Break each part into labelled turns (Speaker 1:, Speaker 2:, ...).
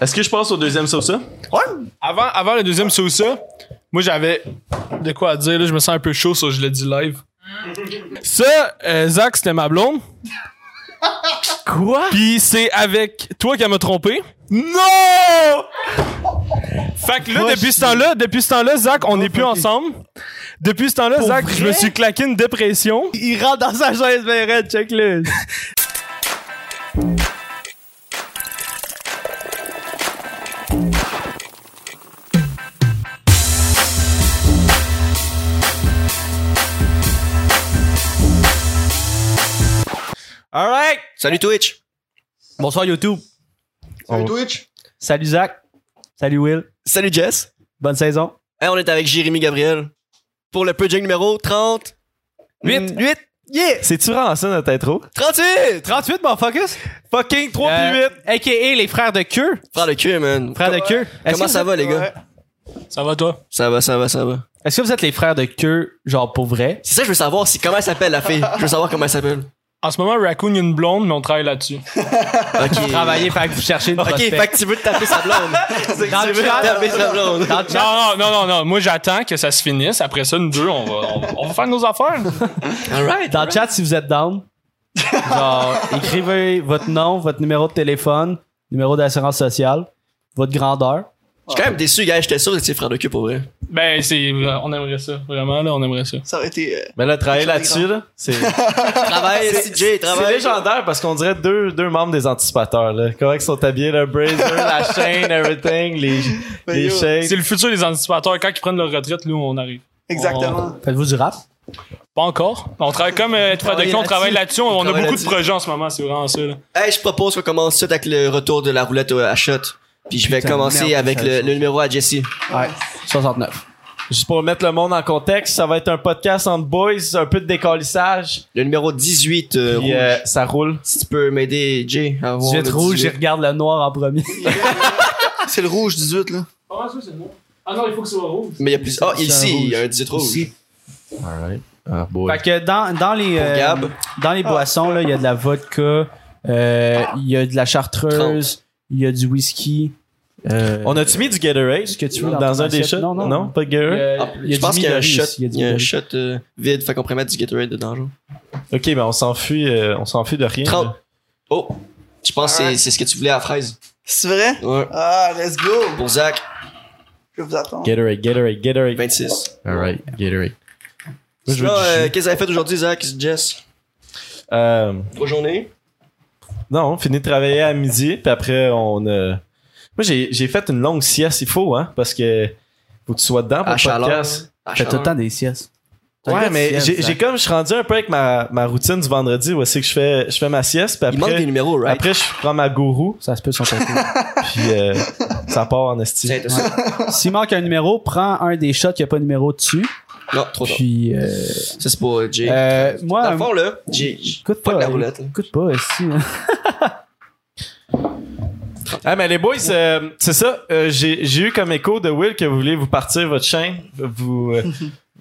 Speaker 1: Est-ce que je passe au deuxième sauce?
Speaker 2: Avant, avant le deuxième Sousa, moi j'avais de quoi à dire. Là, je me sens un peu chaud, ça, je l'ai dit live. Ça, euh, Zach, c'était ma blonde.
Speaker 3: Quoi?
Speaker 2: Puis c'est avec toi qu'elle m'a trompé.
Speaker 3: Non!
Speaker 2: Fait que là, depuis ce temps-là, depuis ce temps-là, Zach, on n'est plus ensemble. Depuis ce temps-là, Zach, je me
Speaker 3: Oh, vrai?
Speaker 2: suis claqué une dépression.
Speaker 3: Il rentre dans sa chaise, ben red, check-le. Alright!
Speaker 4: Salut Twitch.
Speaker 3: Bonsoir YouTube.
Speaker 5: Salut Twitch.
Speaker 3: Salut Zach. Salut Will.
Speaker 4: Salut Jess.
Speaker 3: Bonne saison.
Speaker 4: Hey, on est avec Jérémy Gabriel pour le Pudging numéro 30.
Speaker 3: 8.
Speaker 4: 8. Mm, Yeah.
Speaker 3: C'est-tu vraiment ça notre intro?
Speaker 4: 38.
Speaker 3: 38, mon focus? Euh,
Speaker 2: Fucking 3
Speaker 3: AKA les frères de queue.
Speaker 4: Frère de cul, man.
Speaker 3: Frères de queue. Est-ce
Speaker 4: Comment
Speaker 3: que
Speaker 4: ça
Speaker 3: vous
Speaker 4: va,
Speaker 3: êtes-
Speaker 4: les gars?
Speaker 2: Ça va toi?
Speaker 4: Ça va, ça va, ça va.
Speaker 3: Est-ce que vous êtes les frères de queue, genre pour vrai?
Speaker 4: C'est ça, je veux savoir si, comment elle s'appelle, la fille. Je veux savoir comment elle s'appelle.
Speaker 2: En ce moment, Raccoon, il y a une blonde, mais on travaille là-dessus.
Speaker 4: Ok.
Speaker 3: Travailler, fait que vous cherchez une
Speaker 4: Ok,
Speaker 3: prospect.
Speaker 4: fait que tu veux te taper sa blonde.
Speaker 3: Dans le
Speaker 4: tu veux te taper
Speaker 3: chat,
Speaker 4: sa blonde.
Speaker 3: dans le chat,
Speaker 2: Non, non, non, non, non. Moi, j'attends que ça se finisse. Après ça, nous deux, on va, on, va- on va faire nos affaires.
Speaker 4: Alright.
Speaker 3: dans le chat, si vous êtes down, genre, écrivez votre nom, votre numéro de téléphone, numéro d'assurance sociale, votre grandeur.
Speaker 4: Je suis quand même déçu, gars. J'étais sûr que c'était frère de cul pour vrai.
Speaker 2: Ben, c'est. On aimerait ça. Vraiment, là, on aimerait ça.
Speaker 5: Ça aurait été. euh,
Speaker 1: Mais là, travailler là-dessus, là, c'est
Speaker 4: Travaille, CJ,
Speaker 1: c'est
Speaker 4: travaille.
Speaker 1: légendaire parce qu'on dirait deux, deux membres des anticipateurs. Là. Comment ils sont habillés, le brazier, la chaîne, everything, les,
Speaker 5: Ben,
Speaker 1: les
Speaker 5: yo.
Speaker 2: C'est
Speaker 1: shakes.
Speaker 2: le futur des anticipateurs. Quand ils prennent leur retraite, nous, on arrive.
Speaker 5: Exactement.
Speaker 3: Faites-vous du rap?
Speaker 2: Pas encore. On travaille comme euh, être frère de
Speaker 4: travaille
Speaker 2: cul, on
Speaker 4: là-dessus.
Speaker 2: travaille là-dessus. On, a
Speaker 4: travaille
Speaker 2: beaucoup de
Speaker 4: là-dessus.
Speaker 2: projets en ce moment, c'est vraiment ça. là.
Speaker 4: Hey, je propose qu'on commence tout de suite avec le retour de la roulette à shot. Puis je vais
Speaker 3: Putain,
Speaker 4: commencer
Speaker 3: merde,
Speaker 4: avec
Speaker 3: ça,
Speaker 4: le,
Speaker 3: ça.
Speaker 4: le numéro à Jesse.
Speaker 3: 69.
Speaker 1: Juste pour mettre le monde en contexte, ça va être un podcast entre boys, un peu de décollissage.
Speaker 4: Le numéro 18, euh,
Speaker 1: Puis
Speaker 4: rouge.
Speaker 1: euh, ça roule.
Speaker 4: Si tu peux m'aider, Jay, à avoir.
Speaker 3: Je vais
Speaker 4: le
Speaker 3: rouge, j'y
Speaker 4: 18.
Speaker 3: regarde le noir en premier.
Speaker 5: C'est le rouge 18, là.
Speaker 2: Ah non, il faut que ce soit rouge.
Speaker 4: Mais il y a plus. Ah,
Speaker 3: C'est un
Speaker 4: ici, il y a
Speaker 3: rouge.
Speaker 4: un 18 rouge.
Speaker 3: Ici.
Speaker 1: Alright. Ah, boy.
Speaker 3: Fait que dans, dans les, euh,
Speaker 4: Gab.
Speaker 3: dans les boissons, là, il y a de la vodka, euh, il y a de la chartreuse, il y a du whisky. euh,
Speaker 1: On a-tu mis du Gatorade?
Speaker 3: Ce que tu veux
Speaker 1: dans,
Speaker 3: dans ton
Speaker 1: un des
Speaker 3: assiette?
Speaker 1: shots?
Speaker 3: Non, non.
Speaker 1: pas de Gatorade?
Speaker 4: Ah,
Speaker 3: Euh, il y a
Speaker 4: je
Speaker 3: du
Speaker 4: pense qu'il y a un
Speaker 3: Midori
Speaker 4: shot,
Speaker 3: aussi, il y a du
Speaker 4: il y a un
Speaker 3: Midori.
Speaker 4: shot euh, vide, fait qu'on pourrait mettre du Gatorade dedans. genre.
Speaker 1: Ok, ben on s'enfuit, euh, on s'enfuit de rien.
Speaker 4: 30. Oh, je pense que c'est-
Speaker 5: Alright.
Speaker 4: c'est ce que tu voulais à la fraise.
Speaker 5: C'est vrai?
Speaker 4: Ouais.
Speaker 5: Ah, let's go.
Speaker 4: Pour Zach,
Speaker 5: Je vais vous attendre.
Speaker 1: Gatorade, Gatorade,
Speaker 4: Ben,
Speaker 1: Gatorade.
Speaker 4: 26.
Speaker 1: Alright, Gatorade. Moi, je veux
Speaker 4: Sinon,
Speaker 1: du
Speaker 4: euh,
Speaker 1: jus.
Speaker 4: qu'est-ce que vous avez fait aujourd'hui, Zach, Jess?
Speaker 1: Euh,
Speaker 4: Trois journées.
Speaker 1: non, on finit de travailler à midi, puis après on. euh, Moi, j'ai j'ai fait une longue sieste, il faut, hein, parce que faut que tu sois dedans pour
Speaker 4: À
Speaker 1: le
Speaker 4: chaleur.
Speaker 1: podcast.
Speaker 3: T'as tout
Speaker 4: À
Speaker 3: le
Speaker 4: chaleur.
Speaker 3: temps des siestes. T'as
Speaker 1: Ouais,
Speaker 3: des
Speaker 1: mais
Speaker 3: siestes, hein.
Speaker 1: j'ai
Speaker 3: Zach.
Speaker 1: j'ai comme je suis rendu un peu avec ma, ma routine du vendredi où c'est que je fais je fais ma sieste, puis
Speaker 4: Il manque des
Speaker 1: après
Speaker 4: numéros, right?
Speaker 1: après je prends ma gourou,
Speaker 3: Ça se peut son côté.
Speaker 1: puis euh, ça part en
Speaker 4: Tiens,
Speaker 1: estime.
Speaker 4: t'as ça.
Speaker 3: S'il manque un numéro, prends un des shots qui a pas de numéro dessus.
Speaker 4: Non, trop tard.
Speaker 3: Puis, euh,
Speaker 4: Ça, c'est pour euh, Jay.
Speaker 3: euh, moi,
Speaker 4: Dans le
Speaker 3: un-
Speaker 4: fond, là, Jay.
Speaker 3: écoute
Speaker 4: fuck
Speaker 3: pas.
Speaker 4: la
Speaker 3: euh,
Speaker 4: roulette, là.
Speaker 3: Écoute pas, hein. aussi.
Speaker 1: Ah, mais les boys, euh, c'est ça. euh, J'ai j'ai eu comme écho de Will que vous voulez vous partir votre chaîne. Vous, euh,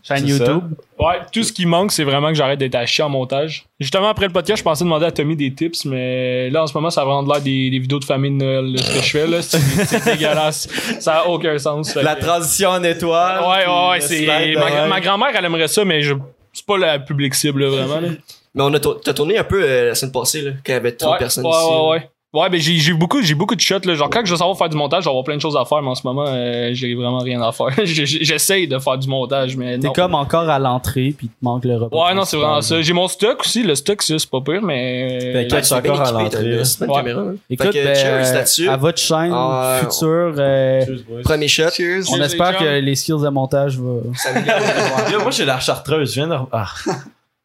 Speaker 3: Chaîne
Speaker 1: C'est ça.
Speaker 3: YouTube.
Speaker 2: Ouais, tout ce qui manque, c'est vraiment que j'arrête d'être à chier en montage. Justement, après le podcast, je pensais demander à Tommy des tips, mais là, en ce moment, ça va rendre l'air des, des vidéos de famille de Noël, là, ce que je fais, là. C'est- C'est dégueulasse. Ça a aucun sens. Fait
Speaker 1: la
Speaker 2: que-
Speaker 1: transition en étoile.
Speaker 2: Ouais, ouais, ouais.
Speaker 1: puis le
Speaker 2: C'est...
Speaker 1: slide euh, de
Speaker 2: Ma,
Speaker 1: même.
Speaker 2: ma grand-mère, elle aimerait ça, mais je... c'est pas le public cible, là, vraiment. Là.
Speaker 4: Mais on a tour- t'as tourné un peu euh, la semaine passée, là, quand il y avait trop
Speaker 2: ouais,
Speaker 4: de personnes
Speaker 2: ouais,
Speaker 4: ici. là.
Speaker 2: ouais, ouais. Ouais, ben j'ai, j'ai beaucoup, j'ai beaucoup de shots. Là. Genre, quand je vais savoir faire du montage, j'aurai plein de choses à faire, mais en ce moment, euh, j'ai vraiment rien à faire. J'ai- j'ai- J'essaye de faire du montage, mais
Speaker 3: T'es
Speaker 2: non.
Speaker 3: comme encore à l'entrée, puis il te manque le repas.
Speaker 2: Ouais, non, c'est vraiment ça. J'ai mon stock aussi. Le stock, ça, c'est pas pire, mais. euh,
Speaker 1: Ben,
Speaker 4: Ouais,
Speaker 1: Quatre
Speaker 4: c'est bien
Speaker 1: encore à
Speaker 4: équipé,
Speaker 1: l'entrée,
Speaker 4: t'as une
Speaker 1: là.
Speaker 4: bonne
Speaker 2: Ouais.
Speaker 4: caméra, hein.
Speaker 3: Écoute,
Speaker 4: Fait que,
Speaker 3: ben,
Speaker 4: cheers là-dessus.
Speaker 3: à votre chaîne
Speaker 4: Ah, ouais.
Speaker 3: future, euh,
Speaker 4: Premier shot.
Speaker 5: Cheers.
Speaker 3: on
Speaker 2: Cheers, les
Speaker 3: espère
Speaker 2: chums.
Speaker 3: que les skills de montage vont.
Speaker 1: Là, moi, j'ai la chartreuse. Je viens de. Ah.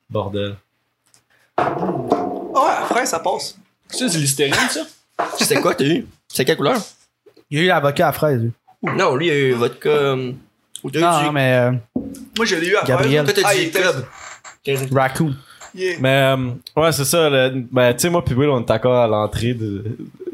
Speaker 1: Bordel.
Speaker 5: Ah, ouais, frère, ça passe.
Speaker 2: Ça, c'est l'hystérine, ça?
Speaker 4: C'était quoi que t'as eu? C'était quelle couleur?
Speaker 3: Il y a eu l'avocat à fraise. lui.
Speaker 4: Non, lui, il a eu vodka. euh, Ou deux
Speaker 3: Non, non, mais euh,
Speaker 5: Moi, je l'ai eu à
Speaker 3: Gabriel.
Speaker 4: Toi, t'as
Speaker 5: Ah,
Speaker 4: dit
Speaker 5: il était-
Speaker 4: club.
Speaker 3: Raccoon.
Speaker 5: Yeah.
Speaker 1: Mais, euh, ouais, c'est ça. le- ben, tu sais, moi, puis Will, on est encore à l'entrée de-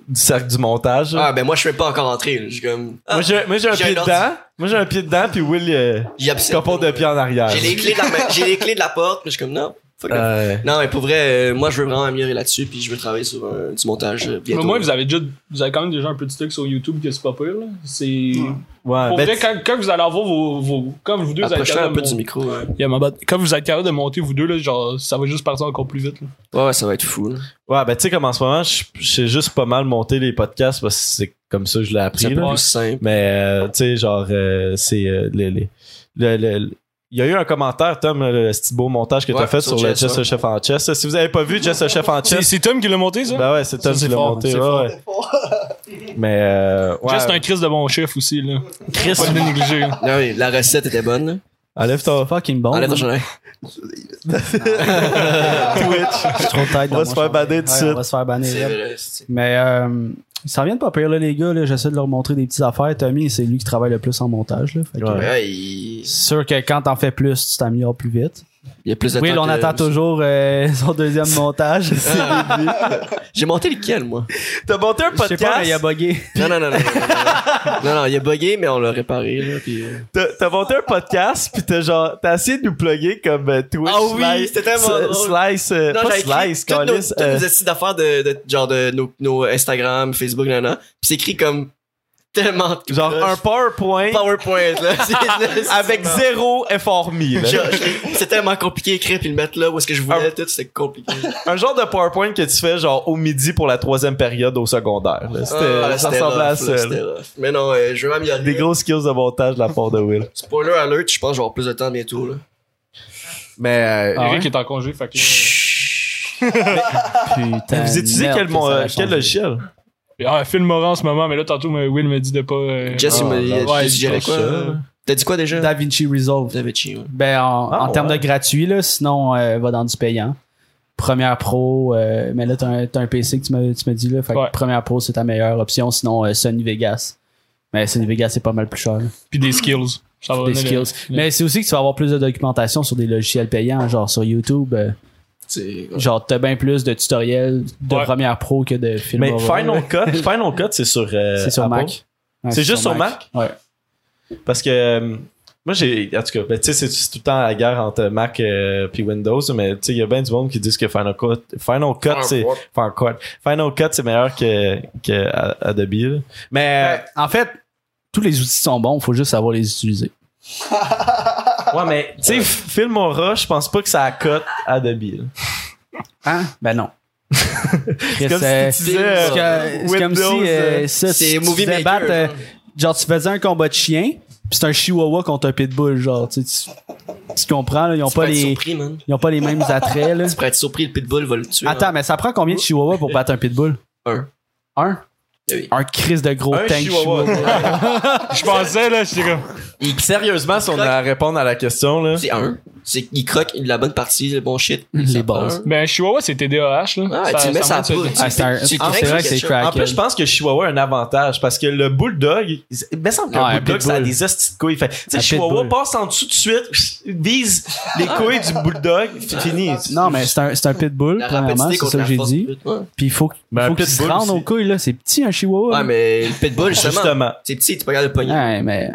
Speaker 1: du cercle du montage. là.
Speaker 4: Ah, ben moi, je suis même pas encore entré. là. Je suis comme. Ah,
Speaker 1: moi, j'ai moi, j'ai un
Speaker 4: j'ai
Speaker 1: pied
Speaker 4: un ordi.
Speaker 1: dedans. Moi, j'ai un pied dedans, puis Will, euh,
Speaker 4: j'y absente.
Speaker 1: copote de pied en arrière.
Speaker 4: J'ai les clés de la main- j'ai les clés de la porte, mais je suis comme non. Fuck off.
Speaker 1: Euh,
Speaker 4: Non, mais pour vrai, euh, moi, je veux vraiment améliorer là-dessus, puis je veux travailler sur euh, du montage euh, bientôt.
Speaker 2: Mais moi, vous avez déjà, vous avez quand même déjà un peu de stock sur YouTube que c'est pas pire, là. C'est.
Speaker 1: ouais,
Speaker 2: Pour
Speaker 1: ben,
Speaker 2: vrai, quand, quand vous allez avoir vos. vos comme vous deux, vous êtes
Speaker 4: Approche-toi un
Speaker 2: capable de
Speaker 4: peu du
Speaker 2: mon-
Speaker 4: micro. Ouais,
Speaker 2: Yeah, my bad. Quand vous êtes capable de monter, vous deux, là, genre, ça va juste partir encore plus vite, là.
Speaker 4: ouais, ouais, ça va être fou. là.
Speaker 1: ouais, ben, tu sais, comme en ce moment, je je sais juste pas mal monter les podcasts parce que c'est comme ça que je l'ai
Speaker 4: C'est
Speaker 1: appris.
Speaker 4: plus
Speaker 1: là.
Speaker 4: simple.
Speaker 1: Mais, euh, tu sais, genre, euh, c'est. euh, les- les- le- le- le- il y a eu un commentaire, Tom, le petit beau montage que t'as
Speaker 4: Ouais,
Speaker 1: fait sur,
Speaker 4: sur
Speaker 1: le
Speaker 4: Jess,
Speaker 1: Just a
Speaker 4: ouais.
Speaker 1: Chef en Chess. Si vous avez pas vu Just a Chef en
Speaker 2: C'est,
Speaker 1: Chess,
Speaker 2: c'est Tom qui l'a monté, ça?
Speaker 1: ben ouais, c'est
Speaker 2: Ça,
Speaker 1: Tom qui
Speaker 2: c'est
Speaker 1: l'a
Speaker 2: fort,
Speaker 1: monté.
Speaker 2: c'est
Speaker 1: ouais,
Speaker 2: fort.
Speaker 1: ouais. Mais, euh, ouais.
Speaker 2: Juste un Chris de bon chef aussi, là.
Speaker 1: Chris.
Speaker 2: Pas le négliger, là.
Speaker 4: Non, mais la recette était bonne. là. hein.
Speaker 1: Enlève ton
Speaker 3: Fucking bon.
Speaker 4: Enlève ton
Speaker 3: man.
Speaker 4: chandail.
Speaker 1: Twitch.
Speaker 3: Je suis trop tight dans
Speaker 1: On
Speaker 3: mon
Speaker 1: va se faire
Speaker 3: chandail.
Speaker 1: banner tout de
Speaker 3: Ouais,
Speaker 1: suite.
Speaker 3: On va se faire banner.
Speaker 4: C'est
Speaker 3: là.
Speaker 4: vrai, c'est-
Speaker 3: Mais euh, ils s'en viennent pas pire, là, les gars. là. J'essaie de leur montrer des petites affaires. Tommy, c'est lui qui travaille le plus en montage. Là. Fait que,
Speaker 1: Ouais.
Speaker 3: euh,
Speaker 4: Ouais, il...
Speaker 3: C'est sûr que quand t'en fais plus, tu t'améliores plus vite.
Speaker 4: il y a plus de
Speaker 3: Will,
Speaker 4: temps
Speaker 3: on
Speaker 4: que-
Speaker 3: attend toujours euh, son deuxième montage.
Speaker 4: J'ai monté lequel, moi?
Speaker 1: T'as monté un
Speaker 3: Je sais
Speaker 1: podcast.
Speaker 3: pas, mais il a bugué.
Speaker 4: Non, non, non, non. Non, non, non. Non, non, il a bugué, mais on l'a réparé, là, puis... euh,
Speaker 1: T'as t'as monté un podcast, puis t'as genre, t'as essayé de nous plugger comme euh, Twitch.
Speaker 4: Ah oui,
Speaker 1: Slice-
Speaker 4: c'était tellement
Speaker 1: S-
Speaker 4: drôle.
Speaker 1: Slice, euh,
Speaker 4: Non,
Speaker 1: pas
Speaker 4: j'avais
Speaker 1: Slice,
Speaker 4: écrit toutes nos,
Speaker 1: Calis,
Speaker 4: toutes
Speaker 1: euh,
Speaker 4: nos astuces d'affaires de, de- genre de nos, nos Instagram, Facebook, nan, nan. Puis c'est écrit comme tellement de-
Speaker 1: genre
Speaker 4: là,
Speaker 1: un PowerPoint
Speaker 4: PowerPoint, là. C'est- là, c'est-
Speaker 1: avec zéro effort mis. là.
Speaker 4: Genre, je- C'est tellement compliqué à écrire puis le mettre là où est-ce que je voulais, tout, c'était compliqué.
Speaker 1: un genre de PowerPoint que tu fais genre au midi pour la troisième période au secondaire. là. C'était,
Speaker 4: Ah, là,
Speaker 1: ça
Speaker 4: c'était
Speaker 1: ressemblait
Speaker 4: rough,
Speaker 1: à
Speaker 4: là,
Speaker 1: ça.
Speaker 4: c'était
Speaker 1: là.
Speaker 4: rough. Mais non, euh, je veux m'améliorer.
Speaker 1: Des gros skills de montage de la part de Will.
Speaker 4: Spoiler alert, je pense que je vais avoir plus de temps bientôt, là.
Speaker 1: Mais,
Speaker 3: Ah ouais?
Speaker 2: Eric est en congé, fait que.
Speaker 3: Putain.
Speaker 1: vous utilisez
Speaker 3: merde,
Speaker 1: quel,
Speaker 3: que ça
Speaker 1: mon-
Speaker 3: a
Speaker 1: euh, quel
Speaker 3: changé.
Speaker 1: logiciel?
Speaker 2: Ah, Phil Morin en ce moment, mais là, tantôt, mais Will me dit de pas. euh,
Speaker 4: Jess, il
Speaker 1: Ah,
Speaker 4: m'a il
Speaker 1: bah,
Speaker 4: a
Speaker 2: ouais,
Speaker 4: suggéré
Speaker 1: je
Speaker 4: quoi?
Speaker 1: pense
Speaker 4: euh?
Speaker 1: ça.
Speaker 4: T'as dit quoi déjà?
Speaker 3: Da Vinci Resolve.
Speaker 4: DaVinci, ouais.
Speaker 3: Ben, en,
Speaker 1: Ah,
Speaker 3: en termes
Speaker 1: ouais.
Speaker 3: de gratuit, là, sinon, euh, va dans du payant. Première Pro, euh, mais là, t'as un, t'as un PC que tu me, tu me dis, là. Fait que
Speaker 2: Ouais.
Speaker 3: Première Pro, c'est ta meilleure option. Sinon, euh, Sony Vegas. Mais Sony Vegas, c'est pas mal plus cher. là.
Speaker 2: Puis des skills. Ça va
Speaker 3: des
Speaker 2: venir, là.
Speaker 3: skills. Mais c'est aussi que tu vas avoir plus de documentation sur des logiciels payants, genre sur YouTube. euh,
Speaker 4: C'est-
Speaker 3: genre, t'as bien plus de tutoriels de
Speaker 2: Ouais.
Speaker 3: Première Pro que de film.
Speaker 1: Mais Final Cut, Final Cut, c'est sur, euh,
Speaker 3: C'est sur
Speaker 1: Apple.
Speaker 3: Mac. Ouais,
Speaker 1: C'est juste sur Mac?
Speaker 3: Ouais.
Speaker 1: Parce que euh, moi j'ai en tout cas ben, tu sais c'est c'est tout le temps la guerre entre Mac et puis Windows mais tu sais il y a bien du monde qui disent que Final Cut Final Cut Ben, c'est Final Cut Final Cut c'est meilleur que, que A- Adobe là. mais
Speaker 3: Euh, En fait, tous les outils sont bons, faut juste savoir les utiliser.
Speaker 1: ouais mais tu sais Filmora je pense pas que ça cut Adobe là.
Speaker 3: Hein? Ben non. Chris,
Speaker 1: comme si
Speaker 3: euh,
Speaker 1: tu disais,
Speaker 3: c'est que-
Speaker 1: euh,
Speaker 3: c'est comme si,
Speaker 1: Windows,
Speaker 3: euh,
Speaker 1: euh,
Speaker 3: ça, tu-
Speaker 4: c'est
Speaker 3: tu
Speaker 4: Movie
Speaker 3: faisais
Speaker 4: Maker,
Speaker 3: battre, euh,
Speaker 4: genre.
Speaker 3: genre, tu faisais un combat de chien, puis c'est un chihuahua contre un pitbull, genre, tu, sais, tu- tu comprends, là, ils ont
Speaker 4: Tu peux
Speaker 3: pas
Speaker 4: être
Speaker 3: les,
Speaker 4: surpris, man.
Speaker 3: ils ont pas les mêmes attraits, là.
Speaker 4: Tu pourrais être surpris, le pitbull va le tuer.
Speaker 3: Attends,
Speaker 4: hein.
Speaker 3: mais ça prend combien de chihuahuas pour battre un pitbull?
Speaker 4: Un. Eh
Speaker 3: Un?
Speaker 4: Oui.
Speaker 3: Un crise de gros
Speaker 1: Un
Speaker 3: tank
Speaker 1: chihuahua.
Speaker 3: chihuahua.
Speaker 2: Je pensais, là, j'étais comme.
Speaker 1: Et sérieusement si on a à répondre à la question là
Speaker 4: C'est un. C'est qu'il croque la bonne partie, le bon shit.
Speaker 3: Les
Speaker 4: Ça
Speaker 3: bases.
Speaker 4: part.
Speaker 2: Ben, Chihuahua, c'est TDAH, là.
Speaker 4: Ah, tu le mets ça à
Speaker 2: monte
Speaker 4: poule.
Speaker 2: sur-
Speaker 3: Ah, c'est un-
Speaker 4: Tu- tu
Speaker 3: ah,
Speaker 4: craques
Speaker 3: c'est vrai
Speaker 4: sur
Speaker 3: que c'est
Speaker 4: quelque
Speaker 3: crack.
Speaker 1: en plus, je pense que Chihuahua a un avantage parce que le bulldog, il il me semble qu'un
Speaker 3: Ouais, un
Speaker 1: bulldog, ça a
Speaker 3: pitbull.
Speaker 1: des hosties de couilles. Fait, tu sais,
Speaker 3: Un
Speaker 1: Chihuahua
Speaker 3: pitbull.
Speaker 1: passe en dessous tout de suite, vise les couilles du bulldog, f- fini.
Speaker 3: Non, mais c'est un, c'est un pitbull,
Speaker 4: La
Speaker 3: premièrement,
Speaker 4: rapidité
Speaker 3: c'est
Speaker 4: contre
Speaker 3: ça
Speaker 4: la
Speaker 3: que j'ai
Speaker 4: force
Speaker 3: dit.
Speaker 4: brute. Ouais.
Speaker 3: Puis il faut, qu-
Speaker 1: Ben, un
Speaker 3: faut qu'ils se
Speaker 1: pitbull
Speaker 3: rendent
Speaker 1: aussi.
Speaker 3: aux couilles, là. C'est petit, un chihuahua.
Speaker 4: Ouais,
Speaker 3: là.
Speaker 4: mais le
Speaker 3: Ah,
Speaker 4: pitbull, justement.
Speaker 1: Justement.
Speaker 4: C'est petit, tu peux regarder le pognon.
Speaker 3: Ouais, mais.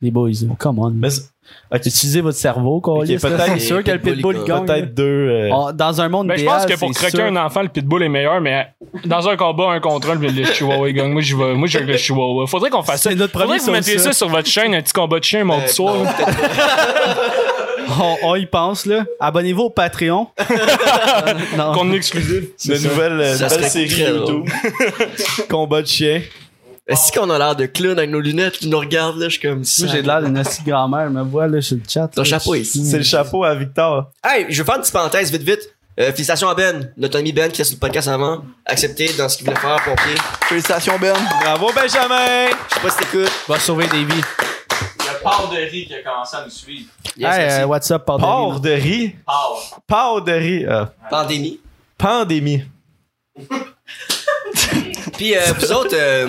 Speaker 3: Les boys, là, come on.
Speaker 1: Mais c'est- ok,
Speaker 3: Utilisez votre cerveau, quoi.
Speaker 1: Ok, peut-être-
Speaker 3: c'est sûr que le pitbull il gagne.
Speaker 1: peut-être deux. euh,
Speaker 3: Ah, dans un monde
Speaker 2: Ben, je
Speaker 3: idéal,
Speaker 2: pense que pour
Speaker 3: c'est
Speaker 2: croquer
Speaker 3: sûr.
Speaker 2: un enfant, le pitbull est meilleur, mais dans un combat, un contre un, le le chihuahua il gagne. Moi, je vais, moi, je vais avec le chihuahua. Faudrait qu'on fasse ça.
Speaker 3: C'est notre
Speaker 2: Faudrait
Speaker 3: premier
Speaker 2: que vous mettiez ça
Speaker 3: solution.
Speaker 2: sur votre chaîne, un petit combat de chien, mon
Speaker 4: Euh,
Speaker 2: petit soir.
Speaker 4: non,
Speaker 2: là.
Speaker 4: peut-être pas.
Speaker 3: on, on y pense, là. Abonnez-vous au Patreon. non.
Speaker 2: Contenu exclusif.
Speaker 1: une nouvelle, euh,
Speaker 4: Ça
Speaker 1: nouvelle
Speaker 4: serait
Speaker 1: série
Speaker 4: très drôle.
Speaker 1: YouTube. Combat de chien.
Speaker 4: Est-ce qu'on a l'air de clown avec nos lunettes qui nous regardent, là? Je suis comme ça.
Speaker 3: Moi, j'ai de l'air d'une hostie de grand-mère. Je me vois, là, sur le chat.
Speaker 4: Ton
Speaker 3: là.
Speaker 4: chapeau est ici.
Speaker 1: C'est
Speaker 3: Mm.
Speaker 1: le chapeau à Victor.
Speaker 4: Hey, je vais faire une petite parenthèse, vite, vite. Euh, félicitations à Ben, notre ami Ben qui était sur le podcast avant, accepté dans ce qu'il voulait faire, pompier.
Speaker 5: Félicitations, Ben.
Speaker 1: Bravo, Benjamin!
Speaker 4: Je sais pas si t'écoutes.
Speaker 3: Va sauver des vies.
Speaker 6: Le port de riz qui a commencé à nous suivre.
Speaker 4: Yes,
Speaker 3: hey,
Speaker 4: merci.
Speaker 3: euh, what's up, Pandémie,
Speaker 1: Port de riz.
Speaker 6: Port.
Speaker 1: Port de riz. Ah,
Speaker 4: Pandémie.
Speaker 1: pandémie.
Speaker 4: Puis euh, vous autres, euh,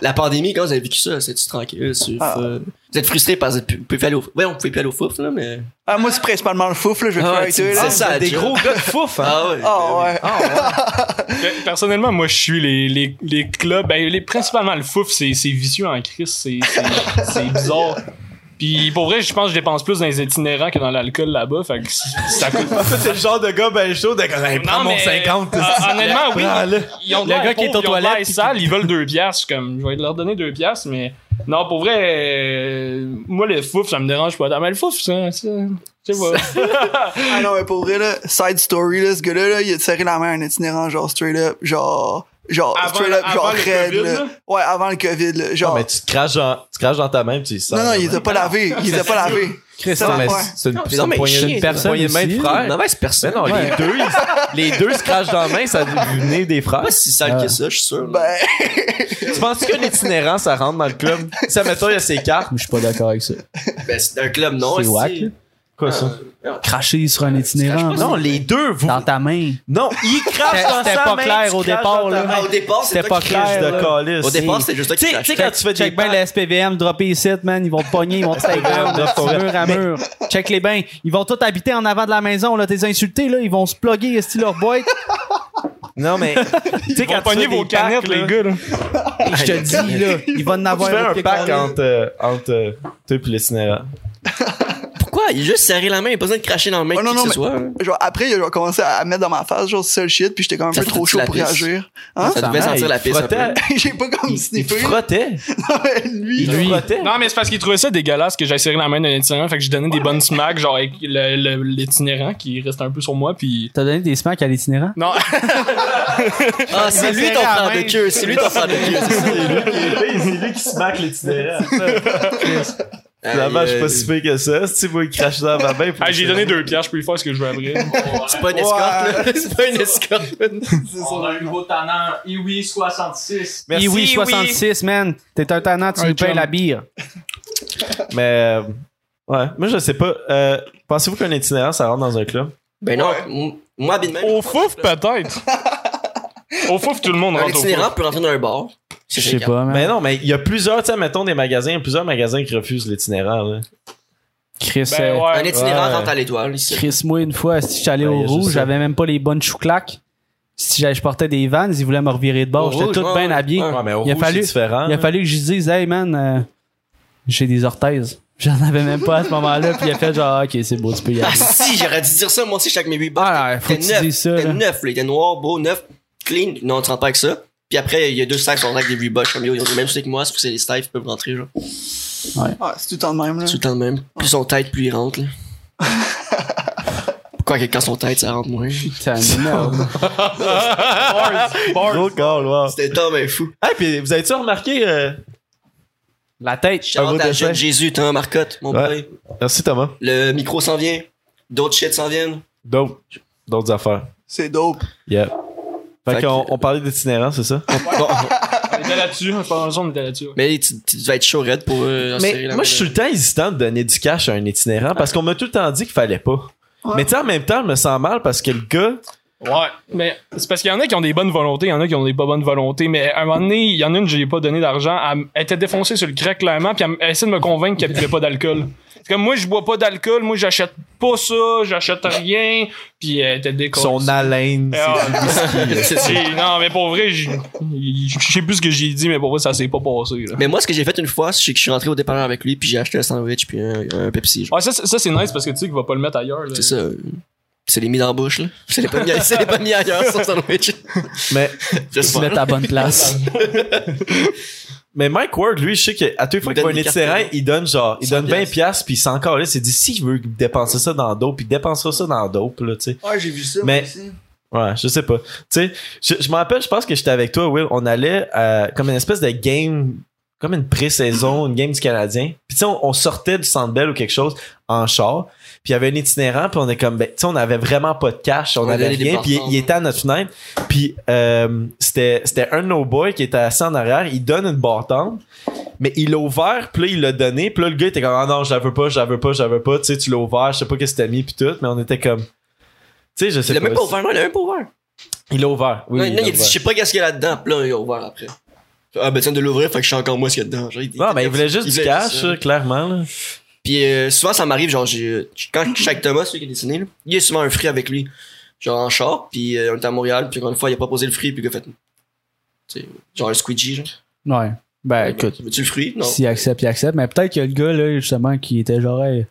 Speaker 4: la pandémie, quand vous avez vécu ça, c'est-tu tranquille? c'est-
Speaker 5: Ah.
Speaker 4: euh, Vous êtes frustrés parce que vous pouvez plus aller au... Ouais, on pouvait plus aller au fouf, là, mais...
Speaker 5: Ah, moi, c'est principalement le fouf, là. Je vais
Speaker 4: Ah,
Speaker 5: faire
Speaker 4: tu me
Speaker 5: avec toi,
Speaker 4: disais
Speaker 5: là.
Speaker 4: ça.
Speaker 1: C'est des
Speaker 4: Joe.
Speaker 1: gros gars de fouf, hein?
Speaker 4: Ah ouais.
Speaker 5: Ah, ouais.
Speaker 2: Pe- Euh, Personnellement, moi, je suis les, les, les clubs. Ben, les, principalement, le fouf, c'est c'est vicieux en crise. C'est c'est- c'est bizarre. Puis pour vrai, je pense que je dépense plus dans les itinérants que dans l'alcool là-bas. Fait que ça coûte.
Speaker 1: Ça, c'est le genre de gars ben chaud de comme, Hey, prends
Speaker 2: Non,
Speaker 1: mon
Speaker 2: mais,
Speaker 1: 50.
Speaker 2: euh, honnêtement, oui.
Speaker 1: Prends-le.
Speaker 2: Ils ont de
Speaker 3: Le
Speaker 2: l'air
Speaker 3: gars qui est
Speaker 2: pauvres,
Speaker 3: aux
Speaker 2: ils ont de l'air
Speaker 3: toilettes, puis-
Speaker 2: sales, ils veulent deux piastres. Je suis Comme, je vais leur donner deux piastres, mais non, pour vrai, euh, moi, le fouf, ça me dérange pas. Ah, mais le fouf, ça, ça, je sais pas.
Speaker 5: Ah non, mais pour vrai, là, side story, là, ce gars-là, là, il a serré la main à un itinérant, genre straight up, genre. Genre,
Speaker 2: Avant
Speaker 5: straight
Speaker 2: le-
Speaker 5: up, genre
Speaker 2: avant le
Speaker 5: raide,
Speaker 2: COVID,
Speaker 5: là.
Speaker 2: là?
Speaker 5: Ouais, avant le COVID, là.
Speaker 1: Non,
Speaker 5: Genre.
Speaker 1: Ah, mais tu te craches dans, tu te craches dans ta main, puis tu sens.
Speaker 5: Ah, non, non, il hein. les a pas lavé. Il les a pas lavé.
Speaker 3: Chris,
Speaker 5: Ça
Speaker 1: Non,
Speaker 5: va
Speaker 1: mais
Speaker 5: pas.
Speaker 1: c'est une,
Speaker 4: Non,
Speaker 1: c'est
Speaker 4: non,
Speaker 1: une
Speaker 4: mais
Speaker 1: poignée,
Speaker 4: chier,
Speaker 1: une
Speaker 3: personne
Speaker 1: poignée de main de
Speaker 3: aussi.
Speaker 1: frère.
Speaker 4: Une mauvaise
Speaker 1: Mais
Speaker 4: personne.
Speaker 1: Ben non, les, deux, ils- les deux se crachent dans la main, ça venait des frères.
Speaker 4: Pas si sale que ça, je suis sûr.
Speaker 5: Ben,
Speaker 1: Tu penses qu'un itinérant, ça rentre dans le club? Ça, mettons, il y a ses cartes.
Speaker 3: Mais Je suis pas d'accord avec ça.
Speaker 4: Ben, c'est un club, non.
Speaker 3: C'est
Speaker 4: esti.
Speaker 3: whack, là.
Speaker 1: Quoi,
Speaker 3: Cracher sur
Speaker 2: Euh,
Speaker 3: un itinérant.
Speaker 1: Non, les deux, vous.
Speaker 3: Dans ta main.
Speaker 1: Non, il crache
Speaker 3: C'était-
Speaker 1: dans
Speaker 3: c'était
Speaker 1: sa
Speaker 3: pas
Speaker 1: main,
Speaker 3: clair
Speaker 1: tu
Speaker 3: au
Speaker 1: craches
Speaker 3: départ,
Speaker 1: dans ta
Speaker 3: là.
Speaker 1: main.
Speaker 4: Ah, au départ,
Speaker 3: C'était
Speaker 4: c'est
Speaker 3: pas
Speaker 4: toi qui
Speaker 3: clair,
Speaker 4: craches.
Speaker 1: Crache
Speaker 3: là.
Speaker 1: de calice.
Speaker 4: Au départ, c'était juste toi
Speaker 1: Tu
Speaker 4: qui
Speaker 1: sais, tu sais,
Speaker 4: craches.
Speaker 1: quand tu fais des
Speaker 3: Check bien les SPVM, dropper ici, man. Ils vont te pogner, ils vont te taper mur à mur. Check les bains. Ils vont tous habiter en avant de la maison, là. T'es insulté, là. Ils vont se plugger, esti leur boîte.
Speaker 1: Non, mais. Tu sais,
Speaker 2: Ils vont
Speaker 1: quand tu
Speaker 2: pogner
Speaker 1: fais
Speaker 2: vos
Speaker 1: des packs,
Speaker 2: canettes,
Speaker 1: là,
Speaker 2: les gars, là.
Speaker 3: Et je te dis, là. Ils vont en
Speaker 4: Ah
Speaker 1: Tu
Speaker 3: avoir
Speaker 1: fais un
Speaker 3: autre
Speaker 1: pack
Speaker 3: que-
Speaker 1: entre, euh, entre euh, toi et l'itinérant.
Speaker 4: Pourquoi Il a juste serré la main, il a pas besoin de cracher dans le mec,
Speaker 5: Oh, non,
Speaker 4: qui
Speaker 5: non,
Speaker 4: que ce
Speaker 5: mais-
Speaker 4: soit. hein.
Speaker 5: genre, après, il a genre commencé à mettre dans ma face, genre, seul shit, puis j'étais quand même
Speaker 4: Ça
Speaker 5: un peu
Speaker 4: te
Speaker 5: trop
Speaker 4: fout
Speaker 5: chaud
Speaker 4: la
Speaker 5: pour
Speaker 4: pisse.
Speaker 5: réagir. Hein?
Speaker 4: Ça devait
Speaker 1: Ah,
Speaker 4: sentir
Speaker 1: il
Speaker 4: la pisse un peu.
Speaker 1: frottait-
Speaker 5: J'ai pas comme
Speaker 1: Il
Speaker 5: sniffé.
Speaker 1: frottait.
Speaker 5: Lui,
Speaker 1: Il
Speaker 5: là.
Speaker 1: frottait.
Speaker 2: Non, mais c'est parce qu'ils trouvaient ça dégueulasse que j'ai serré la main d'un itinérant. Fait que je donnais des bonnes smacks, genre, avec le- le- l'itinérant qui reste un peu sur moi, puis.
Speaker 3: T'as donné des smacks à l'itinérant?
Speaker 2: Non,
Speaker 4: Ah, c'est lui ton frère de queue, c'est lui ton frère de queue. c'est ça.
Speaker 1: C'est lui qui se maque l'itinérant. Finalement,
Speaker 4: Aïe,
Speaker 1: je suis
Speaker 4: euh,
Speaker 1: pas si pire que ça. Si moi, il crache dans ma main. puis-
Speaker 2: Ah, j'ai donné deux piastres, je peux y faire ce que je veux après.
Speaker 4: C'est pas une escorte, là. C'est pas une escorte.
Speaker 6: On a un nouveau tannant, Iwi 66.
Speaker 1: Merci,
Speaker 3: oui, 66, man. T'es un tannant, tu
Speaker 2: Un
Speaker 3: nous payes
Speaker 2: chum.
Speaker 3: la bière.
Speaker 1: Mais, euh, ouais, moi, je sais pas. Euh, Pensez-vous qu'un itinérant, ça rentre dans un club?
Speaker 4: Ben non, m- moi, habilement,
Speaker 2: Au fouf, peut-être. Au fouf, tout le monde
Speaker 4: un
Speaker 1: Oh,
Speaker 2: rentre au fouf.
Speaker 4: itinérant peut rentrer dans un bar.
Speaker 3: Je sais pas, man.
Speaker 1: Mais non, mais il y a plusieurs, tu sais, mettons des magasins, il y a plusieurs magasins qui refusent l'itinérant. là.
Speaker 3: Chris,
Speaker 2: Ben
Speaker 3: euh,
Speaker 2: ouais.
Speaker 4: Un itinérant
Speaker 1: Ouais.
Speaker 4: rentre à l'étoile, ici.
Speaker 3: Chris, moi, une fois, si j'allais
Speaker 1: Ouais,
Speaker 3: au
Speaker 1: je
Speaker 3: rouge,
Speaker 1: sais.
Speaker 3: j'avais même pas les bonnes chouclaques. Si j'allais- je portais des vans, ils voulaient me revirer de
Speaker 4: Au
Speaker 3: bord. J'étais
Speaker 4: rouge,
Speaker 3: tout
Speaker 4: Oh, ouais,
Speaker 3: bien
Speaker 4: ouais.
Speaker 3: habillé.
Speaker 4: Ouais,
Speaker 1: mais au
Speaker 3: Il a
Speaker 1: rouge,
Speaker 3: fallu-
Speaker 1: c'est différent.
Speaker 3: Il a fallu que je dise, hey man, euh, j'ai des orthèses. J'en avais même pas à ce moment-là. Puis il a fait genre, ok, c'est beau, tu peux y
Speaker 4: Ah
Speaker 3: aller.
Speaker 4: si, j'aurais dû dire ça, moi aussi, j'étais avec mes 8 bars.
Speaker 3: Ah, là, faut que
Speaker 4: T'es
Speaker 3: tu
Speaker 4: neuf,
Speaker 3: dises ça.
Speaker 4: t'es
Speaker 3: là.
Speaker 4: neuf, là. Il était noir, beau, neuf, clean. Non, tu rentres pas avec ça. Puis après, il y a deux stacks sur le sac des Reebok. Comme yo, ils ont le même souci que moi, sauf que c'est les stacks, ils peuvent rentrer, genre.
Speaker 5: Ah, c'est tout le temps de même, là.
Speaker 4: Tout le temps le même. Plus son tête, plus il rentre, là. Pourquoi que quand son tête, ça rentre moins?
Speaker 3: T'es un énorme.
Speaker 4: Oh,
Speaker 1: Gros call, wow.
Speaker 4: C'était Tom, mais fou.
Speaker 1: Ah, puis vous avez-tu remarqué. euh,
Speaker 3: La tête.
Speaker 4: Je rentre
Speaker 1: beau
Speaker 4: à la
Speaker 1: dessin.
Speaker 4: jeune Jésus, Thomas Marcotte, mon
Speaker 1: Ouais.
Speaker 4: père.
Speaker 1: Merci Thomas.
Speaker 4: Le micro s'en vient. D'autres shit s'en viennent.
Speaker 1: D'autres, d'autres affaires.
Speaker 5: C'est dope.
Speaker 1: Yeah. Fait,
Speaker 4: Fait
Speaker 1: qu'on
Speaker 4: que-
Speaker 1: on parlait d'itinérant, c'est ça?
Speaker 4: Bon,
Speaker 2: On était là-dessus, je pense on était là-dessus. ouais.
Speaker 4: mais tu, tu devais être chaud red pour euh, en serrer
Speaker 1: Mais
Speaker 4: la
Speaker 1: moi, je
Speaker 4: main.
Speaker 1: suis tout le temps hésitant de donner du cash à un itinérant parce qu'on m'a tout le temps dit qu'il fallait pas. Mais tu sais, en même temps, je me sens mal parce que le gars,
Speaker 2: Ouais, mais c'est parce qu'il y en a qui ont des bonnes volontés, il y en a qui ont des pas bonnes volontés, mais à un moment donné, il y en a une, j'ai pas donné d'argent, elle, m- elle était défoncée sur le crack clairement, puis elle, m- elle essaie de me convaincre qu'elle buvait pas d'alcool. C'est comme moi, je bois pas d'alcool, moi, j'achète pas ça, j'achète rien, puis elle était décollée.
Speaker 1: son haleine, c'est-
Speaker 2: non, mais pour vrai, j'ai- je sais plus ce que j'ai dit, mais pour vrai, ça s'est pas passé. Là.
Speaker 4: Mais moi, ce que j'ai fait une fois, c'est que je suis rentré au dépanneur avec lui, puis j'ai acheté un sandwich, puis un, un Pepsi. genre.
Speaker 2: Ouais, Ah, ça, c'est- ça, c'est nice parce que tu sais qu'il va pas le mettre ailleurs. là.
Speaker 4: C'est ça. euh, C'est les mis dans la bouche, là. C'est les pas mis, c'est les pas mis ailleurs, son sandwich.
Speaker 1: Mais,
Speaker 3: Tu mets
Speaker 4: J'espère.
Speaker 3: ta bonne place.
Speaker 1: mais Mike Ward, lui, je sais qu'à toutes les fois
Speaker 4: Il
Speaker 1: qu'il voit un
Speaker 4: donne des cartes,
Speaker 1: itinérant,
Speaker 4: là.
Speaker 1: il donne genre, il
Speaker 4: 100
Speaker 1: donne 20 piastres, puis il s'en calait. Il s'est dit, s'il veut dépenser ça dans la dope, il dépensera ça dans la dope, là, tu sais.
Speaker 5: Ouais, j'ai vu ça.
Speaker 1: Mais- Ouais, je sais pas. Tu sais, je, je me rappelle, je pense que j'étais avec toi, Will. On allait euh, comme une espèce de game, comme une pré-saison, une game du Canadien. Puis tu sais, on, on sortait du Centre Bell ou quelque chose en char. Puis il y avait un itinérant, puis on est comme, ben, tu sais, on avait vraiment pas de cash, on,
Speaker 4: On
Speaker 1: avait
Speaker 4: allait les
Speaker 1: rien. Puis il,
Speaker 4: dépenser.
Speaker 1: il était à notre fenêtre. Puis euh, c'était c'était un de nos boys qui était assis en arrière. Il donne une bartende, mais il l'a ouvert, puis là, il l'a donné. Puis là, le gars était comme, ah non, je la veux pas, je la veux pas, je la veux pas. Tu sais, tu l'as ouvert, je sais pas qu'est-ce que t'as mis, puis tout. Mais on était comme, tu sais, je sais
Speaker 4: Il a même
Speaker 1: pas.
Speaker 4: pas ouvert, non, il a même pas ouvert.
Speaker 1: Il l'a ouvert. Oui,
Speaker 4: non,
Speaker 1: il
Speaker 4: non,
Speaker 1: l'a
Speaker 4: il a dit,
Speaker 1: ouvert.
Speaker 4: je sais pas qu'est-ce qu'il y a là-dedans, puis là, il a ouvert après. Ah, ben tiens, de l'ouvrir, fait que je sais encore moi ce qu'il y a dedans. Genre,
Speaker 1: Non, mais il voulait juste du
Speaker 4: voulait
Speaker 1: cash,
Speaker 4: ça.
Speaker 1: euh, clairement. Là.
Speaker 4: Puis euh, souvent, ça m'arrive, genre, j'ai, euh, quand je suis avec Thomas, celui qui est dessiné, là, il y a souvent un free avec lui. Genre en char, puis euh, on était à Montréal, puis encore une fois, il a pas posé le free, puis il a fait. tu sais, Genre un squeegee, genre.
Speaker 3: Ouais. Ben, écoute,
Speaker 4: Veux-tu le fruit? Non.
Speaker 3: s'il accepte, il accepte. Mais peut-être que le gars, là, justement, qui était genre, Hey,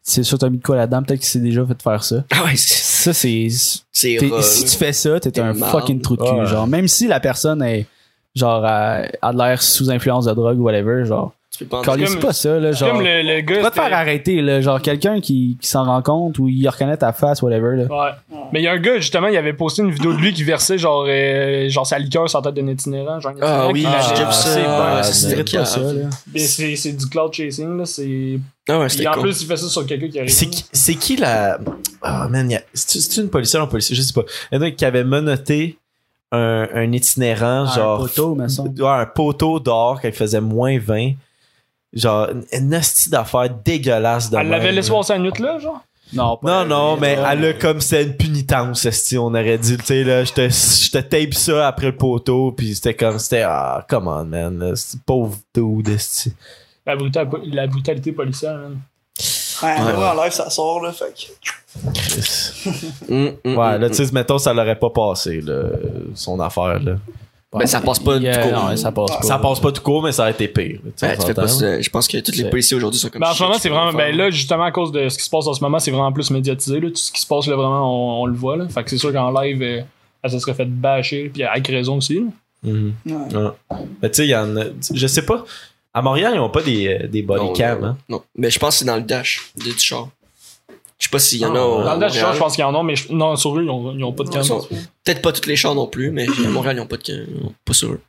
Speaker 3: c'est sûr, t'as mis de quoi là-dedans, peut-être qu'il s'est déjà fait faire ça.
Speaker 4: Ah ouais, c'est.
Speaker 3: Ça, c'est.
Speaker 4: C'est
Speaker 3: t'es-
Speaker 4: rare,
Speaker 3: Si
Speaker 4: là.
Speaker 3: tu fais ça, t'es
Speaker 4: T'es
Speaker 3: un
Speaker 4: marde.
Speaker 3: fucking trou de cul.
Speaker 1: Ouais.
Speaker 3: Genre, même si la personne est, genre, euh, a de l'air sous influence de drogue ou whatever, genre,
Speaker 4: Tu peux pas en
Speaker 3: quand
Speaker 4: dire.
Speaker 2: comme-
Speaker 3: c'est pas ça, là, genre.
Speaker 2: Comme le, le gars.
Speaker 3: Va te faire
Speaker 2: c'était-
Speaker 3: arrêter, là, genre quelqu'un qui, qui s'en rend compte ou il reconnaît ta face, whatever. Là.
Speaker 2: Ouais. Mais il y a un gars, justement, il avait posté une vidéo de lui qui versait genre, euh, genre sa liqueur sur la tête d'un itinérant. Genre, un
Speaker 4: Ah
Speaker 2: itinérant
Speaker 4: oui,
Speaker 2: qui
Speaker 4: j'ai
Speaker 2: l'avait-
Speaker 4: déjà vu
Speaker 1: c'est
Speaker 4: ça.
Speaker 1: bad,
Speaker 4: Ouais, ça,
Speaker 1: mais
Speaker 3: Tu
Speaker 4: C'était
Speaker 3: mérites pas ça. euh, Là.
Speaker 2: Mais c'est c'est du cloud chasing. Là, c'est-
Speaker 4: Ah ouais, c'était
Speaker 2: Puis en
Speaker 4: con.
Speaker 2: plus, il fait ça sur quelqu'un qui arrive.
Speaker 1: C'est qui, c'est qui la. Ah, man, y a- c'est c'est une policière ou un policier, je sais pas. Il y en a un qui avait menotté un, un itinérant,
Speaker 3: Un
Speaker 1: genre.
Speaker 3: poteau, me semble.
Speaker 1: Ouais, un poteau d'or quand il faisait moins 20. Genre, une- une hostie d'affaires dégueulasse de
Speaker 2: Elle l'avait
Speaker 1: même.
Speaker 2: laissé passer la nuit là, genre.
Speaker 3: Non, pas
Speaker 1: Non, non, mais
Speaker 3: euh,
Speaker 1: elle a comme c'est une punitence, esti, on aurait dit, tu sais, là, je te, je te tape ça après le poteau, puis c'était comme, c'était, ah, come on, man, là, c'est pauvre dude, esti.
Speaker 2: La, brutal- la brutalité policière, man.
Speaker 5: Ouais, ouais, en live, ça sort, là. Fait que.
Speaker 4: Hum, hum,
Speaker 1: Ouais,
Speaker 4: hum,
Speaker 1: là,
Speaker 4: hum.
Speaker 1: tu sais, mettons, ça l'aurait pas passé, là, son affaire, là.
Speaker 4: Ben, ça passe pas du
Speaker 3: Yeah,
Speaker 4: coup.
Speaker 3: non, ça passe pas.
Speaker 1: Ah, Ça passe pas tout court, mais ça aurait été pire. tu sais,
Speaker 4: Ouais, Ben, tu
Speaker 1: on
Speaker 4: fais pas
Speaker 1: s'entend.
Speaker 4: ça. Je pense que tous les
Speaker 1: C'est-
Speaker 4: policiers aujourd'hui sont comme
Speaker 2: Mais en ce
Speaker 4: shit,
Speaker 2: moment,
Speaker 4: tu
Speaker 2: c'est
Speaker 4: peux
Speaker 2: vraiment.
Speaker 4: pas
Speaker 2: Ben
Speaker 4: faire.
Speaker 2: là, justement, à cause de ce qui se passe en ce moment, c'est vraiment plus médiatisé. Là. Tout ce qui se passe, là, vraiment, on, on le voit. Là. Fait que c'est sûr qu'en live, euh, elle se serait fait bâcher. Puis avec raison aussi. là.
Speaker 1: Mhm.
Speaker 5: Ouais.
Speaker 1: Mais tu sais, il y en a, je sais pas, à Montréal, ils ont pas des, euh, des
Speaker 4: Non,
Speaker 1: bodycams,
Speaker 4: non,
Speaker 1: hein.
Speaker 4: Non, mais je pense que c'est dans le dash de- du char. Je sais pas s'il y en a.
Speaker 1: Ah,
Speaker 4: au-
Speaker 2: Dans le dash,
Speaker 4: au Montréal.
Speaker 2: je pense qu'il y en a, mais je- non, sur eux, ils ont, ils ont pas de
Speaker 4: Ils
Speaker 2: cam.
Speaker 4: sont- Peut-être pas tous les chars non plus, mais à Montréal, ils ont pas de. ils ont Pas sur eux.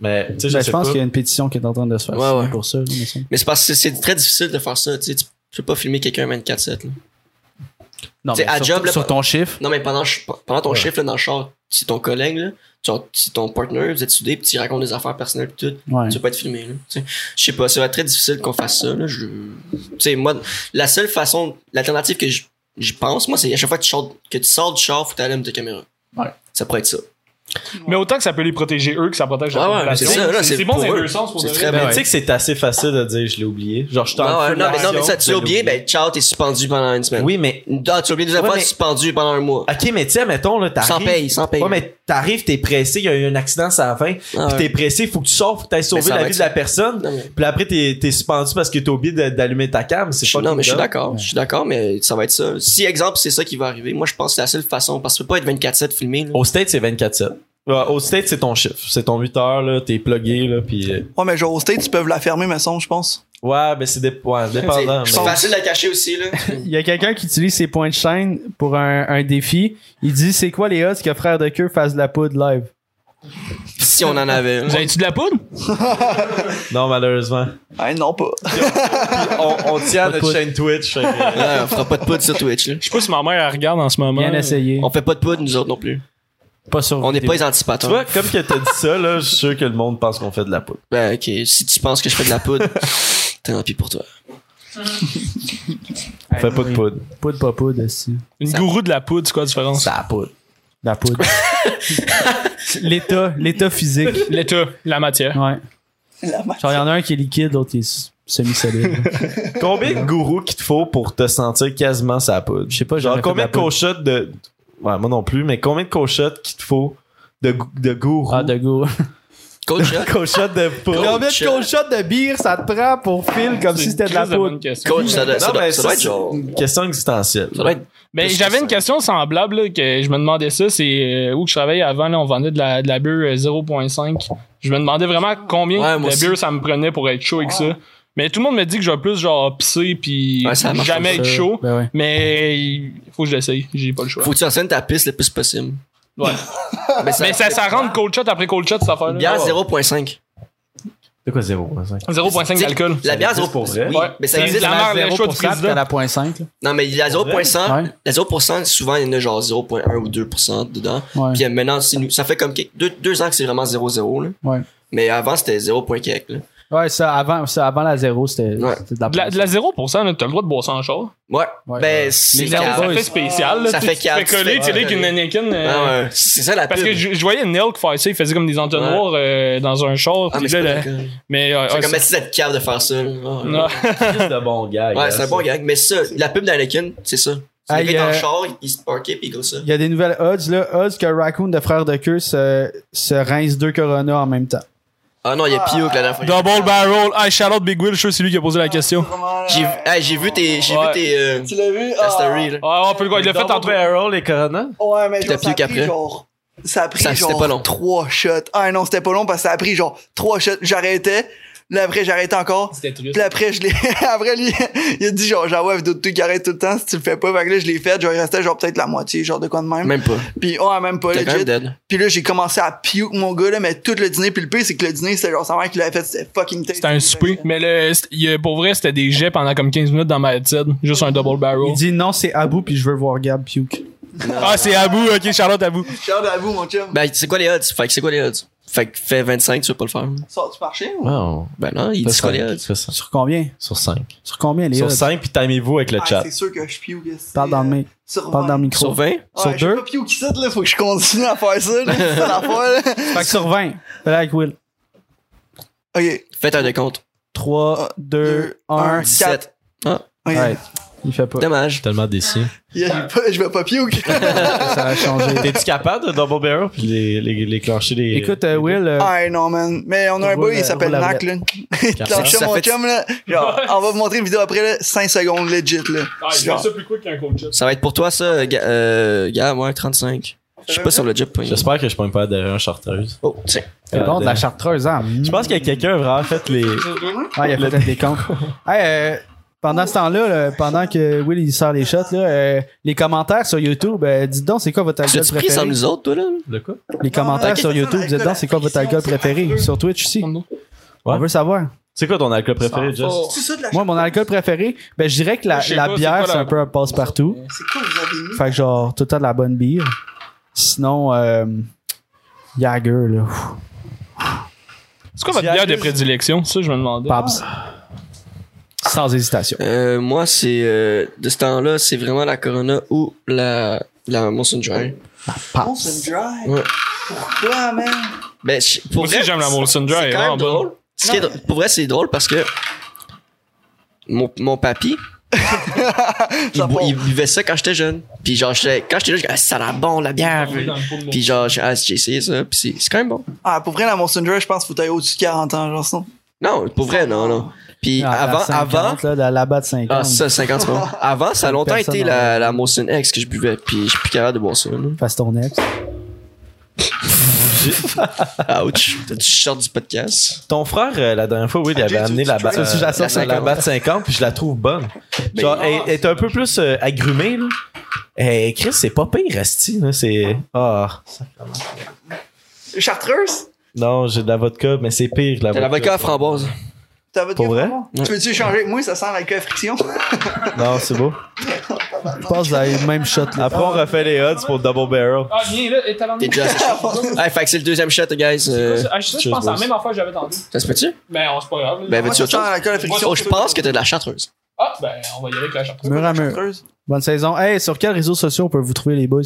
Speaker 1: Mais, tu sais, je
Speaker 3: Ben,
Speaker 1: sais
Speaker 3: je pense
Speaker 1: pas.
Speaker 3: qu'il y a une pétition qui est en train de se faire
Speaker 4: Ouais,
Speaker 3: signer
Speaker 4: ouais.
Speaker 3: pour ça. là, me semble.
Speaker 4: Mais c'est parce que c'est- c'est très difficile de faire ça. Tu sais, tu tu peux pas filmer quelqu'un 24-7. là.
Speaker 3: Non,
Speaker 4: T'sais,
Speaker 3: mais
Speaker 4: à
Speaker 3: sur,
Speaker 4: job, là,
Speaker 3: sur ton chiffre.
Speaker 4: Non, mais pendant, pendant ton
Speaker 1: Ouais.
Speaker 4: chiffre là, dans le char, si ton collègue, là, tu- si ton partner, vous êtes soudés, puis tu racontes des affaires personnelles, pis tout,
Speaker 3: Ouais.
Speaker 4: tu vas pas être filmé. Là, tu sais. je sais pas, ça va être très difficile qu'on fasse ça. Là, je... tu sais, moi, la seule façon, l'alternative que je- j'y pense, moi, c'est à chaque fois que tu, sors- que tu sors du char, faut que t'allumes ta caméra.
Speaker 3: Ouais.
Speaker 4: Ça pourrait être ça.
Speaker 2: Mais autant que ça peut les protéger eux que ça protège
Speaker 4: Ah Ouais,
Speaker 2: la
Speaker 4: ouais,
Speaker 2: population.
Speaker 4: mais c'est ça, là, c'est
Speaker 2: c'est bon
Speaker 4: pour
Speaker 2: dans les
Speaker 4: eux.
Speaker 2: deux sens pour
Speaker 4: C'est
Speaker 2: de
Speaker 4: très
Speaker 2: vrai.
Speaker 1: Mais
Speaker 4: bien.
Speaker 1: tu sais que c'est assez facile de dire, je l'ai oublié. Genre, je t'en
Speaker 4: Ben Non, Ah ouais, non, mais, non, mais ça, tu l'as oublié, ben, ciao, t'es suspendu pendant une semaine.
Speaker 1: Oui, mais
Speaker 4: Ah, tu l'as oublié deux
Speaker 1: Ouais,
Speaker 4: fois,
Speaker 1: mais-
Speaker 4: suspendu pendant un mois.
Speaker 1: OK, mais tu sais, mettons, là, t'arrives.
Speaker 4: Sans paye, sans paye.
Speaker 1: Ouais, mais t'arrives, t'es pressé, il y a eu un accident, ça la fin.
Speaker 4: Ah,
Speaker 1: Puis
Speaker 4: ouais.
Speaker 1: t'es pressé, faut que tu sors, faut que t'ailles sauver
Speaker 4: ça
Speaker 1: la
Speaker 4: va
Speaker 1: vie
Speaker 4: être
Speaker 1: de la
Speaker 4: ça.
Speaker 1: personne.
Speaker 4: Non, mais-
Speaker 1: Puis après, t'es t'es suspendu parce que t'as oublié de- d'allumer ta cam. C'est
Speaker 4: Je-
Speaker 1: pas
Speaker 4: non, mais je suis
Speaker 1: cool,
Speaker 4: d'accord. Je suis d'accord, mais ça va être ça. Si, exemple, c'est ça qui va arriver, moi, je pense que c'est la seule façon. Parce que tu peux pas être 24-7 filmé. là.
Speaker 1: Au State, c'est 24-7. Ouais, Au State, c'est ton chiffre. C'est ton 8 heures, là, t'es plugué, là, puis euh,
Speaker 5: Ouais, mais genre, au state, ils peuvent la fermer, me semble, je pense.
Speaker 1: Ouais, ben c'est dé- ouais,
Speaker 4: C'est
Speaker 1: dépendant.
Speaker 4: c'est
Speaker 1: mais-
Speaker 4: facile à cacher aussi, là.
Speaker 3: Il y a quelqu'un qui utilise ses points de chaîne pour un, un défi. Il dit c'est quoi les odds que Frère de Queue fasse de la poudre live
Speaker 4: si on en avait.
Speaker 2: Vous avez-tu de la poudre?
Speaker 1: Non, malheureusement.
Speaker 5: Ouais, non, pas.
Speaker 1: On, on tient à notre
Speaker 3: Pas de
Speaker 1: chaîne Twitch. fait que- euh,
Speaker 4: Ouais, on fera pas de poudre sur Twitch, là.
Speaker 2: Je sais pas si ma mère elle regarde en ce moment.
Speaker 3: Bien essayé.
Speaker 4: On fait pas de poudre, nous autres non plus.
Speaker 3: Pas sur
Speaker 4: On n'est
Speaker 3: vidéo.
Speaker 4: pas les
Speaker 1: Tu
Speaker 4: anticipateurs.
Speaker 1: vois, comme que t'as dit ça, là, je suis sûr que le monde pense qu'on fait de la poudre.
Speaker 4: Ben, ok, si tu penses que je fais de la poudre, tant pis pour toi.
Speaker 1: On fait pas de poudre.
Speaker 3: Poudre, pas poudre, aussi.
Speaker 2: Une
Speaker 4: Ça-
Speaker 2: gourou de la poudre, c'est quoi la différence?
Speaker 1: la poudre.
Speaker 3: La poudre. l'état, l'état physique.
Speaker 2: L'état, la matière.
Speaker 3: Ouais.
Speaker 5: La ma-
Speaker 3: Genre, il y en a un qui est liquide, l'autre qui est s- semi-solide.
Speaker 1: Combien de gourous qu'il te faut pour te sentir quasiment sa poudre?
Speaker 3: Je sais pas, j'aurais
Speaker 1: Genre,
Speaker 3: fait
Speaker 1: combien de
Speaker 3: de la poudre.
Speaker 1: cochottes de. Ouais, moi non plus, mais combien de cochottes qu'il te faut de, gou- de gourous?
Speaker 3: ah, de go.
Speaker 4: Coach, hein?
Speaker 1: Cochottes de poudre.
Speaker 4: Combien de
Speaker 3: shots de bière ça te prend pour fil comme
Speaker 2: C'est une crise de bonne question.
Speaker 4: coach, ça doit, ça
Speaker 1: Non,
Speaker 4: doit-
Speaker 1: mais
Speaker 4: ça doit
Speaker 1: ça,
Speaker 4: être
Speaker 1: c'est
Speaker 4: genre.
Speaker 1: une question existentielle.
Speaker 4: Ça doit être.
Speaker 2: Ben,
Speaker 4: Qu'est-ce
Speaker 2: j'avais
Speaker 4: que
Speaker 2: une question semblable là, que je me demandais ça, c'est euh, où que je travaillais avant, là, on vendait de la, de la bière euh, 0.5. Je me demandais vraiment combien
Speaker 4: Ouais,
Speaker 2: de
Speaker 4: moi
Speaker 2: la
Speaker 4: aussi.
Speaker 2: bière ça me prenait pour être chaud avec ça. Mais tout le monde me dit que je vais plus genre pisser puis
Speaker 4: Ouais, ça marche
Speaker 2: jamais être chaud.
Speaker 3: Ben ouais.
Speaker 2: Mais il faut que je l'essaye, j'ai pas le choix.
Speaker 4: Faut que tu enseignes ta piste le plus possible.
Speaker 2: Ouais.
Speaker 4: Mais ça.
Speaker 2: Mais ça, ça rentre cold shot après cold shot cette Ah affaire
Speaker 4: Bière 0.5.
Speaker 1: C'est
Speaker 3: hein,
Speaker 1: quoi 0.5?
Speaker 2: 0.5 d'alcool.
Speaker 4: La bière 0.5.
Speaker 1: existe pour vrai?
Speaker 4: Oui,
Speaker 2: Ouais.
Speaker 4: mais ça
Speaker 2: C'est
Speaker 4: existe.
Speaker 2: la
Speaker 4: mais-
Speaker 2: marque. le choix du
Speaker 3: 0%,
Speaker 2: président. Hein?
Speaker 3: t'as la point 5. là.
Speaker 4: Non, mais la 0.100,
Speaker 3: Ouais.
Speaker 4: la 0%, souvent, il y en a genre 0.1 ou 2% dedans.
Speaker 3: Ouais.
Speaker 4: Puis euh, maintenant, c'est nous- ça fait comme quelques- deux, deux ans que c'est vraiment 0.0. Là.
Speaker 3: Ouais.
Speaker 4: Mais avant, c'était 0.quelque. là.
Speaker 3: Ouais, ça, avant, ça, avant la 0, c'était
Speaker 4: Ouais.
Speaker 3: c'était de la
Speaker 2: De la, de la 0%, là, t'as le droit de boire ça en char.
Speaker 4: Ouais.
Speaker 3: Ouais.
Speaker 4: Ben, c'est
Speaker 3: Les zéro
Speaker 4: quatre.
Speaker 2: Ça
Speaker 3: boys.
Speaker 2: fait spécial. Là,
Speaker 4: Ça
Speaker 2: tu-
Speaker 4: fait
Speaker 2: tu te
Speaker 4: quatre,
Speaker 2: fais coller,
Speaker 4: tu
Speaker 2: tu
Speaker 4: fais
Speaker 2: sais, avec une
Speaker 4: coller.
Speaker 2: Anakin. euh,
Speaker 4: Ah ouais, c'est ça la
Speaker 2: Parce que
Speaker 4: pub.
Speaker 2: je, je voyais Nelk faire ça, il faisait comme des entonnoirs euh, dans un char.
Speaker 4: Ah,
Speaker 2: puis
Speaker 4: mais c'est
Speaker 2: là,
Speaker 4: pas
Speaker 2: le-
Speaker 4: d'accord.
Speaker 2: mais euh,
Speaker 4: C'est
Speaker 2: ouais,
Speaker 4: comme
Speaker 2: c'est-
Speaker 4: si cette cave de faire ça. là. Ah, ouais.
Speaker 2: Non.
Speaker 1: C'est de bon gag.
Speaker 4: Ouais,
Speaker 1: hein,
Speaker 4: c'est un bon gag. Mais ça, la pub d'Anakin, c'est ça. C'est
Speaker 3: Aïe,
Speaker 4: le gars dans le
Speaker 3: euh,
Speaker 4: char, il- il se parquait puis il go ça.
Speaker 3: Il y a des nouvelles odds, là. Odds que Raccoon de Frère de Queue se, se rince deux Corona en même temps.
Speaker 4: Ah non, il y a Pio que la dernière fois.
Speaker 2: Double barrel. Hey, Charlotte Big Will, je suis sûr que c'est lui qui a posé la question.
Speaker 5: Vraiment, là.
Speaker 4: J'ai hey, j'ai vu tes. J'ai
Speaker 2: Ouais.
Speaker 4: vu tes. euh,
Speaker 5: Tu l'as vu?
Speaker 4: ta
Speaker 5: Ah.
Speaker 4: story, là.
Speaker 2: Ah, on peut le il l'a fait en
Speaker 1: Double
Speaker 2: trois.
Speaker 1: barrel et Corona.
Speaker 5: Ouais, mais
Speaker 4: Puis t'as
Speaker 5: genre, ça a
Speaker 4: plus
Speaker 5: pris
Speaker 4: qu'après.
Speaker 5: genre. Ça a pris
Speaker 4: Ça, c'était
Speaker 5: genre
Speaker 4: pas long.
Speaker 5: trois shots. Ah non, c'était pas long parce que ça a pris genre trois shots. J'arrêtais. Là après j'arrêtais encore.
Speaker 2: C'était triste.
Speaker 5: Puis après je l'ai. après lui, il a dit genre j'envoie d'autres trucs qui arrêtent tout le temps si tu le fais pas. Fait que là je l'ai fait, genre il restait genre peut-être la moitié, genre de quoi de même.
Speaker 4: Même pas.
Speaker 5: Puis ouais, même pas
Speaker 4: T'es quand même
Speaker 5: legit.
Speaker 4: dead.
Speaker 5: Puis là j'ai commencé à puke mon gars là, mais tout le dîner, puis le pire c'est que le dîner c'était genre sa mère qui l'avait fait, c'était fucking tasty.
Speaker 2: C'était un souper. Mais le, c't- il y a- pour vrai, c'était des jets pendant comme 15 minutes dans ma tête. Juste un double barrel.
Speaker 3: Il dit non, c'est à bout, puis je veux voir Gab puke.
Speaker 2: Ah, c'est à vous. Ok, Charlotte, à vous.
Speaker 5: Shout à vous mon chum.
Speaker 4: Ben, c'est quoi les odds? Fait que c'est quoi les odds? Fait que fais 25, tu veux pas le faire.
Speaker 5: Sors du marché ou?
Speaker 1: Wow.
Speaker 4: Ben non, il dit
Speaker 1: Fais
Speaker 4: quoi
Speaker 1: cinq,
Speaker 4: les odds?
Speaker 1: fais cinq.
Speaker 3: Sur combien
Speaker 1: Sur 5.
Speaker 3: Sur combien, les
Speaker 1: Sur
Speaker 3: odds?
Speaker 1: 5, puis timez-vous avec le
Speaker 5: Ah,
Speaker 1: chat.
Speaker 5: c'est sûr que je puke. c'est- euh,
Speaker 3: Parle dans le mic.
Speaker 5: Sur
Speaker 3: Parle dans le micro.
Speaker 4: Sur 20?
Speaker 3: Sur
Speaker 5: ouais, je
Speaker 3: deux?
Speaker 5: suis pas puke ici, là, faut que je continue à faire ça, là. C'est ça l'affaire, là.
Speaker 3: Fait que sur 20. Fais-le avec Will.
Speaker 5: Ok.
Speaker 4: Faites un décompte.
Speaker 3: 3, 2,
Speaker 5: deux,
Speaker 3: 1.
Speaker 5: un.
Speaker 4: 17.
Speaker 5: Ok.
Speaker 3: Ouais. Il fait pas.
Speaker 1: Je
Speaker 4: Dommage.
Speaker 1: suis tellement déçu.
Speaker 5: Yeah, pas- je vais pas puke.
Speaker 3: Ça a changé.
Speaker 1: T'es-tu capable de double barrel puis les, les, les clencher les.
Speaker 3: Écoute, euh, Will, euh,
Speaker 5: ah non, man. Mais on a un
Speaker 3: Roule
Speaker 5: boy,
Speaker 3: la-
Speaker 5: il s'appelle
Speaker 3: roule la
Speaker 5: Mac, là. Il
Speaker 1: Car-
Speaker 5: clenche
Speaker 4: ça
Speaker 5: mon
Speaker 4: fait-
Speaker 5: chum, là. Genre, on va vous montrer une vidéo après, là. 5 secondes, legit, là. Genre,
Speaker 2: plus quick qu'un coach.
Speaker 4: Ça va être pour toi, ça, gars, euh, gars, moi, 35. Je sais pas sur le job. point.
Speaker 1: J'espère que je ne pas derrière un chartreuse.
Speaker 4: Oh, tiens.
Speaker 3: c'est bon de
Speaker 1: Euh,
Speaker 3: la chartreuse, hein?
Speaker 1: Je pense que quelqu'un a vraiment fait les.
Speaker 3: Ah, il a peut-être des comptes. Hey, euh, pendant ce temps-là, là, pendant que Will il sort les shots, là, euh, les commentaires sur YouTube, euh, dites donc c'est quoi votre alcool
Speaker 4: Tu pris sans
Speaker 3: préféré?
Speaker 4: nous autres, toi, là?
Speaker 1: Le quoi
Speaker 3: Les commentaires
Speaker 5: ok,
Speaker 3: sur
Speaker 5: c'est ça,
Speaker 3: YouTube, dites
Speaker 5: l'alcool,
Speaker 3: donc c'est quoi votre
Speaker 5: la
Speaker 3: alcool
Speaker 5: pression,
Speaker 3: préféré?
Speaker 5: c'est
Speaker 3: Sur Twitch aussi. On veut savoir.
Speaker 1: C'est quoi ton alcool préféré,
Speaker 2: Ça va.
Speaker 1: Just
Speaker 5: C'est ça de la
Speaker 3: Moi, mon alcool préféré, ben, je dirais que la,
Speaker 2: Je sais
Speaker 3: la
Speaker 2: pas, c'est
Speaker 3: bière,
Speaker 2: quoi
Speaker 3: c'est
Speaker 2: la-
Speaker 3: un peu un passe-partout.
Speaker 5: C'est quoi vous avez mis?
Speaker 3: Fait que genre, tout le temps de la bonne bière. Sinon, euh, Jagger, là. ouf,
Speaker 2: C'est quoi votre bière de prédilection? Ça, je me demandais.
Speaker 3: Pabst. Sans hésitation.
Speaker 4: Euh, moi, c'est. euh, de ce temps-là, c'est vraiment la Corona ou la. La Monson Dry.
Speaker 3: Ah.
Speaker 5: Oh, c'est une drive.
Speaker 4: Ouais.
Speaker 5: Pourquoi, man?
Speaker 4: Ben, je- pour
Speaker 2: Moi aussi,
Speaker 4: vrai,
Speaker 2: j'aime la Molson Dry,
Speaker 4: C'est
Speaker 2: elle est
Speaker 4: quand
Speaker 2: vraiment
Speaker 4: même drôle. Ce qui est drôle- Pour vrai, c'est drôle parce que mon, mon papy, il,
Speaker 5: Ça
Speaker 4: bo-
Speaker 5: part.
Speaker 4: il buvait ça quand j'étais jeune. Puis genre, j'étais- quand j'étais jeune, je ah, ça a l'air bon, la bière. Puis genre, j'ai ah, j'ai essayé ça, puis c'est c'est quand même bon.
Speaker 5: Ah, pour vrai, la Monster Drive, je pense qu'il faut aller au-dessus de 40 ans, genre, sinon.
Speaker 4: Non, pour vrai, non, non. Puis
Speaker 3: Ah, la
Speaker 4: avant,
Speaker 3: 50,
Speaker 4: avant,
Speaker 3: Là, la, la bas de 50.
Speaker 4: ah, ça, 50 c'est bon. Avant, ça a longtemps
Speaker 3: Personne
Speaker 4: été
Speaker 3: en a.
Speaker 4: la, la Molson X que je buvais, puis je suis plus capable de boire ça. là.
Speaker 3: Face ton ex.
Speaker 4: Ouch, t'as du short du podcast.
Speaker 1: Ton frère, euh, la dernière fois, Will, il avait
Speaker 5: Just-
Speaker 1: amené
Speaker 5: just
Speaker 1: la
Speaker 5: try.
Speaker 1: batte
Speaker 3: C'est la sauce
Speaker 1: la,
Speaker 4: 50.
Speaker 1: batte 50, puis je la trouve bonne. Genre, elle, elle est un peu plus euh, agrumée, là. Eh, Chris, c'est pas pire, Asti, là. C'est. Ah.
Speaker 5: Chartreuse?
Speaker 1: Non, j'ai de la vodka, mais c'est pire, la
Speaker 4: T'as
Speaker 1: vodka.
Speaker 4: la vodka à framboise.
Speaker 5: T'as votre
Speaker 1: Pour
Speaker 5: café,
Speaker 1: vrai?
Speaker 5: moi? Tu veux-tu échanger avec moi? Ça sent l'alcool à friction.
Speaker 1: Non, c'est beau.
Speaker 3: Je pense que vous avez le même shot. là.
Speaker 1: Après, on refait les odds pour Double Barrel.
Speaker 2: Ah, viens là, étalonne.
Speaker 4: T'es déjà assez chaud. Ouais, fait que c'est le deuxième shot, guys. Euh,
Speaker 2: Ah, je sais, je pense à la même affaire que j'avais tendue.
Speaker 4: ça se peut-tu?
Speaker 2: Mais on, c'est pas grave.
Speaker 4: Ben,
Speaker 5: Moi,
Speaker 4: veux-tu
Speaker 5: ça
Speaker 4: autre
Speaker 5: sent
Speaker 4: chose?
Speaker 5: l'alcool à friction.
Speaker 4: Oh, je pense que t'as de la chartreuse.
Speaker 2: Ah, ben, on va y aller avec la chartreuse.
Speaker 3: Mur à mur.
Speaker 5: Chartreuse.
Speaker 3: Bonne saison. Hey, sur quels réseaux sociaux on peut vous trouver, les boys?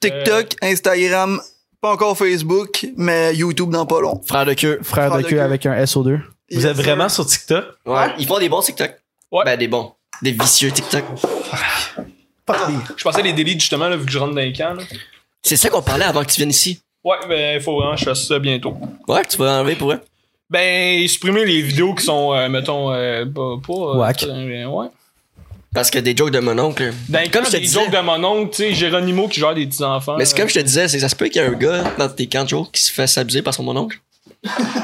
Speaker 5: TikTok, Instagram, pas encore Facebook, mais YouTube dans pas long.
Speaker 4: Frère de queue.
Speaker 3: Frère de
Speaker 5: Frère de
Speaker 3: queue
Speaker 5: queue.
Speaker 3: avec un SO2.
Speaker 1: Vous êtes vraiment sur TikTok?
Speaker 4: Ouais. Ils font des bons TikTok.
Speaker 2: Ouais.
Speaker 4: Ben, des bons. Des vicieux TikTok.
Speaker 2: Je pensais les délits, justement, là, vu que je rentre dans les camps. là.
Speaker 4: C'est ça qu'on parlait avant que tu viennes ici.
Speaker 2: Ouais, ben, il faut vraiment que je fasse ça bientôt.
Speaker 4: Ouais, tu vas enlever pour eux.
Speaker 2: Ben, supprimer les vidéos qui sont, euh, mettons, euh, pas. pas, euh,
Speaker 3: Whack.
Speaker 2: euh, ouais.
Speaker 4: Parce que des jokes de mon oncle.
Speaker 2: Ben, comme
Speaker 4: je te
Speaker 2: les
Speaker 4: disais-
Speaker 2: jokes de mon oncle, tu sais, Géronimo qui gère des petits-enfants.
Speaker 4: Mais c'est comme je te disais, c'est que ça se peut qu'il y ait un gars dans tes camps de jour qui se fasse abuser par son mon oncle.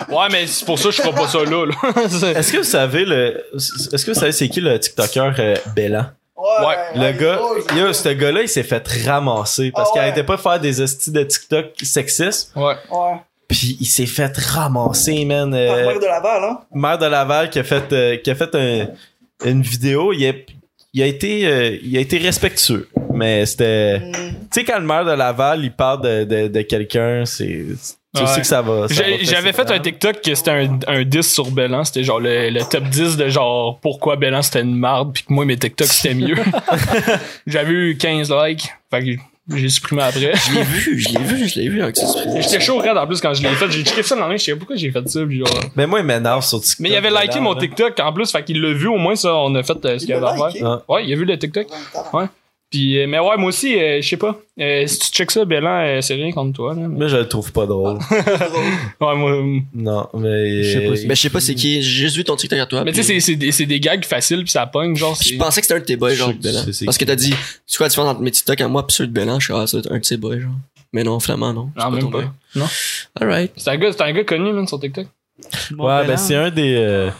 Speaker 2: Ouais, mais c'est pour ça que je ferai pas ça là. là. C'est-
Speaker 1: Est-ce que vous savez le Est-ce que vous savez c'est qui le TikToker euh, Bellan?
Speaker 2: Ouais,
Speaker 1: Le gars, yo, ce gars-là, il s'est fait ramasser
Speaker 5: oh,
Speaker 1: parce
Speaker 5: Ah
Speaker 1: qu'il
Speaker 5: ouais.
Speaker 1: arrêtait pas de faire des hosties de TikTok sexistes.
Speaker 2: Ouais.
Speaker 5: Ouais.
Speaker 1: Puis il s'est fait ramasser, man. Euh,
Speaker 5: Par Marc de Laval, hein?
Speaker 1: maire de Laval qui a fait euh, qui a fait un- une vidéo, il a, il a été euh, il a été respectueux, mais c'était
Speaker 5: Mm.
Speaker 1: tu sais quand le maire de Laval, il parle de, de, de quelqu'un, c'est tu
Speaker 2: Ouais.
Speaker 1: sais que ça va. ça va
Speaker 2: J'ai-
Speaker 1: faire
Speaker 2: J'avais
Speaker 1: ses
Speaker 2: fait un
Speaker 1: parents.
Speaker 2: TikTok que c'était un, un 10 sur Bélan. C'était genre le, le top 10 de genre pourquoi Bélan c'était une marde puis que moi mes TikTok c'était mieux. J'avais eu 15 likes. Fait que j'ai supprimé après.
Speaker 4: Je l'ai vu, je l'ai vu, je l'ai vu. hein, que tu te présentes.
Speaker 2: J'étais chaud raide en plus quand je l'ai fait. J'ai checké ça dans la main. Je sais pas pourquoi j'ai fait ça. puis genre-
Speaker 1: Mais Ben, moi il m'énerve sur TikTok.
Speaker 2: Mais il avait liké
Speaker 1: Bellan,
Speaker 2: mon
Speaker 1: là.
Speaker 2: TikTok en plus. Fait qu'il l'a vu au moins ça. On a fait euh, ce qu'il
Speaker 5: Il
Speaker 2: avait
Speaker 5: l'a
Speaker 2: à faire.
Speaker 5: liké?
Speaker 1: Ah.
Speaker 2: Ouais, il a vu le TikTok. Ouais. Puis, euh, mais ouais, moi aussi, euh, je sais pas. Euh, si tu checks ça, Bélan, euh, c'est rien contre toi. Là, mais-
Speaker 1: Mais je le trouve pas drôle.
Speaker 2: Ah. Ouais, moi, euh,
Speaker 1: non, mais.
Speaker 3: Je sais pas si-
Speaker 4: Mais Ben, je sais pas c'est qui. J'ai juste vu ton TikTok à toi.
Speaker 2: mais tu sais,
Speaker 4: puis-
Speaker 2: c'est- c'est des- c'est des gags faciles, puis ça pogne. Genre,
Speaker 4: Puis
Speaker 2: c'est-
Speaker 4: je pensais que c'était un de tes boys,
Speaker 1: Je sais
Speaker 4: genre,
Speaker 1: que
Speaker 4: Bélan.
Speaker 1: c'est- c'est
Speaker 4: Parce que t'as dit, c'est quoi la différence entre mes TikTok à moi pis ceux de Bélan? Je suis, ah, c'est un de tes boys, genre. Mais non, flamand, non.
Speaker 2: Non, même pas. Non.
Speaker 4: Alright.
Speaker 2: C'est un, gars- c'est un gars connu, même, sur TikTok.
Speaker 1: Ouais, ben c'est un des. euh,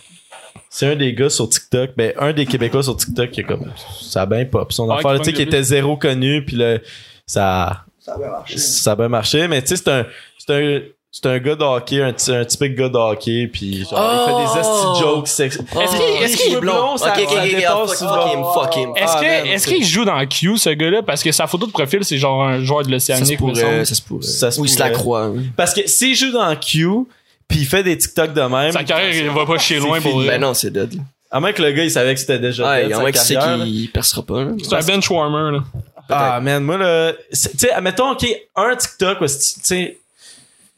Speaker 1: c'est un des gars sur TikTok, ben un des Québécois sur TikTok qui est comme. Ça a bien pop. Son
Speaker 2: Ouais,
Speaker 1: affaire,
Speaker 2: Ah, qui
Speaker 1: tu sais, qui
Speaker 2: pogne le
Speaker 1: était zéro connu, puis là, ça.
Speaker 5: Ça va marcher.
Speaker 1: Ça a bien marché, mais tu sais, c'est un. C'est un. C'est un gars de hockey, un, ti- un typique gars de hockey, puis genre, il fait des esti jokes sex- Oh,
Speaker 2: Est-ce qu'il- est-ce qu'il est blond?
Speaker 1: Ça-
Speaker 4: Ok, ok,
Speaker 1: ça
Speaker 4: ok,
Speaker 1: dépasse
Speaker 4: fuck,
Speaker 1: souvent.
Speaker 4: fuck him, fuck him.
Speaker 2: Est-ce
Speaker 1: Ah,
Speaker 2: que-
Speaker 1: man,
Speaker 2: est-ce
Speaker 1: c'est-
Speaker 2: qu'il joue dans Q, ce gars-là? Parce que sa photo de profil, c'est genre un joueur de
Speaker 4: Ça se
Speaker 2: l'Océanique, me semble.
Speaker 4: pourrait, ça se pourrait.
Speaker 1: Ça se
Speaker 4: Ou il se la
Speaker 1: pourrait.
Speaker 4: croit. hein.
Speaker 1: Parce que s'il joue dans Q, puis il fait des TikTok de même,
Speaker 2: Sa carrière, il va pas chez
Speaker 1: C'est
Speaker 2: loin pour
Speaker 1: fini.
Speaker 2: vrai.
Speaker 4: Ben non, c'est dead. là.
Speaker 1: à moins que le gars, il savait que c'était déjà
Speaker 4: Ouais,
Speaker 1: dead,
Speaker 4: il y a un
Speaker 1: sa
Speaker 4: mec qui sait
Speaker 1: carrière, là.
Speaker 4: qu'il percera pas, hein. là.
Speaker 2: C'est un bench warmer, là.
Speaker 1: Ah, man, moi, là, c'est- tu sais, admettons, OK, un TikTok, ouais, c'est- tu sais,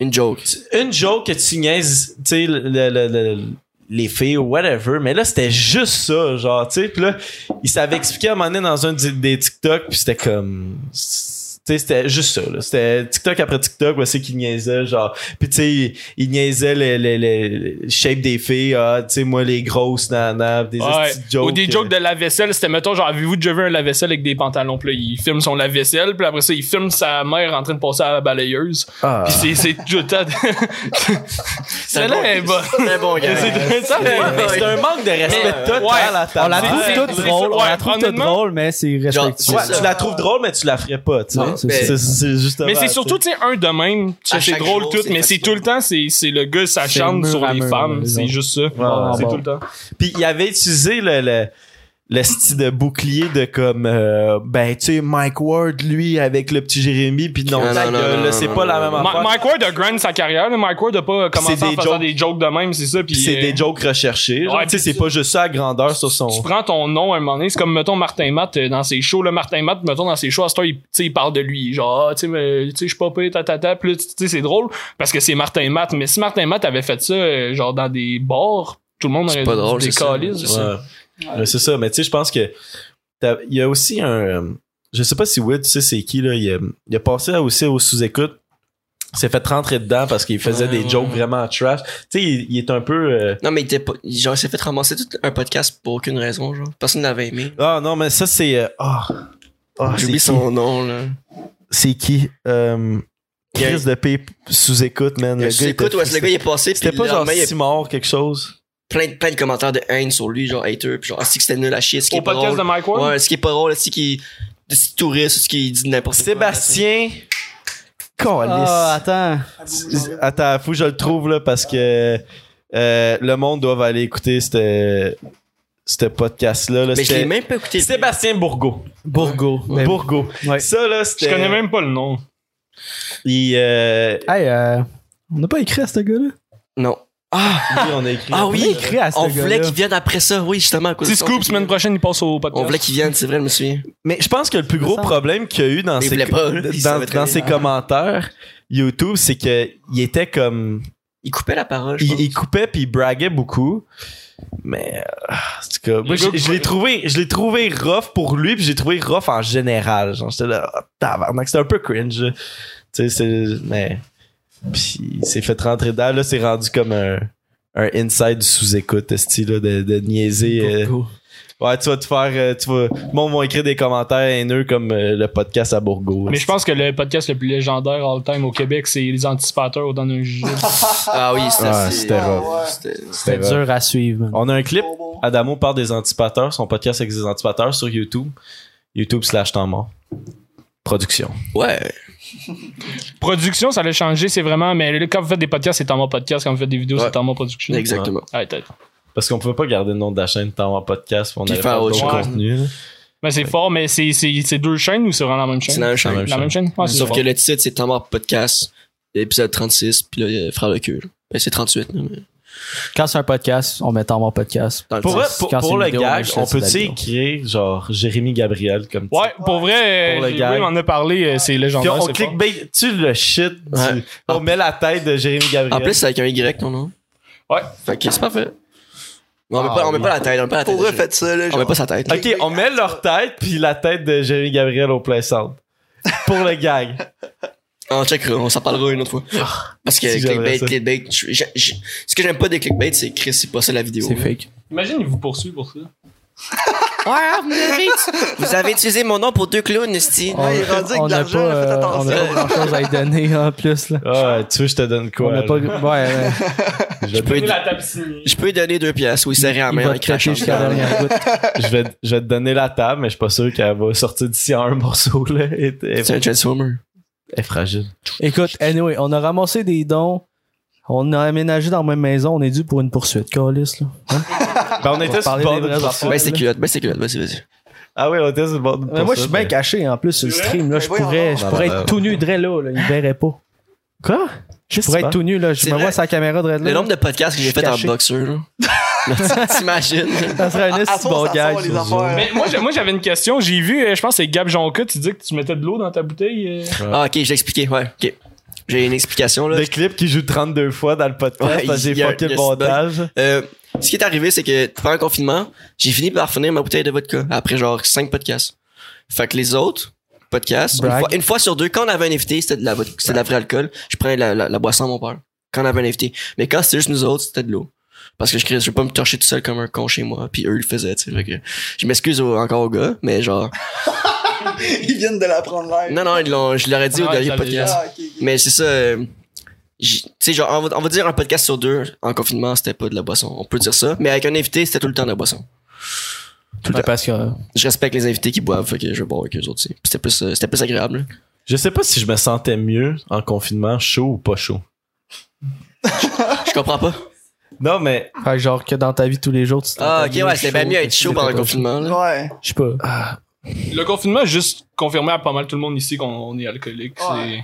Speaker 4: Une joke.
Speaker 1: tu- une joke que tu niaises, tu sais, le- le- le- le- les filles ou whatever, mais là, c'était juste ça, genre, tu sais, puis là, il s'avait expliqué à un moment donné dans un di- des TikTok, puis c'était comme... Tu sais, c'était juste ça, là. C'était TikTok après TikTok, ouais, c'est qu'il niaisait, genre... Puis, tu sais, il, il niaisait le, le- le- le shape des filles, ah, tu sais, moi, les grosses, nana, des
Speaker 2: Ouais.
Speaker 1: esti de jokes. euh.
Speaker 2: Ou des jokes de lave-vaisselle, c'était mettons genre avez-vous déjà vu un lave-vaisselle avec des pantalons puis là, il filme son lave-vaisselle puis après ça il filme sa mère en train de passer à la balayeuse.
Speaker 1: Ah.
Speaker 2: Puis c'est c'est tout le temps.
Speaker 4: bon-
Speaker 2: Celle-là est bonne.
Speaker 4: C'est un bon gars.
Speaker 2: C'est ça.
Speaker 1: Mais C'est un manque de respect total à ta
Speaker 3: On la
Speaker 1: mère.
Speaker 3: trouve
Speaker 2: Ouais,
Speaker 3: toute
Speaker 2: c'est
Speaker 3: drôle,
Speaker 2: ça,
Speaker 3: on la
Speaker 2: ouais,
Speaker 3: trouve toute
Speaker 2: honnêtement.
Speaker 3: drôle, mais c'est
Speaker 4: Genre,
Speaker 3: respectueux.
Speaker 1: Ouais,
Speaker 4: C'est ça.
Speaker 1: tu la trouves drôle, mais tu la ferais pas, tu sais.
Speaker 4: Non,
Speaker 1: C'est-
Speaker 4: mais-
Speaker 1: c'est- C'est juste
Speaker 2: Mais c'est
Speaker 1: avant,
Speaker 2: surtout, tu
Speaker 1: tu
Speaker 2: sais, un de même. Tu
Speaker 4: À
Speaker 2: sais, C'est
Speaker 4: chaque
Speaker 2: drôle
Speaker 4: jour,
Speaker 2: tout,
Speaker 4: c'est
Speaker 2: mais c'est
Speaker 4: fatigant.
Speaker 2: tout le temps, c'est c'est le gars, ça
Speaker 3: C'est
Speaker 2: chante
Speaker 3: mur
Speaker 2: sur
Speaker 3: à
Speaker 2: les
Speaker 3: mur,
Speaker 2: femmes.
Speaker 3: les
Speaker 2: C'est
Speaker 3: autres.
Speaker 2: juste ça.
Speaker 1: ouais,
Speaker 2: C'est
Speaker 1: bon.
Speaker 2: tout le temps.
Speaker 1: sais. Puis il avait utilisé le, le, le style de bouclier de comme, euh, ben, tu sais, Mike Ward, lui, avec le petit Jérémy, puis non,
Speaker 4: Non,
Speaker 1: ta
Speaker 4: non, non,
Speaker 1: gueule,
Speaker 4: non,
Speaker 1: là,
Speaker 4: non,
Speaker 1: c'est
Speaker 4: non,
Speaker 1: pas
Speaker 4: non,
Speaker 1: la
Speaker 4: non.
Speaker 1: même
Speaker 2: Ma-
Speaker 1: affaire.
Speaker 2: Mike Ward a grind sa carrière. là. Mike Ward a pas commencé
Speaker 1: C'est
Speaker 2: en
Speaker 1: des
Speaker 2: faisant
Speaker 1: jokes.
Speaker 2: des jokes de même, c'est ça. Puis
Speaker 1: Puis c'est
Speaker 2: euh,
Speaker 1: des jokes recherchés. genre,
Speaker 2: Ouais,
Speaker 1: tu sais,
Speaker 2: puis
Speaker 1: c'est
Speaker 2: ça-
Speaker 1: pas juste ça à grandeur sur son.
Speaker 2: tu prends ton nom à un moment donné, c'est comme mettons Martin Matt euh, dans ses shows, là, Martin Matt, mettons dans ses shows, à ce temps, il, tu sais, il parle de lui, genre, ah, tu sais, mais, tu sais, je suis pas payé, tatata, plus, tu sais, c'est drôle, parce que c'est Martin Matt, mais si Martin Matt avait fait ça, euh, genre, dans des bars, tout le monde
Speaker 4: C'est
Speaker 2: aurait
Speaker 4: pas
Speaker 2: dit
Speaker 4: drôle,
Speaker 2: des
Speaker 4: c'est ça.
Speaker 2: calices,
Speaker 1: Ouais. Ouais, c'est ça. Mais tu sais, je pense que t'as- il y a aussi un. euh, Je sais pas si Will, tu sais, c'est qui, là. Il a, il a passé aussi au sous-écoute. S'est fait rentrer dedans parce qu'il faisait
Speaker 4: Ouais,
Speaker 1: des
Speaker 4: ouais,
Speaker 1: jokes
Speaker 4: ouais.
Speaker 1: vraiment trash. Tu sais, il, il est un peu. euh,
Speaker 4: Non, mais il était pas. il- Genre, il s'est fait ramasser tout un podcast pour aucune raison, genre. Personne l'avait aimé.
Speaker 1: Ah non, mais ça, c'est. euh, Ah, Ah,
Speaker 4: J'ai
Speaker 1: c'est
Speaker 4: oublié
Speaker 1: qui?
Speaker 4: son nom, là.
Speaker 1: C'est qui? Euh,
Speaker 4: Il y a-
Speaker 1: Chris de P sous-écoute, man. Le gars, il
Speaker 4: Écoute,
Speaker 1: était-
Speaker 4: ouais, le gars, il est passé, puis
Speaker 1: C'était pas
Speaker 4: le
Speaker 1: genre
Speaker 4: lendemain, il y a
Speaker 1: Simard, quelque chose.
Speaker 4: plein de, plein de commentaires de haine sur lui, genre hater, puis genre, ah, c'est que c'était nul à chier, ce qui
Speaker 2: Au
Speaker 4: est pas
Speaker 2: podcast
Speaker 4: drôle.
Speaker 2: de Mike Ward?
Speaker 4: Ouais, ce qui est pas drôle, c'est qui est touriste, ce qui dit n'importe quoi.
Speaker 1: Sébastien. Calice.
Speaker 3: Ah, attends.
Speaker 1: Attends, faut que je le trouve là parce que euh, le monde doit aller écouter ce ce podcast là. là.
Speaker 4: Mais je
Speaker 1: C'était
Speaker 4: l'ai même pas écouté.
Speaker 1: Sébastien Bourgo.
Speaker 3: Bourgo. Ben,
Speaker 1: Bourgo.
Speaker 3: ouais.
Speaker 1: Ça là,
Speaker 2: Je
Speaker 1: c'était.
Speaker 2: connais même pas le nom.
Speaker 1: Il, euh, lui,
Speaker 3: Hey, euh, on n'a pas écrit à ce gars-là.
Speaker 4: Non. Ah,
Speaker 1: on a écrit.
Speaker 4: Ah
Speaker 3: On a
Speaker 4: oui?
Speaker 3: écrit à ce
Speaker 4: on
Speaker 3: gars-là.
Speaker 4: voulait qu'il vienne après ça, oui, justement. à cause
Speaker 2: Petit
Speaker 4: de ça,
Speaker 2: scoop, semaine prochaine, il passe au podcast.
Speaker 4: On voulait qu'il vienne, c'est vrai, je me souviens.
Speaker 1: Mais je pense que le plus gros
Speaker 3: Ça.
Speaker 1: problème qu'il y a eu dans
Speaker 4: Il
Speaker 1: ses,
Speaker 4: voulait pas, là. Il
Speaker 1: dans,
Speaker 4: savait très
Speaker 1: dans
Speaker 4: bien.
Speaker 1: ses commentaires YouTube, c'est que il était comme.
Speaker 4: Il coupait la parole, je
Speaker 1: Il,
Speaker 4: pense.
Speaker 1: il coupait puis il braguait beaucoup. Mais euh, en tout cas, moi,
Speaker 2: Le
Speaker 1: je,
Speaker 2: gars-
Speaker 1: je l'ai trouvé, je l'ai trouvé rough pour lui puis j'ai trouvé rough en général. Genre j'étais là, oh, tabarnak, c'était un peu cringe. là. Tu sais, c'est mais puis il s'est fait rentrer dedans là, c'est rendu comme un un inside sous écoute style là, de, de niaiser euh, ouais tu vas te faire euh, tu vas le monde va écrire des commentaires haineux comme euh, le podcast à Bourgo
Speaker 2: Mais je pense que le podcast le plus légendaire all time au Québec, c'est les anticipateurs au d'un jeu.
Speaker 4: Ah oui, c'était
Speaker 1: Ah,
Speaker 4: assez-
Speaker 1: c'était rough.
Speaker 5: Ouais.
Speaker 4: c'était-
Speaker 1: C'était
Speaker 3: C'est
Speaker 1: rough.
Speaker 3: dur à suivre, man.
Speaker 1: on a un clip
Speaker 5: Bon, bon.
Speaker 1: Adamo parle des antipateurs, son podcast avec des antipateurs sur YouTube. YouTube slash temps mort. Production.
Speaker 4: Ouais.
Speaker 2: Production, ça l'a changé, c'est vraiment, mais là, quand vous faites des podcasts, c'est en mode podcast, quand vous faites des vidéos,
Speaker 4: Ouais.
Speaker 2: c'est en mode production.
Speaker 4: Exactement.
Speaker 2: Ouais, peut-être.
Speaker 1: Parce qu'on pouvait pas garder le nom de la chaîne temps mort podcast. On
Speaker 4: Puis
Speaker 1: allait
Speaker 4: faire
Speaker 1: faire
Speaker 4: autre
Speaker 1: d'autres
Speaker 2: chose.
Speaker 1: contenus. là.
Speaker 2: Mais c'est fort, mais c'est- c'est c'est deux chaînes ou c'est vraiment la même chaîne?
Speaker 4: C'est la même
Speaker 1: la
Speaker 4: chose.
Speaker 1: même
Speaker 2: La même chaîne? Ouais, Ah, c'est
Speaker 4: Sauf
Speaker 2: fort.
Speaker 4: que le titre, c'est Temps mort podcast, épisode 36, puis là, il y a Frère le cul. là. Ben, c'est 38, là, mais
Speaker 3: Quand c'est un podcast, on met en mode podcast.
Speaker 4: dans le
Speaker 1: Pour,
Speaker 4: titre.
Speaker 1: vrai, pour,
Speaker 3: Quand
Speaker 1: pour
Speaker 3: c'est une
Speaker 1: le
Speaker 3: vidéo, on
Speaker 1: gag,
Speaker 3: achète
Speaker 1: on
Speaker 3: de la
Speaker 1: peut-tu
Speaker 3: vidéo.
Speaker 1: écrire genre Jérémy Gabriel comme
Speaker 2: Ouais, pour vrai,
Speaker 1: Pour le
Speaker 2: euh,
Speaker 1: gag.
Speaker 2: Will m'en a parlé, euh, c'est
Speaker 1: titre? Puis
Speaker 2: légendaire.
Speaker 1: on
Speaker 2: c'est fort.
Speaker 1: clickbait, tu le shit. du-
Speaker 4: Ouais.
Speaker 1: On met la tête de Jérémy Gabriel.
Speaker 4: En plus, c'est avec un Y, ton nom.
Speaker 2: Ouais.
Speaker 4: Fait que c'est parfait. Mais on met pas, on met pas la tête, on met pas la tête.
Speaker 5: Pour
Speaker 4: de
Speaker 5: eux,
Speaker 4: Jérémy.
Speaker 5: faites ça, là.
Speaker 4: On met
Speaker 5: genre.
Speaker 4: Ah, pas sa tête. là.
Speaker 1: Ok, on met leur tête puis la tête de Jerry Gabriel au plein centre. Pour le gag.
Speaker 4: On checkera, on s'en parlera une autre fois. Parce que
Speaker 1: si
Speaker 4: clickbait,
Speaker 1: j'aimerais ça.
Speaker 4: clickbait. je- je- je- ce que j'aime pas des clickbait, c'est Chris, c'est pas ça la vidéo.
Speaker 3: C'est fake.
Speaker 2: Imagine, il vous poursuit pour ça.
Speaker 4: vous, avez, utilisé mon nom pour deux clowns, Esti.
Speaker 3: Ah,
Speaker 5: Ouais, il est rendu avec de
Speaker 3: n'a
Speaker 5: l'argent,
Speaker 3: pas,
Speaker 5: là, faites
Speaker 3: euh, on a pas
Speaker 5: attention.
Speaker 3: grand chose à y donner en plus. Là.
Speaker 1: Ah, tu veux, je te donne quoi?
Speaker 3: on a
Speaker 1: là?
Speaker 3: pas. Ouais, ouais.
Speaker 4: Je peux,
Speaker 2: Et
Speaker 4: lui-
Speaker 2: la tapisserie.
Speaker 4: je peux lui donner deux pièces ou il serrait en
Speaker 3: Ah, Il
Speaker 4: main
Speaker 3: va
Speaker 4: en
Speaker 3: te taper
Speaker 4: crachant.
Speaker 3: jusqu'à la
Speaker 4: dedans.
Speaker 3: dernière goutte.
Speaker 1: je, vais, je vais te donner la table, mais je suis pas sûr qu'elle va sortir d'ici en un morceau. Là. Elle, elle-
Speaker 4: C'est un Transformer.
Speaker 1: elle est fragile.
Speaker 3: Écoute, anyway, on a ramassé des dons. On a aménagé dans la même maison. On est dû pour une poursuite, Calis. Là. Ah,
Speaker 1: Ben, on était sur
Speaker 3: parler
Speaker 1: le
Speaker 3: des
Speaker 1: bord de
Speaker 3: vraies affaires.
Speaker 1: poursuite.
Speaker 4: Ben, c'est culotte, ben, c'est culotte, vas-y, vas-y.
Speaker 1: Ah oui, on était sur le bord de
Speaker 3: Mais moi, je suis bien
Speaker 1: poursuite,
Speaker 3: caché en plus sur le
Speaker 2: C'est
Speaker 3: stream. Là,
Speaker 5: Mais
Speaker 3: je
Speaker 5: voyons
Speaker 3: pourrais,
Speaker 5: donc.
Speaker 3: je pourrais être tout nu, de là, là. Il verrait pas.
Speaker 1: mais- Quoi?
Speaker 3: Je pourrais être tout nu, là. Je
Speaker 4: C'est
Speaker 3: me
Speaker 4: vrai.
Speaker 3: vois sur la caméra de Red
Speaker 4: Le
Speaker 3: là.
Speaker 4: nombre de podcasts que j'ai
Speaker 3: Je suis
Speaker 4: fait en
Speaker 3: caché.
Speaker 4: boxeur, là. Là. tu- T'imagines?
Speaker 3: Ça serait un
Speaker 5: À- à
Speaker 3: esti
Speaker 5: fond,
Speaker 3: bon
Speaker 5: ça
Speaker 3: gag,
Speaker 5: sort, les
Speaker 3: ça.
Speaker 5: affaires.
Speaker 2: Mais moi, j'ai- moi, j'avais une question. J'ai vu, euh, je pense que c'est Gab Jonca, tu dis que tu mettais de l'eau dans ta bouteille. euh.
Speaker 4: Ah, ok, j'ai expliqué, ouais, ok. J'ai une explication, là.
Speaker 1: Le clip qui joue 32 fois dans le podcast,
Speaker 4: Ouais,
Speaker 1: parce que
Speaker 4: il y
Speaker 1: j'ai
Speaker 4: a-
Speaker 1: fucké
Speaker 4: il y
Speaker 1: le
Speaker 4: a ce
Speaker 1: montage.
Speaker 4: Euh, ce qui est arrivé, c'est que pendant le confinement, j'ai fini par finir ma bouteille de vodka après genre 5 podcasts. Fait que les autres podcasts, une
Speaker 3: Brag.
Speaker 4: fois, une fois sur deux, quand on avait un invité, c'était de la vodka, c'était de la vraie alcool. Je prenais la, la, la boisson à mon père. Quand on avait un invité. Mais quand c'était juste nous autres, c'était de l'eau. Parce que je crée, je veux pas me torcher tout seul comme un con chez moi, puis eux ils le faisaient, tu sais. Fait que je m'excuse au- encore aux gars, mais genre.
Speaker 5: Ils viennent de la prendre l'air.
Speaker 4: Non, non, ils l'ont, je leur ai dit
Speaker 2: Ah,
Speaker 4: au
Speaker 2: ils
Speaker 4: dernier
Speaker 2: savaient
Speaker 4: podcast.
Speaker 5: Ah, ok, ok.
Speaker 4: Mais c'est ça. euh, j- Tu sais, genre, on va, on va dire un podcast sur deux en confinement, c'était pas de la boisson. On peut dire ça. Mais avec un invité, c'était tout le temps de la boisson. Tout le
Speaker 3: Ouais,
Speaker 4: temps.
Speaker 3: parce que euh,
Speaker 4: Je respecte les invités qui boivent, fait que je vais boire avec eux autres, tu sais. Puis C'était plus, euh, c'était plus agréable. là.
Speaker 1: Je sais pas si je me sentais mieux en confinement, chaud ou pas chaud.
Speaker 4: Je comprends pas.
Speaker 1: Non, mais
Speaker 3: fait que genre que dans ta vie tous les jours, tu te
Speaker 4: Ah,
Speaker 3: sens
Speaker 4: ok,
Speaker 3: mieux
Speaker 4: ouais, c'était bien mieux
Speaker 3: que
Speaker 4: être
Speaker 3: si
Speaker 4: chaud
Speaker 3: t'étais
Speaker 4: pendant le
Speaker 3: pas
Speaker 4: confinement, là.
Speaker 5: Ouais.
Speaker 3: chaud. Je sais pas.
Speaker 4: Ah,
Speaker 2: Le confinement a juste confirmé à pas mal tout le monde ici qu'on on est alcoolique.
Speaker 5: Ouais.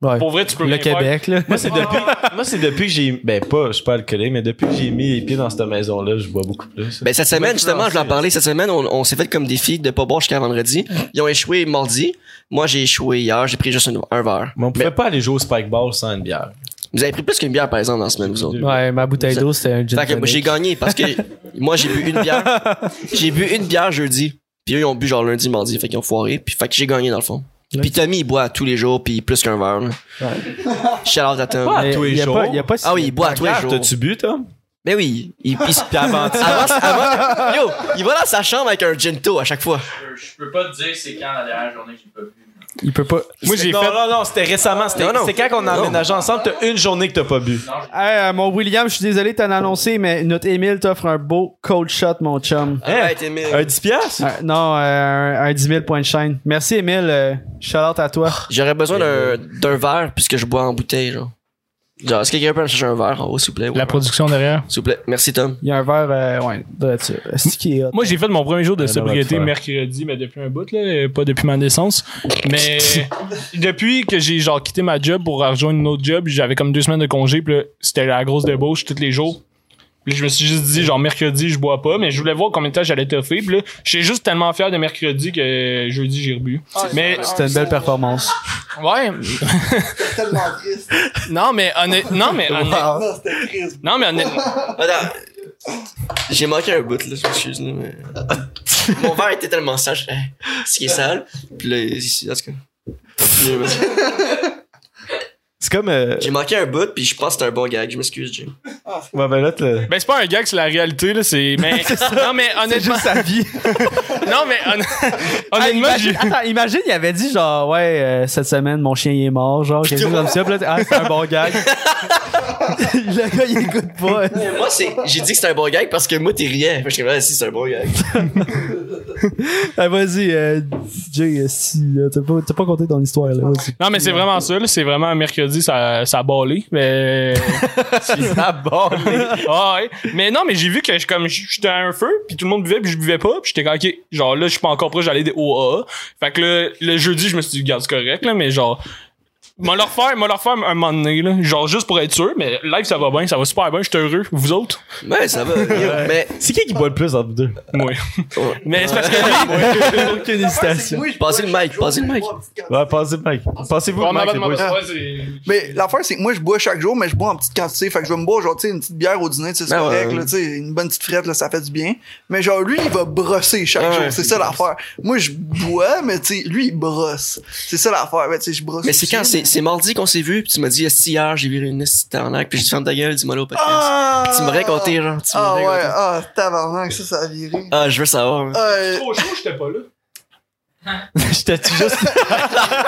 Speaker 2: C'est-
Speaker 3: Ouais.
Speaker 2: Pour vrai, tu peux
Speaker 3: Le
Speaker 2: rien faire.
Speaker 3: Québec, là.
Speaker 1: moi, c'est depuis, moi, c'est depuis que j'ai. Ben, pas, je suis pas alcoolé, mais depuis que j'ai mis les pieds dans cette maison-là, je bois beaucoup plus.
Speaker 4: Ben, cette semaine, justement, je vais en
Speaker 1: influencé.
Speaker 4: parler. Cette semaine, on, on s'est fait comme défi de pas boire jusqu'à vendredi. Ils ont échoué mardi. Moi, j'ai échoué hier. J'ai pris juste une- un verre.
Speaker 1: mais on pouvait pas aller jouer au Spike Ball sans une bière.
Speaker 4: Vous avez pris plus qu'une bière, par exemple, dans la semaine, vous autres.
Speaker 3: Ouais, ma bouteille d'eau, c'était un gin
Speaker 4: Fait que moi, j'ai
Speaker 3: tonic.
Speaker 4: gagné parce que moi j'ai bu une bière. J'ai bu une bière jeudi. Puis eux ils ont bu genre lundi, mardi, fait qu'ils ont foiré. Puis fait que j'ai gagné dans le fond. Puis Tommy il boit tous les jours puis plus qu'un verre. là. Shout out à Tom.
Speaker 1: Pas
Speaker 3: Mais
Speaker 1: à tous les
Speaker 3: y a
Speaker 1: jours.
Speaker 3: pas- y a pas si-
Speaker 4: Ah oui, il boit à tous les
Speaker 1: Regarde,
Speaker 4: jours.
Speaker 1: T'as-tu bu, Tom?
Speaker 4: Mais Ben oui, il pisse.
Speaker 1: Puis avant
Speaker 4: Avant, avant- yo, il va dans sa chambre avec un gento à chaque fois.
Speaker 6: Euh, Je peux pas te dire c'est quand la dernière journée que j'ai pas bu.
Speaker 3: Il peut pas.
Speaker 2: Moi, j'ai
Speaker 1: non,
Speaker 2: fait.
Speaker 1: non, non, c'était récemment. C'était,
Speaker 4: Non, non.
Speaker 1: C'est quand on a
Speaker 4: Non.
Speaker 1: emménagé ensemble, t'as une journée que t'as pas bu.
Speaker 3: Hey, euh, mon William, je suis désolé de t'en annoncer, mais notre Émile t'offre un beau cold shot, mon chum.
Speaker 4: Arrête, Émile.
Speaker 1: Un 10 piastres?
Speaker 3: Euh, non, euh, un, un 10 000 points de chaîne. Merci, Émile. euh, shout out à toi.
Speaker 4: J'aurais besoin d'un d'un verre puisque je bois en bouteille genre. Genre, est-ce que quelqu'un peut me chercher un verre en haut, s'il vous plaît? ou un verre?
Speaker 2: production derrière.
Speaker 4: S'il vous plaît. Merci Tom.
Speaker 3: Il y a un verre, euh, ouais, de là-dessus. Est-ce qu'il est hot?
Speaker 2: Moi, j'ai fait mon premier jour de
Speaker 1: Euh, non, on
Speaker 2: sobriété
Speaker 1: va le
Speaker 2: mercredi, mais depuis un bout, là, euh, pas depuis ma naissance. Mais depuis que j'ai genre quitté ma job pour rejoindre une autre job, j'avais comme deux semaines de congé, puis là, c'était la grosse débauche tous les jours. Puis je me suis juste dit, genre, mercredi, je bois pas, mais je voulais voir combien de temps j'allais toffer. Puis là, j'étais juste tellement fier de mercredi que jeudi, j'ai rebu. Mais
Speaker 3: C'était une belle performance.
Speaker 2: ouais,
Speaker 5: C'était Ah, tellement triste.
Speaker 2: non, mais honnête, non, mais honnête-
Speaker 4: Ah.
Speaker 5: Non, c'était triste.
Speaker 2: non, mais honnête-
Speaker 4: Attends. J'ai manqué un bout, là, je m'excuse, là, mais. Mon verre était tellement sale, je- Hey, ce qui est sale. Puis là, ici, en tout cas.
Speaker 1: C'est comme. euh,
Speaker 4: J'ai manqué un bout, puis je pense que c'était un bon gag, je m'excuse, Jim.
Speaker 1: ouais, ben là, t'as-
Speaker 2: Ben, c'est pas un gag, c'est la réalité, là. C'est. Mais. non, mais honnêtement.
Speaker 3: sa vie.
Speaker 2: Non, Ah, mais honn-
Speaker 3: Ah,
Speaker 2: honnêtement, j'ai.
Speaker 3: imagine, attends, imagine, il avait dit genre, ouais, euh, cette semaine, mon chien il est mort, genre, quelque chose comme ça. Puis là, Ah, c'est un bon gag. le gars, il écoute pas.
Speaker 4: Mais moi, c'est... j'ai dit que c'était un bon gag parce que moi, t'es rien. Moi, je suis comme, Ah, si, c'est un bon gag.
Speaker 3: Ah, vas-y, euh, DJ, euh, si, là, t'as pas, t'as pas compté ton histoire, là. Vas-y.
Speaker 2: Non, mais c'est vraiment ça, là. C'est vraiment mercredi, ça, ça a ballé. Mais.
Speaker 1: Ah bon?
Speaker 2: Ah, ouais. Mais non, mais j'ai vu que je- comme j- j'étais à un feu, puis tout le monde buvait, puis je buvais pas, puis j'étais comme, ok, genre là, je suis pas encore prêt, j'allais des OAA. Fait que là, le jeudi, je me suis dit, garde, c'est correct, là, mais genre. M'en leur faire, m'en leur faire un moment donné, là. Genre, juste pour être sûr, mais live, ça va bien, ça va super bien, je suis heureux. Vous autres?
Speaker 4: Ouais, ça va. yo, mais
Speaker 1: C'est qui qui boit le plus entre vous deux?
Speaker 2: Oui. mais c'est parce que
Speaker 1: Aucune hésitation.
Speaker 4: Passez le mic, passez le mic.
Speaker 1: Ouais, passez le mic. Passez-vous le
Speaker 2: Vraiment,
Speaker 1: mic, les
Speaker 2: vraiment,
Speaker 1: boys.
Speaker 2: ouais, c'est-
Speaker 5: Mais l'affaire, c'est que moi, je bois chaque jour, mais je bois en petite quantité. Fait que je vais me boire, genre, tu sais, une petite bière au dîner, tu sais, c'est
Speaker 4: Ben ouais.
Speaker 5: correct, là, tu sais, une bonne petite frette, là, ça fait du bien. Mais genre, lui, il va brosser chaque
Speaker 4: Ah, Ouais.
Speaker 5: jour. C'est ça l'affaire. Moi, je bois, mais tu sais, lui, il brosse. C'est ça l'affaire. Ouais, tu sais, je brosse.
Speaker 4: Mais c'est
Speaker 5: aussi,
Speaker 4: quand? C'est c'est mardi qu'on s'est vu, puis tu m'as dit, si hier, j'ai viré une esti de tabarnak, puis je dis, ferme ta gueule, dis-moi là au podcast.
Speaker 5: Ah!
Speaker 4: Tu me racontais, genre. Tu me
Speaker 5: Ah ouais,
Speaker 4: racontais.
Speaker 5: ah, tabarnak, ça, ça a viré.
Speaker 4: Ah, je veux savoir. hein.
Speaker 5: Euh,
Speaker 2: Trop chaud, j'étais pas là.
Speaker 3: J'étais-tu juste.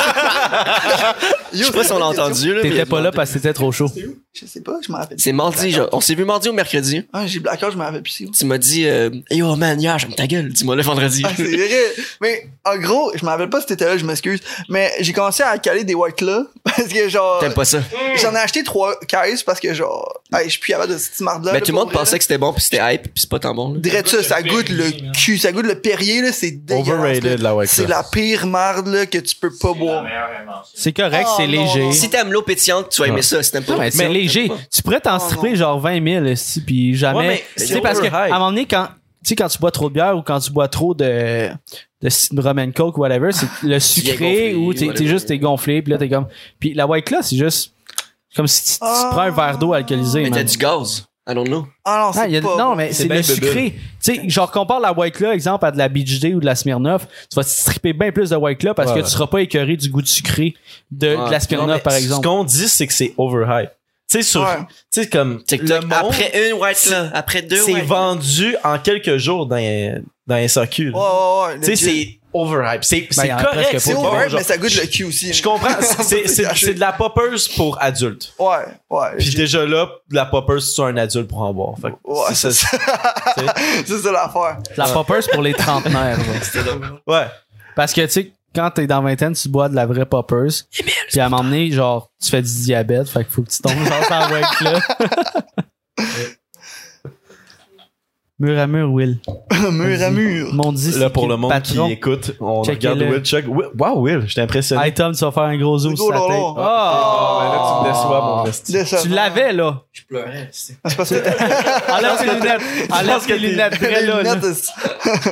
Speaker 5: Ah,
Speaker 4: Je sais pas si on l'a entendu, là. mais il y
Speaker 3: T'étais
Speaker 4: a du
Speaker 3: pas
Speaker 4: monde.
Speaker 3: là parce que c'était trop chaud.
Speaker 5: Je sais pas, je m'en rappelle.
Speaker 4: C'est mardi, genre. On s'est vu mardi ou mercredi.
Speaker 5: Ah, j'ai blackout, je m'en rappelle plus. c'est où.
Speaker 4: Tu m'as dit, euh, yo, man, hier, j'aime ta gueule, dis-moi le vendredi.
Speaker 5: Ah, c'est vrai. Mais en gros, je m'en rappelle pas si t'étais là, je m'excuse. Mais j'ai commencé à caler des White Claw parce que genre.
Speaker 4: T'aimes pas ça.
Speaker 5: J'en ai acheté trois caisses parce que genre. hey, je suis plus capable de cette marde là.
Speaker 4: Mais tout le monde pensait que c'était bon, puis c'était hype, puis c'est pas tant bon, là.
Speaker 5: Drette ça, ça goûte le cul, ça goûte le Perrier, là, c'est dégueulasse.
Speaker 1: Overrated,
Speaker 5: là.
Speaker 1: la White
Speaker 5: C'est
Speaker 1: Claw.
Speaker 5: la pire marde, là, que tu peux pas boire.
Speaker 3: C'est correct,
Speaker 5: Oh,
Speaker 3: c'est
Speaker 5: non,
Speaker 3: léger.
Speaker 5: non.
Speaker 4: Si t'aimes l'eau pétillante, tu vas aimer ça. Si t'aimes pas
Speaker 3: Non, Ah. mais
Speaker 4: l'eau
Speaker 3: c'est
Speaker 4: pétillante,
Speaker 3: léger.
Speaker 4: t'aimes pas.
Speaker 3: Tu pourrais t'en
Speaker 5: Oh,
Speaker 3: stripper genre 20 000 si puis jamais.
Speaker 1: Ouais, mais
Speaker 3: tu
Speaker 1: c'est
Speaker 3: sais, parce que à
Speaker 1: overhype.
Speaker 3: un moment donné, quand, tu sais, quand tu bois trop de bière ou quand tu bois trop de, de ci- de rum and coke ou whatever, c'est le sucré
Speaker 4: gonflé,
Speaker 3: ou t'es, t'es
Speaker 4: whatever.
Speaker 3: juste t'es gonflé puis là t'es comme. Puis la white claw, c'est juste comme si tu, tu
Speaker 5: Ah.
Speaker 3: prends un verre d'eau alcoolisé.
Speaker 4: Mais
Speaker 3: man.
Speaker 4: t'as du gaz. Allons-nous.
Speaker 5: Ah non, c'est
Speaker 3: Ah, il y a-
Speaker 5: pas.
Speaker 3: non,
Speaker 5: bon.
Speaker 3: mais
Speaker 1: C'est
Speaker 3: c'est
Speaker 1: bien
Speaker 3: le
Speaker 1: bubble.
Speaker 3: sucré. Tu sais, genre, compare la White Claw, exemple, à de la Beach Day ou de la Smirnoff, tu vas te stripper bien plus de White Claw parce
Speaker 1: Ouais.
Speaker 3: que tu seras pas écœuré du goût de sucré de, de
Speaker 4: Ouais.
Speaker 3: la
Speaker 1: Non, mais
Speaker 3: Smirnoff, par
Speaker 1: Ce
Speaker 3: exemple.
Speaker 1: qu'on dit, c'est que c'est overhype. Tu sais, sur.
Speaker 5: Ouais.
Speaker 1: Tu sais, comme.
Speaker 4: TikTok.
Speaker 1: le monde,
Speaker 4: Après une white là, après deux
Speaker 1: c'est
Speaker 4: White Claw.
Speaker 1: vendu en quelques jours dans, dans les SAQ. là.
Speaker 5: Ouais, ouais, ouais.
Speaker 1: tu sais,
Speaker 5: legit.
Speaker 1: c'est overhype. C'est c'est
Speaker 3: y en a
Speaker 1: correct.
Speaker 3: presque
Speaker 5: C'est
Speaker 1: pas
Speaker 5: overrated,
Speaker 1: bon,
Speaker 5: mais ça goûte le cul aussi. hein.
Speaker 1: genre. Je comprends. C'est- c'est- C'est
Speaker 5: caché.
Speaker 1: c'est de la poppers pour adultes.
Speaker 5: Ouais, ouais.
Speaker 1: Puis
Speaker 5: legit.
Speaker 1: déjà là, la poppers, c'est un adulte pour en boire. Fait que
Speaker 5: Ouais,
Speaker 1: c'est
Speaker 5: c'est
Speaker 1: ça.
Speaker 5: ça. C'est ça l'affaire.
Speaker 3: La poppers pour les trentenaires. là.
Speaker 1: Ouais.
Speaker 3: Parce que, tu sais, quand t'es dans vingtaine, tu bois de la vraie poppers. Puis à un moment donné, genre, tu fais du diabète, fait qu'il faut que tu tombes genre sur la White Claw. mur à mur, Will.
Speaker 5: mur à mur.
Speaker 3: Mon dit,
Speaker 1: Là,
Speaker 3: c'est
Speaker 1: pour
Speaker 3: qui
Speaker 1: le monde
Speaker 3: patron?
Speaker 1: qui écoute, on
Speaker 3: Checkez-le.
Speaker 1: regarde Will Chuck. Wi- Wow, Will, j'étais impressionné.
Speaker 3: Hey Tom, tu vas faire un gros zoom
Speaker 5: Hugo
Speaker 3: sur la tête.
Speaker 5: Lolo.
Speaker 3: Oh!
Speaker 1: Ben là, tu me déçois, mon reste.
Speaker 5: Décevant.
Speaker 3: Tu l'avais, là.
Speaker 4: Je pleurais. c'est-
Speaker 5: C'est parce que
Speaker 3: Enlève tes lunettes. Enlève tes lunettes. Très
Speaker 5: les
Speaker 3: là, là.
Speaker 5: lunettes. c'est-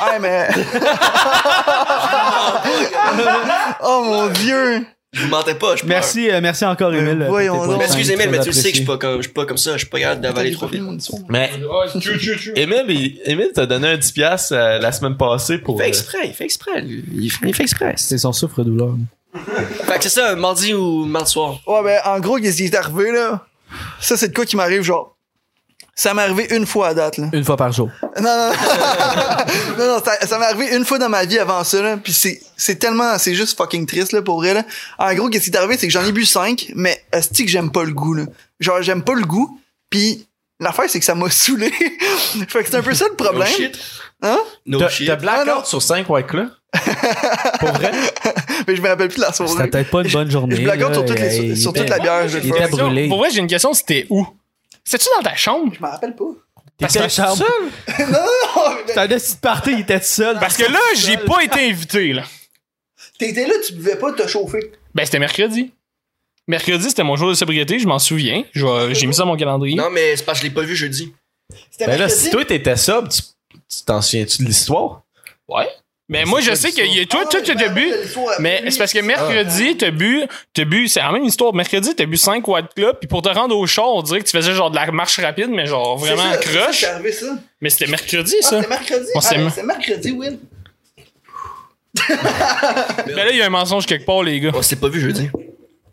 Speaker 5: Ah mais. oh mon dieu.
Speaker 4: Je vous mentais pas, je pleure.
Speaker 3: Merci, euh, merci encore, Emile.
Speaker 5: voyons
Speaker 3: pour tes points
Speaker 4: Mais
Speaker 5: donc.
Speaker 3: de
Speaker 4: excusez,
Speaker 3: cinq,
Speaker 4: Emile, mais
Speaker 3: très
Speaker 4: tu le sais que je
Speaker 3: apprécié.
Speaker 4: suis pas comme, je suis pas comme ça, je suis pas capable d'avaler trop vite.
Speaker 1: Mais
Speaker 2: Oh, tchou, tchou, tchou.
Speaker 1: Emile, il- Emile t'a donné un 10$ euh, la semaine passée
Speaker 4: Il
Speaker 1: pour.
Speaker 4: fait
Speaker 1: euh,
Speaker 4: exprès, il fait exprès, lui. il fait, il fait exprès.
Speaker 3: C'est son souffre-douleur.
Speaker 4: Fait que c'est ça, mardi ou mardi soir.
Speaker 5: Ouais ben en gros qu'est-ce qui est arrivé là Ça c'est de quoi qui m'arrive genre. Ça m'est arrivé une fois à date là.
Speaker 3: Une fois par jour.
Speaker 5: Non non non. non non ça, ça m'est arrivé une fois dans ma vie avant ça là. Puis c'est c'est tellement c'est juste fucking triste là pour vrai là. En gros qu'est-ce qui est arrivé c'est que j'en ai bu cinq mais asti que j'aime pas le goût là. Genre j'aime pas le goût puis l'affaire c'est que ça m'a saoulé. fait que c'est un peu ça le
Speaker 4: No
Speaker 5: problème.
Speaker 4: shit.
Speaker 5: Hein?
Speaker 4: No
Speaker 1: T'as
Speaker 4: shit.
Speaker 1: t'as
Speaker 5: Ah, non.
Speaker 1: blackout sur 5 White Claw? Pour vrai?
Speaker 5: Mais je me rappelle plus de la
Speaker 3: C'était
Speaker 5: soirée.
Speaker 3: peut-être pas une bonne journée.
Speaker 5: Je blackout sur,
Speaker 3: là,
Speaker 5: toutes les,
Speaker 3: et-
Speaker 5: sur toute la bière. Je, le
Speaker 3: il
Speaker 5: fais.
Speaker 3: était brûlé.
Speaker 2: Pour vrai, j'ai une question, c'était où? C'était-tu dans ta chambre?
Speaker 5: Je me rappelle pas. ben,
Speaker 3: Parce que
Speaker 1: T'étais
Speaker 3: Charles- C'était un petit party, il était tout seul.
Speaker 2: Parce que là, j'ai pas été invité, là.
Speaker 5: T'étais là, tu buvais pas, t'as chauffé.
Speaker 2: Ben, c'était mercredi. Mercredi, c'était mon jour de sobriété, je m'en souviens. Je vais- J'ai mis ça dans mon calendrier.
Speaker 4: Non, mais c'est parce que je l'ai pas vu jeudi.
Speaker 5: C'était
Speaker 1: Ben là,
Speaker 5: mercredi.
Speaker 1: si toi t'étais sobre, tu tu t'en souviens-tu de l'histoire?
Speaker 2: Ouais. Mais moi, je sais que y a-
Speaker 5: Ah,
Speaker 2: toi, toi, tu as
Speaker 5: ben,
Speaker 2: bu. Mais c'est parce que mercredi, t'as bu, t'as bu, c'est la même histoire. Mercredi, t'as bu 5 White Club, puis pour te rendre au char, on dirait que tu faisais genre de la marche rapide, mais genre vraiment en crush.
Speaker 5: C'est arrivé ça.
Speaker 2: Mais c'était mercredi,
Speaker 5: Ah,
Speaker 2: ça.
Speaker 5: c'était mercredi.
Speaker 2: On
Speaker 5: Ah,
Speaker 2: s'est-
Speaker 5: ben, c'est mercredi, Will.
Speaker 2: Mais Ben là, il y a un mensonge quelque part, les gars.
Speaker 4: On s'est pas vu jeudi.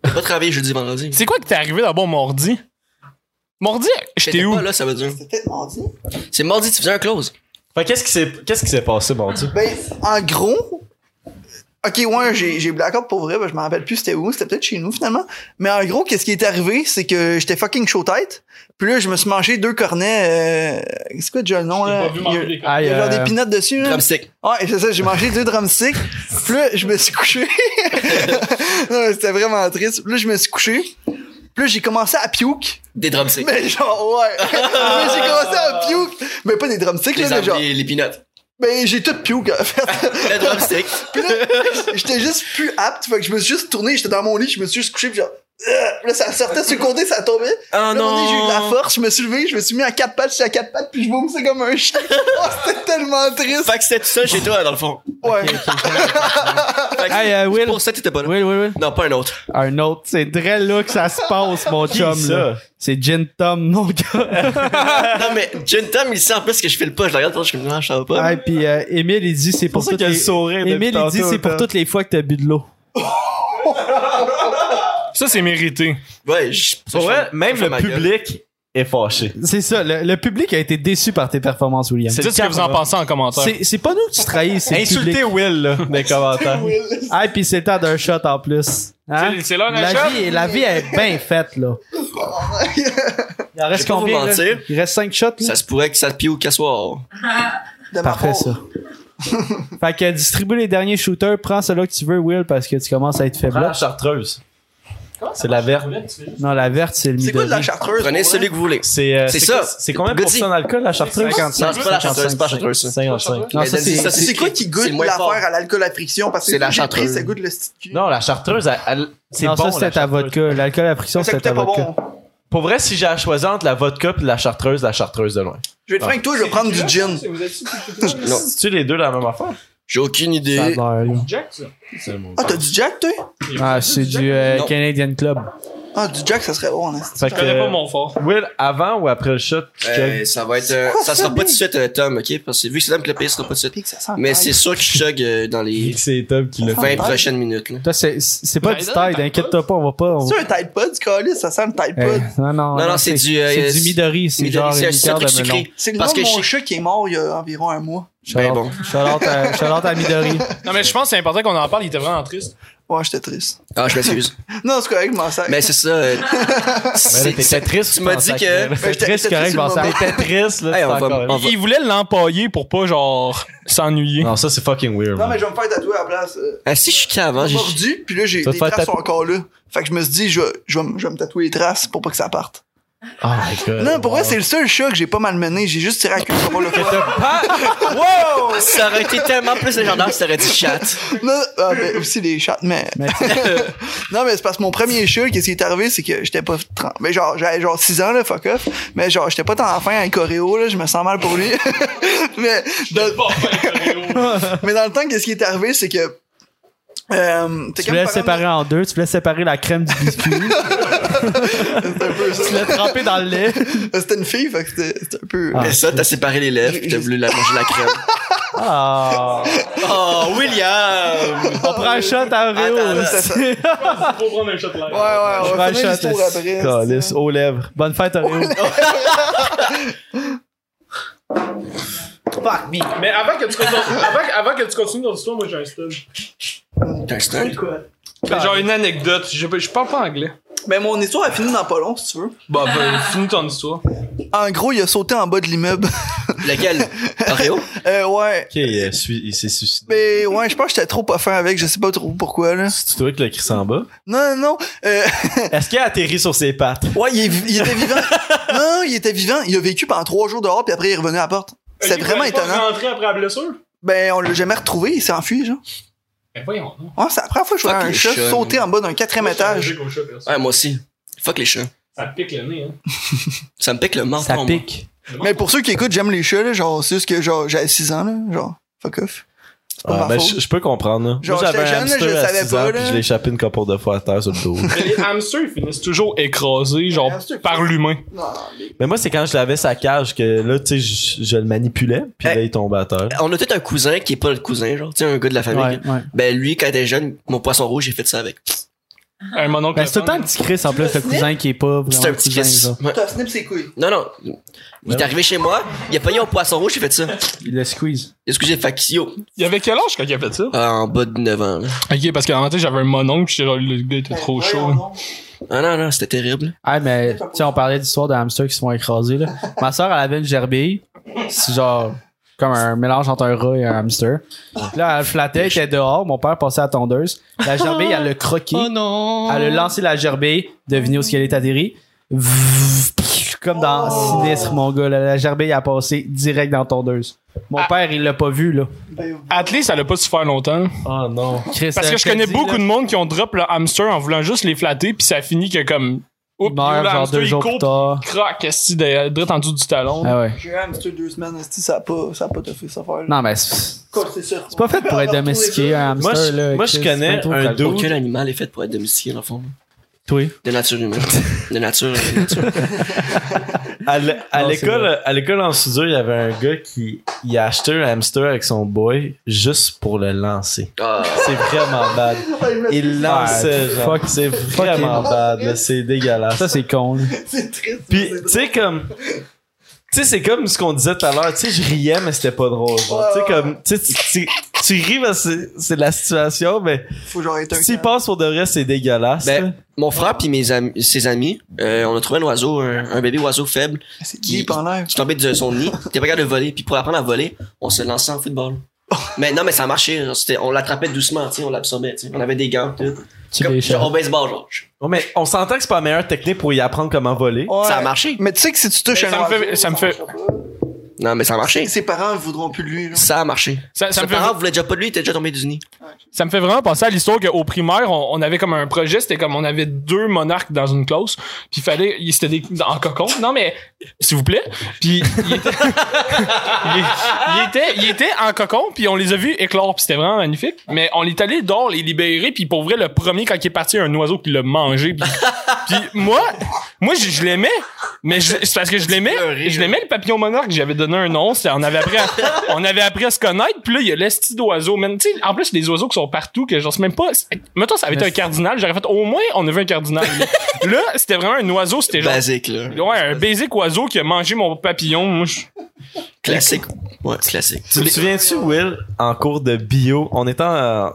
Speaker 4: J'ai pas travaillé jeudi, vendredi.
Speaker 2: C'est quoi que t'es arrivé d'abord mardi? Mardi, j'étais
Speaker 4: T'étais
Speaker 2: où?
Speaker 4: pas là, ça veut dire.
Speaker 5: C'était mardi.
Speaker 4: C'est mardi, tu faisais un close.
Speaker 1: Fait qu'est-ce qui s'est qu'est-ce qui s'est passé, mon dieu?
Speaker 5: Ben, en gros. Ok, ouais, j'ai j'ai blackout pour vrai, ben, je m'en rappelle plus c'était où, c'était peut-être chez nous finalement. Mais en gros, qu'est-ce qui est arrivé, c'est que j'étais fucking chaud tête. Puis là, je me suis mangé deux cornets. Euh... C'est quoi déjà le nom là? Il y a-
Speaker 3: Aïe,
Speaker 5: il y a genre
Speaker 3: euh,
Speaker 5: des pinottes dessus là.
Speaker 4: Drumstick.
Speaker 5: Ouais, c'est ça, j'ai mangé deux drumsticks. Puis là, je me suis couché. non, mais c'était vraiment triste. Puis là, je me suis couché. Puis là, j'ai commencé à puke.
Speaker 4: Des drumsticks.
Speaker 5: Mais genre, ouais. Mais j'ai commencé à puke. Mais pas des drumsticks,
Speaker 4: Les
Speaker 5: là, mais
Speaker 4: arbres,
Speaker 5: genre.
Speaker 4: les, les peanuts.
Speaker 5: Ben, j'ai tout piou qu'elle a fait.
Speaker 4: Le drumstick.
Speaker 5: Puis là, j'étais juste plus apte. Fait que je me suis juste tourné, j'étais dans mon lit, je me suis juste couché, puis genre. euh, Là, ça sortait sur le côté, ça tombait.
Speaker 4: Ah
Speaker 5: Là, à un moment donné, J'ai eu de la force, je me suis levé, je me suis mis à quatre pattes, j'étais à quatre pattes, puis je vomissais comme un chien. Oh, C'était tellement triste.
Speaker 4: Fait que c'était tout ça chez toi, dans le fond.
Speaker 5: Ouais.
Speaker 4: Fait que
Speaker 3: Hey, euh, Will.
Speaker 4: Pour ça, t'étais pas là.
Speaker 3: Oui, oui, oui.
Speaker 4: Non, pas un autre.
Speaker 3: Un autre. C'est très là que ça se passe, mon chum.
Speaker 1: ça?
Speaker 3: là. C'est Gin Tom, mon gars.
Speaker 4: Non, mais Jim Tom, il sait en plus que je fais le pas. Je le regarde, je suis comme, non, je savais pas.
Speaker 3: Et puis, euh, Émile, il dit c'est pour,
Speaker 1: ça
Speaker 3: toutes
Speaker 1: qu'il a le
Speaker 3: les...
Speaker 1: sourire depuis
Speaker 3: Émile, il dit
Speaker 1: tantôt,
Speaker 3: c'est pour
Speaker 1: là.
Speaker 3: toutes les fois que t'as bu de l'eau.
Speaker 2: Ça, c'est mérité.
Speaker 4: Ouais, je.
Speaker 1: Pour vrai, même le public est fâché.
Speaker 3: C'est ça. Le, le public a été déçu par tes performances, William.
Speaker 1: C'est
Speaker 2: Dites ce que vous en pensez en commentaire.
Speaker 3: C'est c'est pas nous que tu trahis, c'est le public.
Speaker 1: Insultez Will, là, des commentaires.
Speaker 3: Ah, puis c'est le temps d'un shot en plus. Hein?
Speaker 2: C'est- C'est là, la
Speaker 3: La vie, la vie est bien faite, là. Il en reste
Speaker 4: Je vais pas vous
Speaker 3: combien? là?
Speaker 4: mentir.
Speaker 3: Il reste 5 shots, là?
Speaker 4: Ça se pourrait que ça te pille au cassoir.
Speaker 5: De ma
Speaker 3: Parfait,
Speaker 5: part.
Speaker 3: ça. fait que distribue les derniers shooters, prends celui que tu veux, Will, parce que tu commences à être faible.
Speaker 1: Prends la chartreuse. C'est la verte.
Speaker 3: Non, la verte, c'est le
Speaker 5: C'est
Speaker 3: midori.
Speaker 5: quoi de la chartreuse?
Speaker 4: Prenez
Speaker 5: pour vrai?
Speaker 4: celui que vous voulez.
Speaker 1: C'est euh,
Speaker 4: C'est
Speaker 1: c'est
Speaker 4: ça.
Speaker 1: quoi- C'est combien de
Speaker 4: Goody.
Speaker 1: pourcents d'alcool, la chartreuse?
Speaker 3: 55.
Speaker 4: Non, c'est pas la chanteuse, c'est pas la chanteuse, ça.
Speaker 1: 55.
Speaker 3: Non, ça,
Speaker 4: Mais
Speaker 3: c'est...
Speaker 4: ça,
Speaker 5: C'est quoi qui goûte
Speaker 4: c'est le moins fort.
Speaker 5: l'affaire à l'alcool à friction? Parce que
Speaker 4: C'est la
Speaker 5: j'ai pris,
Speaker 4: chartreuse.
Speaker 5: Ça goûte le sticky.
Speaker 1: Non, la chartreuse, elle- elle- c'est
Speaker 3: Non,
Speaker 1: bon.
Speaker 3: ça,
Speaker 1: la
Speaker 3: c'était ta
Speaker 1: chartreuse.
Speaker 3: vodka. L'alcool à friction,
Speaker 5: ça
Speaker 3: c'était
Speaker 5: coûtait
Speaker 3: ta
Speaker 5: pas
Speaker 3: vodka.
Speaker 5: bon.
Speaker 1: Pour vrai, si j'ai à choisir entre la vodka et la chartreuse, la chartreuse de loin.
Speaker 5: Je vais être franc avec toi, je vais prendre du gin.
Speaker 4: Non.
Speaker 1: C'est-tu les deux la même affaire?
Speaker 4: J'ai aucune
Speaker 3: Ça a
Speaker 4: idée.
Speaker 3: l'air, là.
Speaker 2: Jack, ça.
Speaker 5: Ah, t'as du Jack, toi?
Speaker 3: Ah, c'est du euh,
Speaker 4: Non.
Speaker 3: Canadian Club.
Speaker 5: Ah, du Jack, ça serait bon, hein.
Speaker 1: Fait
Speaker 2: Je
Speaker 1: que,
Speaker 2: connais pas mon fort.
Speaker 1: Will, avant ou après le shot? tu chugs?
Speaker 4: Euh, ça va être. euh,
Speaker 5: quoi
Speaker 4: ça
Speaker 5: ça, Ah,
Speaker 4: sera pas
Speaker 5: Big?
Speaker 4: de suite, euh, Tom, ok? Parce que vu que c'est Tom qui le paye, ça sera pas de suite.
Speaker 5: Puis que ça sent
Speaker 4: Mais
Speaker 5: le
Speaker 4: c'est sûr que je chug euh, dans les
Speaker 1: C'est Tom qui l'a fait.
Speaker 4: 20 prochaines minutes. là.
Speaker 3: Toi, c'est- C'est pas
Speaker 2: Ben,
Speaker 3: du
Speaker 2: donne
Speaker 3: Tide,
Speaker 2: ta
Speaker 3: inquiète-toi pas, on va pas... on va-
Speaker 5: C'est un Tide Pod, du calice, ça sent le Tide
Speaker 3: Eh,
Speaker 5: Pod.
Speaker 3: non, non,
Speaker 4: Non, non, c'est du, euh,
Speaker 3: C'est du
Speaker 4: euh,
Speaker 3: Midori, c'est
Speaker 4: Mais
Speaker 3: genre une
Speaker 4: c'est c'est un
Speaker 3: liqueur
Speaker 4: truc
Speaker 3: de melon.
Speaker 4: sucré.
Speaker 5: C'est le nom
Speaker 4: Parce
Speaker 5: de
Speaker 4: que
Speaker 5: mon
Speaker 4: je sais.
Speaker 5: chat qui est mort il y a environ un mois.
Speaker 4: Ben bon.
Speaker 3: Shout-out à- shout-out à Midori.
Speaker 2: Non, mais je pense que c'est important qu'on en parle. Il était vraiment triste.
Speaker 5: Ouais, j'étais triste.
Speaker 4: Ah, je m'excuse.
Speaker 5: Non, c'est correct, je m'en sers.
Speaker 4: Mais c'est ça. euh, c'est- c'est-
Speaker 1: triste.
Speaker 4: tu m'as dit que.
Speaker 5: Ben, j'étais-
Speaker 3: Triste,
Speaker 5: j'étais
Speaker 3: correct,
Speaker 5: sur le
Speaker 3: Vincent.
Speaker 5: moment.
Speaker 1: T'es triste, là.
Speaker 4: Hey,
Speaker 1: c'est
Speaker 4: on va-
Speaker 1: encore-
Speaker 4: on va-
Speaker 2: Il voulait l'empailler pour pas, genre, s'ennuyer.
Speaker 1: Non, ça, c'est fucking weird.
Speaker 5: Non,
Speaker 1: man.
Speaker 5: mais je vais me faire tatouer à la place. euh,
Speaker 4: Ah, si je suis cave, hein, j'ai-
Speaker 5: mordu, puis là, j'ai,
Speaker 1: Ça te
Speaker 5: les
Speaker 1: fait
Speaker 5: traces sont
Speaker 1: tatouer-
Speaker 5: encore là. Fait que je me suis dit, je, vais- je, vais, me- je vais me tatouer les traces pour pas que ça parte.
Speaker 1: Oh my god.
Speaker 5: non, pour vrai, c'est le seul chat que j'ai pas malmené. J'ai juste tiré à cul pour voir le chat.
Speaker 4: Ça aurait été tellement plus légendaire si t'aurais dit chat.
Speaker 5: Non, ah, ben, aussi les chats, mais.
Speaker 3: Mais-
Speaker 5: non, mais c'est parce que mon premier chat, qu'est-ce qui est arrivé, c'est que j'étais pas. tran- Mais genre, j'avais genre 6 ans, là, fuck off. Mais genre, j'étais pas tant enfant avec Coréo, là, je me sens mal pour lui. mais dans- Mais dans le temps, qu'est-ce qui est arrivé, c'est que. Euh, t'es
Speaker 3: Tu
Speaker 5: comme
Speaker 3: voulais
Speaker 5: parent-
Speaker 3: séparer en deux, tu voulais séparer la crème du biscuit,
Speaker 5: C'était un peu ça.
Speaker 3: tu l'as trempé dans le lait.
Speaker 5: Euh, C'était une fille, fait que c'était c'était un peu.
Speaker 4: Mais ça, t'as séparé les lèvres, pis t'as voulu la manger la crème.
Speaker 3: Ah.
Speaker 4: Oh, William!
Speaker 3: On prend un shot à Oreo.
Speaker 5: C'était ça. Ouais,
Speaker 2: Faut prendre un shot de l'air.
Speaker 5: ouais, on va
Speaker 3: Prends
Speaker 5: finir
Speaker 3: un
Speaker 5: l'histoire
Speaker 3: shot,
Speaker 5: après.
Speaker 1: Calice, aux lèvres.
Speaker 3: Bonne fête, Oreo.
Speaker 2: Mais avant que tu continues, avant, avant que tu continues ton histoire, moi, j'ai un stun.
Speaker 4: T'as un stun?
Speaker 2: Genre une anecdote. Je, je parle pas anglais.
Speaker 5: Ben, mon histoire a fini dans pas long, si tu veux.
Speaker 2: Bah, ben, finis ton histoire.
Speaker 5: En gros, il a sauté en bas de l'immeuble.
Speaker 4: Lequel? Oreo?
Speaker 5: Euh, ouais.
Speaker 1: Ok, il sui- il s'est suicidé.
Speaker 5: Mais ouais, je pense que j'étais trop pas fin avec, je sais pas trop pourquoi, là.
Speaker 1: C'est toi qui l'as écrit en bas.
Speaker 5: Non, non, non. Euh,
Speaker 1: Est-ce qu'il a atterri sur ses pattes?
Speaker 5: ouais, il, est vi- il était vivant. non, il était vivant. Il a vécu pendant trois jours dehors, puis après, il est revenu à la porte. C'est vraiment étonnant.
Speaker 2: rentré après la blessure?
Speaker 5: Ben, on l'a jamais retrouvé, il s'est enfui, genre.
Speaker 2: Ben, voyons, non.
Speaker 5: Ouais, c'est la première fois que je vois
Speaker 4: Fuck
Speaker 5: un
Speaker 4: les
Speaker 5: chat
Speaker 4: chats,
Speaker 5: sauter
Speaker 4: nous.
Speaker 5: en bas d'un quatrième étage.
Speaker 4: Ouais, moi aussi. Fuck les chats.
Speaker 2: Ça pique le nez, hein.
Speaker 4: Ça me pique le menton.
Speaker 3: Ça
Speaker 4: moi.
Speaker 3: pique.
Speaker 5: Mais pour ceux qui écoutent, j'aime les chats, là, genre, c'est juste que genre, j'avais 6 ans, là, genre, fuck off. C'est pas
Speaker 1: Ah,
Speaker 5: ma
Speaker 1: ben,
Speaker 5: faute.
Speaker 1: je je peux comprendre. là.
Speaker 5: Genre,
Speaker 1: Moi, j'avais
Speaker 5: j'étais
Speaker 1: un
Speaker 5: jeune, je
Speaker 1: hamster à
Speaker 5: savais
Speaker 1: 6
Speaker 5: pas,
Speaker 1: ans,
Speaker 5: là.
Speaker 1: puis je l'ai échappé une couple de fois à terre sur le dos.
Speaker 2: Mais les hamsters, ils finissent toujours écrasés, genre,
Speaker 5: hamsters-
Speaker 2: par l'humain.
Speaker 5: Non, non, mais-
Speaker 1: Mais moi, c'est quand je l'avais sa cage que là, tu sais, je, je le manipulais, puis
Speaker 4: Hey.
Speaker 1: là, il tombait à terre.
Speaker 4: On a tout un cousin qui est pas notre cousin, genre, tu sais, un gars de la famille.
Speaker 3: Ouais, ouais.
Speaker 4: Ben, lui, quand il était jeune, mon poisson rouge, j'ai fait ça avec.
Speaker 2: Un mononcle.
Speaker 3: Ben, c'est tout le temps un petit Chris en plus, le cousin qui est pas vraiment.
Speaker 4: C'est un petit
Speaker 3: Ben cousin,
Speaker 4: Chris.
Speaker 3: ça. Ben
Speaker 4: Ouais.
Speaker 5: T'as snip ses couilles.
Speaker 4: Non, non. Il est arrivé chez moi, il a pogné un poisson rouge, j'ai fait ça.
Speaker 3: Il le squeeze.
Speaker 4: Est-ce que j'ai fait que- yo,
Speaker 2: Il y avait quel âge quand il a fait ça?
Speaker 4: euh, en bas de 9 ans, là.
Speaker 2: Ok, parce qu'en matin, j'avais un mononcle, puis genre, le gars
Speaker 5: Ben,
Speaker 2: était trop chaud.
Speaker 4: Ah non, non, c'était terrible.
Speaker 3: Ah, mais, tu sais, on parlait d'histoire de hamsters qui se font écraser, là. Ma soeur, elle avait une gerbille. C'est genre, comme un mélange entre un rat et un hamster. Puis là, elle flattait, elle était dehors. Mon père passait à la tondeuse. La gerbille, elle l'a croqué.
Speaker 2: non!
Speaker 3: Elle a lancé la gerbille, devinez où est-ce qu'elle est atterrie. Vf, pff, comme dans Sinistre, mon gars. là. La gerbeille a passé direct dans tondeuse. Mon père, il l'a pas vu, là.
Speaker 2: Atlee, ça l'a pas su faire longtemps.
Speaker 1: Oh non.
Speaker 3: Chris,
Speaker 2: Parce
Speaker 3: euh,
Speaker 2: que je connais
Speaker 3: te dis,
Speaker 2: beaucoup
Speaker 3: là,
Speaker 2: de monde qui ont drop le hamster en voulant juste les flatter, puis ça finit que comme. Oups,
Speaker 3: Il
Speaker 2: le
Speaker 3: meurt genre
Speaker 2: hamster,
Speaker 3: deux
Speaker 2: il
Speaker 3: jours
Speaker 2: court,
Speaker 3: plus tard.
Speaker 2: puis il craque, esti, de- direct en dessous du talon.
Speaker 3: Ah ouais.
Speaker 5: J'ai eu un hamster deux semaines, esti, ça a pas, ça a pas toffé cette affaire.
Speaker 3: Non, mais c'est
Speaker 5: c'est sûr.
Speaker 3: c'est pas fait pour être domestiqué, un
Speaker 1: Moi,
Speaker 3: hamster,
Speaker 1: je-
Speaker 3: là.
Speaker 1: moi, je
Speaker 3: Chris, c'est
Speaker 1: connais
Speaker 3: bien trop
Speaker 1: un
Speaker 3: calme.
Speaker 1: dos-
Speaker 4: Aucun animal est fait pour être domestiqué, dans le fond.
Speaker 3: Toi.
Speaker 4: De nature humaine. De nature, euh, de nature.
Speaker 1: À l- à
Speaker 3: Non, c'est
Speaker 1: l'école, à l'école en soudure, il y avait un gars qui il a acheté un hamster avec son boy juste pour le lancer.
Speaker 4: Ah.
Speaker 1: C'est vraiment bad. Il lançait, genre.
Speaker 3: fuck-
Speaker 1: c'est vraiment
Speaker 5: fuck.
Speaker 1: bad. là. C'est dégueulasse.
Speaker 3: Ça, c'est con, là.
Speaker 5: C'est triste.
Speaker 1: Puis, tu sais, comme. Tu sais, c'est comme ce qu'on disait tout à l'heure. Tu sais, je riais, mais c'était pas drôle. genre. Tu sais, comme. Tu, sais, tu- tu- tu ris parce que c'est- c'est la situation, mais
Speaker 5: Faut genre être un.
Speaker 1: s'il passe pour de vrai, c'est dégueulasse. là.
Speaker 4: Ben, mon frère puis mes amis, ses amis, euh, on a trouvé un oiseau, un, un bébé oiseau faible
Speaker 5: C'est deep en l'air.
Speaker 4: qui tombait de son nid. T'es pas capable de voler. Puis pour apprendre à voler, on se lançait en football. Mais non, mais ça marchait. genre, c'était- on l'attrapait doucement, tu sais, on l'absorbait. tu sais. On avait des gants. tout.
Speaker 3: Tu
Speaker 4: Comme,
Speaker 3: l'échappes.
Speaker 4: genre, au baseball, genre.
Speaker 1: Ouais, mais on s'entend que c'est pas la meilleure technique pour y apprendre comment voler.
Speaker 5: Ouais.
Speaker 4: Ça a marché.
Speaker 5: Mais tu sais que si tu touches
Speaker 2: Ça
Speaker 5: un
Speaker 2: me
Speaker 5: oiseau,
Speaker 2: fait- ça me fait-
Speaker 5: marchera pas.
Speaker 4: Non, mais ça a marché.
Speaker 5: Ses parents ils voudront plus de lui, là.
Speaker 4: Ça a marché.
Speaker 2: Ça- ça
Speaker 4: Ses
Speaker 2: me fait-
Speaker 4: parents voulaient déjà pas de lui, il était déjà tombé du nid.
Speaker 2: Ça me fait vraiment penser à l'histoire qu'au primaire, on, on avait comme un projet, c'était comme on avait deux monarques dans une classe, puis il fallait, ils étaient des, en cocon. Non mais, s'il vous plaît. Puis ils étaient, ils- ils étaient- ils étaient en cocon, puis on les a vus éclore, puis c'était vraiment magnifique. Mais on est allé dehors les libérer, puis pour vrai le premier quand il est parti, il y a un oiseau qui l'a mangé. Puis, puis moi, moi je, je l'aimais, mais je- c'est parce que je l'aimais, je l'aimais le papillon monarque, j'avais donné un nom, c'était- on avait appris, à, on avait appris à se connaître, puis là il y a l'esti d'oiseau. man. Tu sais, en plus les oiseaux qui sont partout, que j'en sais même pas. c'est- Mettons ça avait été un cardinal, j'aurais fait au moins on avait un cardinal. là, Là, c'était vraiment un oiseau, c'était genre
Speaker 4: Basique, là.
Speaker 2: ouais un basic oiseau qui a mangé mon papillon. Moi, je-
Speaker 4: Classique. Ouais, classique.
Speaker 1: Tu te souviens-tu, Will, en cours de bio, on était en-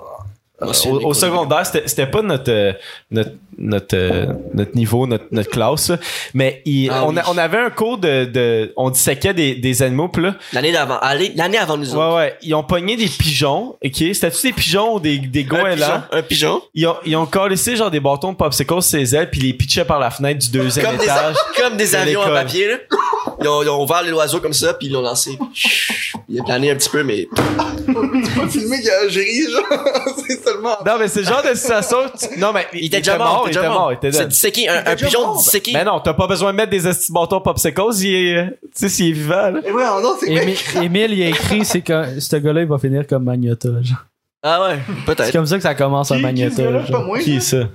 Speaker 4: Moi, c'est
Speaker 1: au,
Speaker 4: une
Speaker 1: au
Speaker 4: école.
Speaker 1: secondaire, c'était c'était pas notre, euh, notre, notre, euh, notre niveau, notre, notre classe, là. mais il-
Speaker 4: Ah
Speaker 1: on,
Speaker 4: oui.
Speaker 1: a- on avait un cours de, de- on disséquait des, des animaux, puis là,
Speaker 4: L'année d'avant. allez, L'année avant nous autres.
Speaker 1: ouais, ouais, ils ont pogné des pigeons, ok, c'était-tu des pigeons ou des, des
Speaker 4: un,
Speaker 1: goélands?
Speaker 4: pigeon, un pigeon.
Speaker 1: Ils ont, ils ont collissé genre des bâtons de popsicles sur ses ailes, puis ils les pitchaient par la fenêtre du deuxième
Speaker 4: Comme des,
Speaker 1: étage.
Speaker 4: comme des
Speaker 1: de
Speaker 4: avions en
Speaker 1: l'école.
Speaker 4: papier, là. Ils ont, ils ont ouvert les oiseaux comme ça, puis ils l'ont lancé. Il a plané un petit peu, mais
Speaker 5: pas filmé qu'il y a géré, genre. C'est seulement.
Speaker 1: Non, mais c'est le genre de situation. tu- Non, mais
Speaker 4: il était déjà mort.
Speaker 1: il était mort, il était Ben
Speaker 4: C'est
Speaker 1: dead.
Speaker 4: disséqué. Un, un
Speaker 5: déjà
Speaker 4: pigeon
Speaker 5: mort.
Speaker 4: disséqué.
Speaker 1: Mais non, t'as pas besoin de mettre des estis bâtons popsicles, il est, tu sais, s'il est vivant, là.
Speaker 5: Et ouais, non, c'est
Speaker 3: Émi- Émile, il a écrit, c'est que ce gars-là, il va finir comme Magnota. genre.
Speaker 4: Ah ouais,
Speaker 3: C'est
Speaker 4: peut-être.
Speaker 3: comme ça que ça commence un
Speaker 5: Qui- qui, ce
Speaker 3: Magnota.
Speaker 5: gars-là? Pas
Speaker 3: genre.
Speaker 5: moi.
Speaker 1: Qui est ça?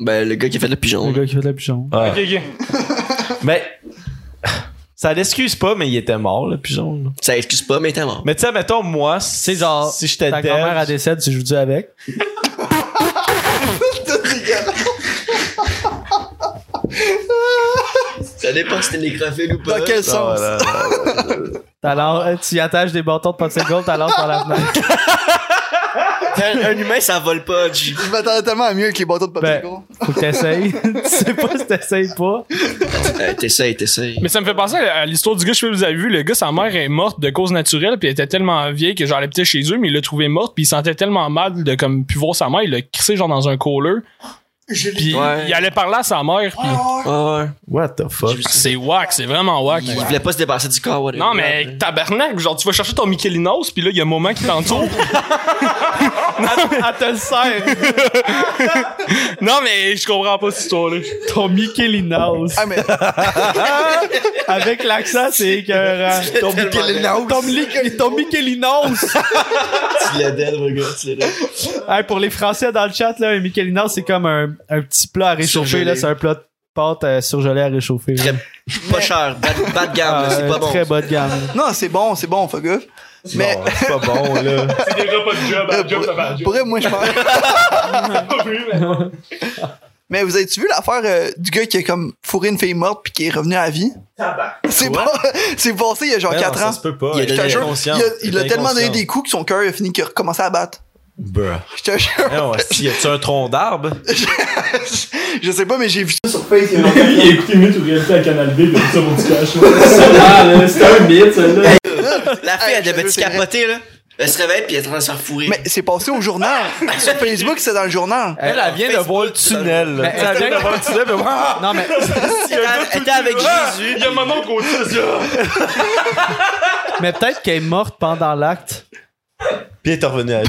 Speaker 4: Ben, le gars qui a fait le pigeon.
Speaker 3: Le
Speaker 4: là.
Speaker 3: gars qui fait de la pigeon.
Speaker 1: Ouais.
Speaker 2: Ok, ok.
Speaker 1: Mais ça l'excuse pas, mais il était mort, le pigeon. là.
Speaker 4: Ça excuse pas, mais il était mort.
Speaker 1: Mais tu sais, mettons, moi, si,
Speaker 3: C'est genre,
Speaker 1: si j'étais
Speaker 3: ta grand-mère à
Speaker 1: dead,
Speaker 3: décède, tu joues du avec.
Speaker 4: Ça dépend si t'es nécrophile ou
Speaker 5: Dans quel
Speaker 1: Ah,
Speaker 5: sens?
Speaker 1: voilà.
Speaker 3: T'as l'air- euh, tu y attaches des bâtons de popsicle, t'as l'air par la fenêtre.
Speaker 4: Un, un humain, ça vole pas, G.
Speaker 5: Je m'attendais tellement à mieux avec les bâtons de papier
Speaker 3: Ben.
Speaker 5: gros.
Speaker 3: Faut que t'essayes. tu sais pas si t'essayes pas.
Speaker 4: Euh, t'essayes, t'essayes.
Speaker 2: Mais ça me fait penser à l'histoire du gars, je sais pas si vous avez vu, le gars, sa mère est morte de cause naturelle, puis elle était tellement vieille que genre, elle habitait chez eux, mais il l'a trouvée morte, puis il sentait tellement mal de comme plus voir sa mère, il l'a crissé genre dans un caller,
Speaker 5: Je l'ai. Ah,
Speaker 2: puis
Speaker 4: Ouais.
Speaker 2: il allait parler à sa mère, puis
Speaker 4: Ouais, ouais.
Speaker 1: What the fuck?
Speaker 2: c'est whack, c'est vraiment whack.
Speaker 4: Il voulait pas se débarrasser du corps, whatever.
Speaker 2: Non,
Speaker 3: hein.
Speaker 2: mais tabarnak, genre, tu vas chercher ton Michelinos, puis là, il y a un moment qui t'entoure.
Speaker 1: Elle te le sert!
Speaker 2: non, mais je comprends pas cette histoire-là.
Speaker 3: Ton Michelinos.
Speaker 5: Ah, mais.
Speaker 3: Avec l'accent, c'est écœurant.
Speaker 4: Ton Michelinos.
Speaker 3: Ton, Michel- ton Michelinos.
Speaker 4: Tu l'aides, mon gars, tu l'aides.
Speaker 3: Hey, pour les Français dans le chat, là, un Michelinos, c'est comme un, un petit plat à réchauffer.
Speaker 4: Surgelé.
Speaker 3: là. C'est un plat de pâte euh, surgelée à réchauffer.
Speaker 4: Très
Speaker 3: là.
Speaker 4: Pas cher, bas de- bas de gamme, là, c'est
Speaker 3: Euh,
Speaker 4: pas bon.
Speaker 3: Très bas de gamme.
Speaker 5: Non, c'est bon, c'est bon, fuck off. Mais.
Speaker 1: Non, c'est pas bon, là.
Speaker 2: C'est déjà pas de job,
Speaker 5: euh, pour- Pour vrai, moi, je pense. Mais vous avez-tu vu l'affaire euh, du gars qui a comme fourré une fille morte puis qui est revenu à la vie? C'est pas, c'est passé il y a genre
Speaker 1: Mais non,
Speaker 5: 4
Speaker 1: ça
Speaker 5: ans.
Speaker 1: se peut pas.
Speaker 4: Il a
Speaker 5: Je te
Speaker 4: donné
Speaker 5: jure, il
Speaker 1: conscience.
Speaker 5: a, il a tellement donné des coups que son cœur a fini qu'il a recommencé à battre.
Speaker 1: Bruh.
Speaker 5: Je te jure,
Speaker 1: Non, si, y a-tu un tronc d'arbre?
Speaker 5: je sais pas, mais j'ai vu ça sur Facebook.
Speaker 2: Il a écouté Mythe ou Réalité à Canal B, ça mon petit
Speaker 3: Ah, là, c'est un mythe, celle-là.
Speaker 4: La fille,
Speaker 5: Hey,
Speaker 4: elle
Speaker 5: je te
Speaker 4: devait
Speaker 5: jure,
Speaker 4: se
Speaker 5: c'est vrai.
Speaker 4: capoter, là. Elle se réveille puis elle est en train de se faire fourrer.
Speaker 5: Mais c'est passé au journal. Sur Facebook, c'est dans le journal.
Speaker 1: Elle, elle vient de voir le tunnel. là.
Speaker 3: Ben,
Speaker 1: Tu sais, Elle
Speaker 3: elle
Speaker 1: vient de voir le tunnel, mais waouh!
Speaker 3: Non, mais,
Speaker 4: elle était- elle était avec Jésus.
Speaker 2: Ah! Il y a maman qu'on
Speaker 3: mais peut-être qu'elle est morte pendant l'acte.
Speaker 1: Puis elle est revenue à la vie.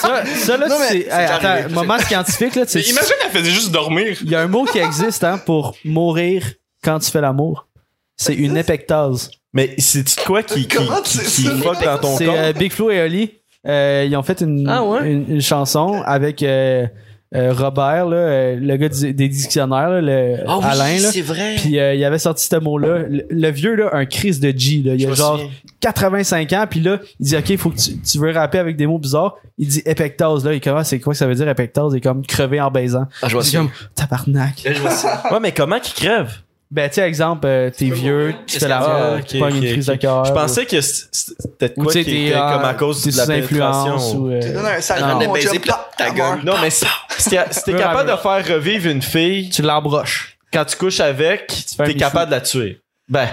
Speaker 3: Ça, ça là,
Speaker 5: Non, mais
Speaker 3: c'est. hey,
Speaker 4: c'est arrivé,
Speaker 3: attends,
Speaker 4: c'est-
Speaker 3: moment scientifique, là, tu sais,
Speaker 2: Imagine elle faisait juste dormir.
Speaker 3: Il y a un mot qui existe hein, pour mourir quand tu fais l'amour. C'est une épectase.
Speaker 1: Mais c'est quoi qui, qui,
Speaker 5: Comment
Speaker 1: qui,
Speaker 5: c'est
Speaker 1: qui
Speaker 5: ça?
Speaker 1: fuck dans ton
Speaker 3: C'est
Speaker 1: corps?
Speaker 3: euh, Big Flo et Oli. euh, ils ont fait une,
Speaker 4: Ah ouais?
Speaker 3: une, une chanson avec euh, euh, Robert, là, euh, le gars du- des dictionnaires, là, le-
Speaker 4: Ah oui,
Speaker 3: Alain. là.
Speaker 4: c'est vrai.
Speaker 3: Puis euh, il avait sorti ce mot-là. Le, le vieux, là, un Chris de G. Là, il
Speaker 4: Je
Speaker 3: a
Speaker 4: me
Speaker 3: genre
Speaker 4: souviens.
Speaker 3: 85 ans. Puis là, il dit Ok, faut que tu, tu veux rapper avec des mots bizarres. Il dit épectase. Là, il commence C'est quoi que ça veut dire épectase? Il est comme crever en baisant.
Speaker 4: Ah, je vois
Speaker 3: C'est comme tabarnak.
Speaker 4: Je vois ça.
Speaker 3: euh,
Speaker 1: Ouais, mais comment qu'il crève?
Speaker 3: Ben, tu sais, exemple, euh, t'es vieux, tu fais la
Speaker 1: Ah,
Speaker 3: mort,
Speaker 1: ok,
Speaker 3: tu pognes
Speaker 1: ok,
Speaker 3: une crise
Speaker 1: ok.
Speaker 3: de cœur.
Speaker 1: Je pensais que c- c'était de
Speaker 3: ou
Speaker 1: quoi
Speaker 3: tu
Speaker 1: qui
Speaker 3: sais, t'es
Speaker 1: était
Speaker 3: euh,
Speaker 1: comme à cause
Speaker 3: t'es
Speaker 1: de la
Speaker 3: sous influence
Speaker 1: pénétration.
Speaker 3: ou. euh,
Speaker 5: Tu donnes un sale
Speaker 3: Non.
Speaker 5: coup, mon
Speaker 4: Baiser,
Speaker 5: chum,
Speaker 4: puis ta gueule.
Speaker 5: mort.
Speaker 1: Non, mais si si t'es si t'es
Speaker 3: Peu
Speaker 1: capable
Speaker 3: amoureux.
Speaker 1: de faire revivre une fille,
Speaker 3: tu l'embroches.
Speaker 1: quand tu couches avec,
Speaker 3: fais un
Speaker 1: t'es
Speaker 3: Michou.
Speaker 1: capable de la tuer. Ben.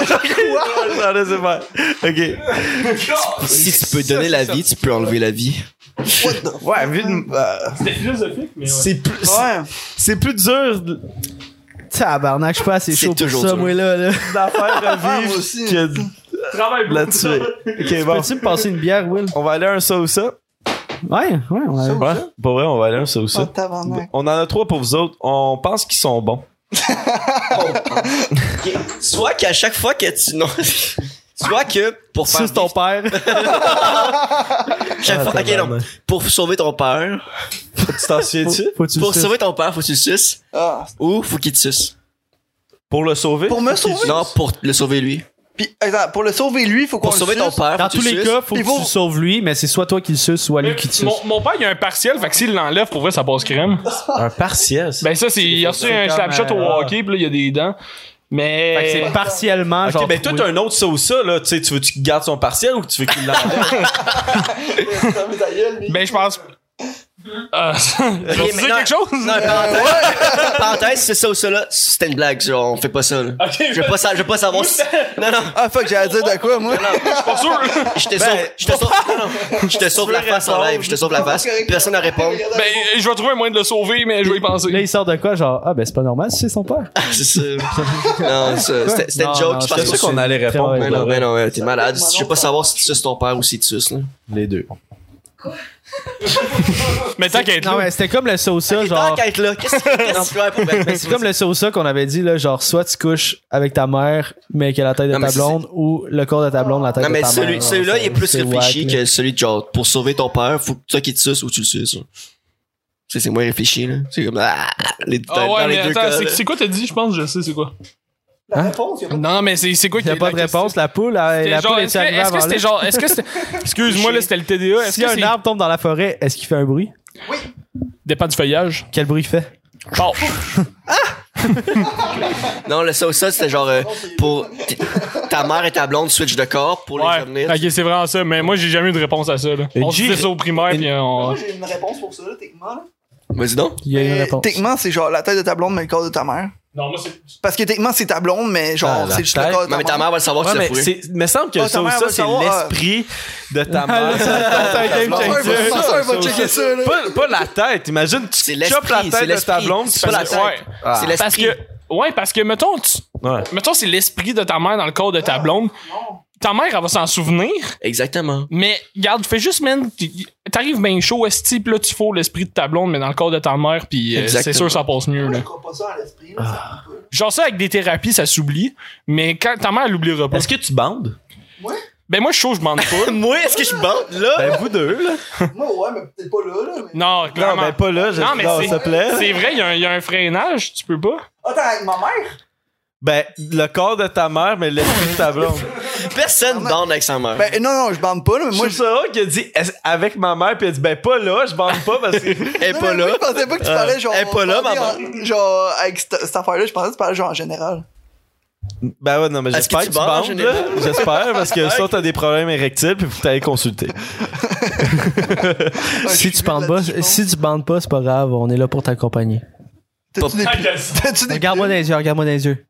Speaker 1: Non, laissez faire. Ok.
Speaker 4: Si tu peux donner la vie, tu peux enlever la vie.
Speaker 1: Ouais, vu de- euh,
Speaker 2: C'était philosophique, mais ouais.
Speaker 1: c'est plus, c'est-
Speaker 5: Ouais.
Speaker 1: c'est plus dur de-
Speaker 3: Tabarnak, je suis pas assez
Speaker 4: C'est
Speaker 3: chaud pour
Speaker 4: toujours
Speaker 3: ça,
Speaker 4: dur.
Speaker 3: moi, là. là.
Speaker 1: de la faire
Speaker 5: Ah, moi
Speaker 1: revivre
Speaker 5: aussi.
Speaker 1: que de
Speaker 2: Travaille
Speaker 1: la
Speaker 2: beaucoup.
Speaker 1: tuer. Ok, bon.
Speaker 3: Peux-tu me passer une bière, Will?
Speaker 1: On va aller à un ça ou ça.
Speaker 3: Ouais, ouais, ouais.
Speaker 1: Ouais, pour vrai, on va aller à un ça ou
Speaker 5: Oh,
Speaker 1: ça.
Speaker 5: tabarnak.
Speaker 1: On en a trois pour vous autres. On pense qu'ils sont bons.
Speaker 4: Soit qu'à chaque fois que tu. Non. Soit que pour faire.
Speaker 3: Suce ton père.
Speaker 4: chaque fois-
Speaker 1: Ah,
Speaker 4: ok, non.
Speaker 1: tabarnak.
Speaker 4: Pour sauver ton père.
Speaker 1: Tu t'en souviens-tu?
Speaker 3: Faut que tu le
Speaker 4: Pour
Speaker 3: suces.
Speaker 4: sauver ton père, faut que tu le suces.
Speaker 5: Ah.
Speaker 4: Ou faut qu'il te suce.
Speaker 1: Pour le sauver?
Speaker 5: Pour me sauver.
Speaker 4: Non, pour le sauver lui.
Speaker 5: Puis, attends, pour le sauver, lui, faut qu'on
Speaker 4: Pour
Speaker 5: le
Speaker 4: sauver ton
Speaker 5: suce.
Speaker 4: père,
Speaker 3: Dans
Speaker 4: faut que
Speaker 3: tous
Speaker 4: tu le
Speaker 3: les
Speaker 4: suces.
Speaker 3: cas, faut
Speaker 5: Il
Speaker 3: que
Speaker 5: faut-
Speaker 3: tu sauves lui, mais c'est soit toi qui le suces, soit lui qui te suce.
Speaker 2: Mon, mon père, il a un partiel, fait que s'il l'enlève, pour vrai, ça passe crème.
Speaker 1: Un partiel.
Speaker 2: Ben ça, c'est, il a reçu un
Speaker 3: comme,
Speaker 2: slap shot au
Speaker 3: euh,
Speaker 2: hockey, puis là, il y a des dents.
Speaker 3: Fait que
Speaker 2: Mais.
Speaker 3: c'est partiellement
Speaker 1: Ok,
Speaker 3: genre.
Speaker 1: ben toi,
Speaker 3: trouvé.
Speaker 1: t'as un autre ça ou ça, là. Tu sais, tu veux qu'il garde son partiel ou tu veux qu'il l'enlève?
Speaker 5: Mais ta gueule, lui.
Speaker 2: Ben, je pense. Euh, je vais dire
Speaker 4: non.
Speaker 2: quelque chose?
Speaker 4: Non, parenthèse, parenthèse, c'est ça ou ça là, c'était une blague, genre, on fait pas ça là.
Speaker 2: Ok,
Speaker 4: Je veux pas, sa- je veux pas savoir si... Non, non,
Speaker 5: Ah, fuck, Ben, j'allais dire de quoi, moi?
Speaker 2: pas sûr.
Speaker 4: je te sauve, je te sauve, non, non, je te sauve la face en live, je te sauve la face, personne ne répond.
Speaker 2: Ben, je vais trouver un moyen de le sauver, mais je vais y penser.
Speaker 3: Là, il sort de quoi? Genre, ah, ben c'est pas normal, c'est son père.
Speaker 4: C'est ça. Non, ça, c'était c'était
Speaker 3: Non,
Speaker 4: une joke,
Speaker 3: non,
Speaker 4: je
Speaker 3: je
Speaker 1: C'est
Speaker 4: pense
Speaker 1: sûr
Speaker 4: que
Speaker 1: qu'on allait répondre.
Speaker 3: très
Speaker 1: pour
Speaker 3: vrai.
Speaker 4: Mais
Speaker 1: le
Speaker 4: Ben non,
Speaker 1: vrai.
Speaker 4: mais non, ben ouais, t'es malade. Je veux pas savoir si tu suces ton père ou si tu suces, là.
Speaker 1: Les deux.
Speaker 2: Mais t'inquiète,
Speaker 3: Non,
Speaker 2: là.
Speaker 3: mais c'était comme le sauce,
Speaker 4: Et
Speaker 3: genre.
Speaker 4: T'enquêtes là, qu'est-ce que qu'est-ce que tu fais pour
Speaker 3: Mais Ben, c'est comme le sauce qu'on avait dit, là, genre, soit tu couches avec ta mère, mais que la tête de
Speaker 4: Non, mais
Speaker 3: ta
Speaker 4: c'est-
Speaker 3: blonde, ou le corps de ta blonde, la tête
Speaker 4: Non,
Speaker 3: de
Speaker 4: mais
Speaker 3: ta
Speaker 4: celui-
Speaker 3: mère.
Speaker 4: celui-là, il est plus
Speaker 3: C'est
Speaker 4: réfléchi
Speaker 3: whack, là.
Speaker 4: que celui de genre, pour sauver ton père, faut que toi qui te suces ou tu le suces. là. Tu sais, c'est moins réfléchi, là. C'est comme, ah, les, dans,
Speaker 2: Ah
Speaker 4: dans
Speaker 2: ouais,
Speaker 4: les
Speaker 2: mais
Speaker 4: deux
Speaker 2: attends,
Speaker 4: cas,
Speaker 2: c'est,
Speaker 4: là. Hein?
Speaker 2: c'est quoi t'as dit? Je pense, que je sais, c'est quoi.
Speaker 5: La réponse, y'a pas de-
Speaker 2: Non, mais c'est, c'est quoi
Speaker 3: Il n'y a
Speaker 2: qui-
Speaker 3: pas de
Speaker 2: la question?
Speaker 3: réponse. La poule, elle-
Speaker 2: C'était
Speaker 3: la
Speaker 2: genre,
Speaker 3: poule est,
Speaker 2: est-ce que,
Speaker 3: arrivée
Speaker 2: est-ce que
Speaker 3: avant
Speaker 2: c'était
Speaker 3: là.
Speaker 2: genre, est-ce que c'était, excuse-moi, là, c'était le TDA. Est-ce
Speaker 3: Si
Speaker 2: que c'est,
Speaker 3: un arbre tombe dans la forêt, est-ce qu'il fait un bruit?
Speaker 2: dépend du feuillage?
Speaker 3: Quel bruit il fait?
Speaker 2: Bon.
Speaker 4: Non, le ça, ça c'était genre, euh, pour t- ta mère et ta blonde switch de corps pour les
Speaker 2: Ouais.
Speaker 4: revenir.
Speaker 2: Ok, c'est vraiment ça. Mais moi, j'ai jamais eu de réponse à ça, là.
Speaker 1: Une
Speaker 2: On se
Speaker 1: G-
Speaker 2: disait ça au primaire,
Speaker 1: une-
Speaker 2: puis euh, on.
Speaker 5: Moi, j'ai une réponse pour ça, là, techniquement. là.
Speaker 4: Vas-y donc.
Speaker 3: Il y a une
Speaker 5: Mais
Speaker 3: réponse.
Speaker 5: Techniquement, c'est genre la tête de ta blonde, mais le corps de ta mère.
Speaker 2: Non, moi, c'est.
Speaker 5: Parce que techniquement, c'est ta blonde, mais
Speaker 1: Ah,
Speaker 5: genre,
Speaker 1: la
Speaker 5: c'est juste le
Speaker 1: tête.
Speaker 5: corps de
Speaker 4: Mais ta mère va le savoir
Speaker 1: Ouais,
Speaker 4: si tu
Speaker 1: mais
Speaker 4: l'as fourré.
Speaker 1: Oh, c'est, me semble que
Speaker 5: Ah, ta
Speaker 1: ça ou
Speaker 5: mère
Speaker 1: ça,
Speaker 5: va le
Speaker 1: c'est
Speaker 5: savoir, ah.
Speaker 1: l'esprit de
Speaker 3: là,
Speaker 1: ta mère.
Speaker 3: ça, c'est un game
Speaker 1: Ta blonde.
Speaker 5: Ma
Speaker 3: changer.
Speaker 5: soeur, ma soeur, elle va checker ça, là.
Speaker 1: Pas, pas la tête, imagine,
Speaker 4: C'est
Speaker 1: tu
Speaker 4: l'esprit,
Speaker 1: chopes
Speaker 4: c'est
Speaker 1: la tête de ta
Speaker 4: l'esprit.
Speaker 1: blonde,
Speaker 4: C'est pas la tête.
Speaker 2: Ouais.
Speaker 4: C'est
Speaker 2: Parce
Speaker 4: l'esprit.
Speaker 2: que. Ouais, parce que, mettons, tu-
Speaker 1: Ouais.
Speaker 2: mettons, c'est l'esprit de ta mère dans le corps de ta blonde. Ta mère, elle va s'en souvenir,
Speaker 4: Exactement.
Speaker 2: mais regarde, fais juste, man, t- t'arrives bien chaud, esti, pis là, tu fous l'esprit de ta blonde, mais dans le corps de ta mère, pis euh, c'est
Speaker 4: Exactement.
Speaker 2: sûr, ça passe mieux,
Speaker 5: Je
Speaker 2: là.
Speaker 5: crois pas ça à l'esprit, là, ça me peut.
Speaker 2: Genre, ça, avec des thérapies, ça s'oublie, mais quand ta mère, elle l'oubliera pas.
Speaker 1: Est-ce que tu bandes?
Speaker 2: Ben, moi, je suis chaud, je m'en pas.
Speaker 4: Moi, est-ce que je bande, là?
Speaker 1: Ben, vous deux, là.
Speaker 5: Moi, ouais, mais peut-être pas là, là. mais-
Speaker 2: Non,
Speaker 1: Non,
Speaker 2: clairement.
Speaker 1: ben, pas là, je...
Speaker 2: Non, mais
Speaker 1: non,
Speaker 2: c'est-
Speaker 1: s'il te plaît.
Speaker 2: C'est vrai, il y a un- il y, a un freinage, tu peux pas.
Speaker 5: Attends, avec ma mère?
Speaker 1: Ben, le corps de ta mère, mais l'esprit de ta blonde.
Speaker 4: Personne bande avec sa mère.
Speaker 5: Ben, non, non, je bande pas, là, mais
Speaker 1: Moi,
Speaker 5: moi,
Speaker 1: je suis ça qui a dit est-ce- avec ma mère, puis elle dit ben pas là, je bande pas parce que.
Speaker 4: Elle est
Speaker 5: Non,
Speaker 4: pas
Speaker 5: mais moi,
Speaker 4: là. Euh,
Speaker 5: Je pensais pas que tu parlais genre.
Speaker 4: elle est pas là,
Speaker 5: parler
Speaker 4: maman.
Speaker 5: en- Genre, avec cette, cette affaire-là, je pensais que tu parlais genre en général.
Speaker 1: ben ouais, non, mais
Speaker 4: Est-ce
Speaker 1: j'espère
Speaker 4: que
Speaker 1: que
Speaker 4: tu
Speaker 1: tu
Speaker 4: bandes, en
Speaker 1: bandes, là.
Speaker 4: général?
Speaker 1: J'espère, parce que ça, t'as des problèmes érectiles, puis faut t'aller consulter.
Speaker 3: Si tu bandes pas, si tu bandes pas, c'est pas grave, on est là pour t'accompagner.
Speaker 5: T'as-tu des.
Speaker 6: Ah,
Speaker 5: T'as-tu des.
Speaker 3: Regarde-moi dans les yeux, regarde-moi dans les yeux.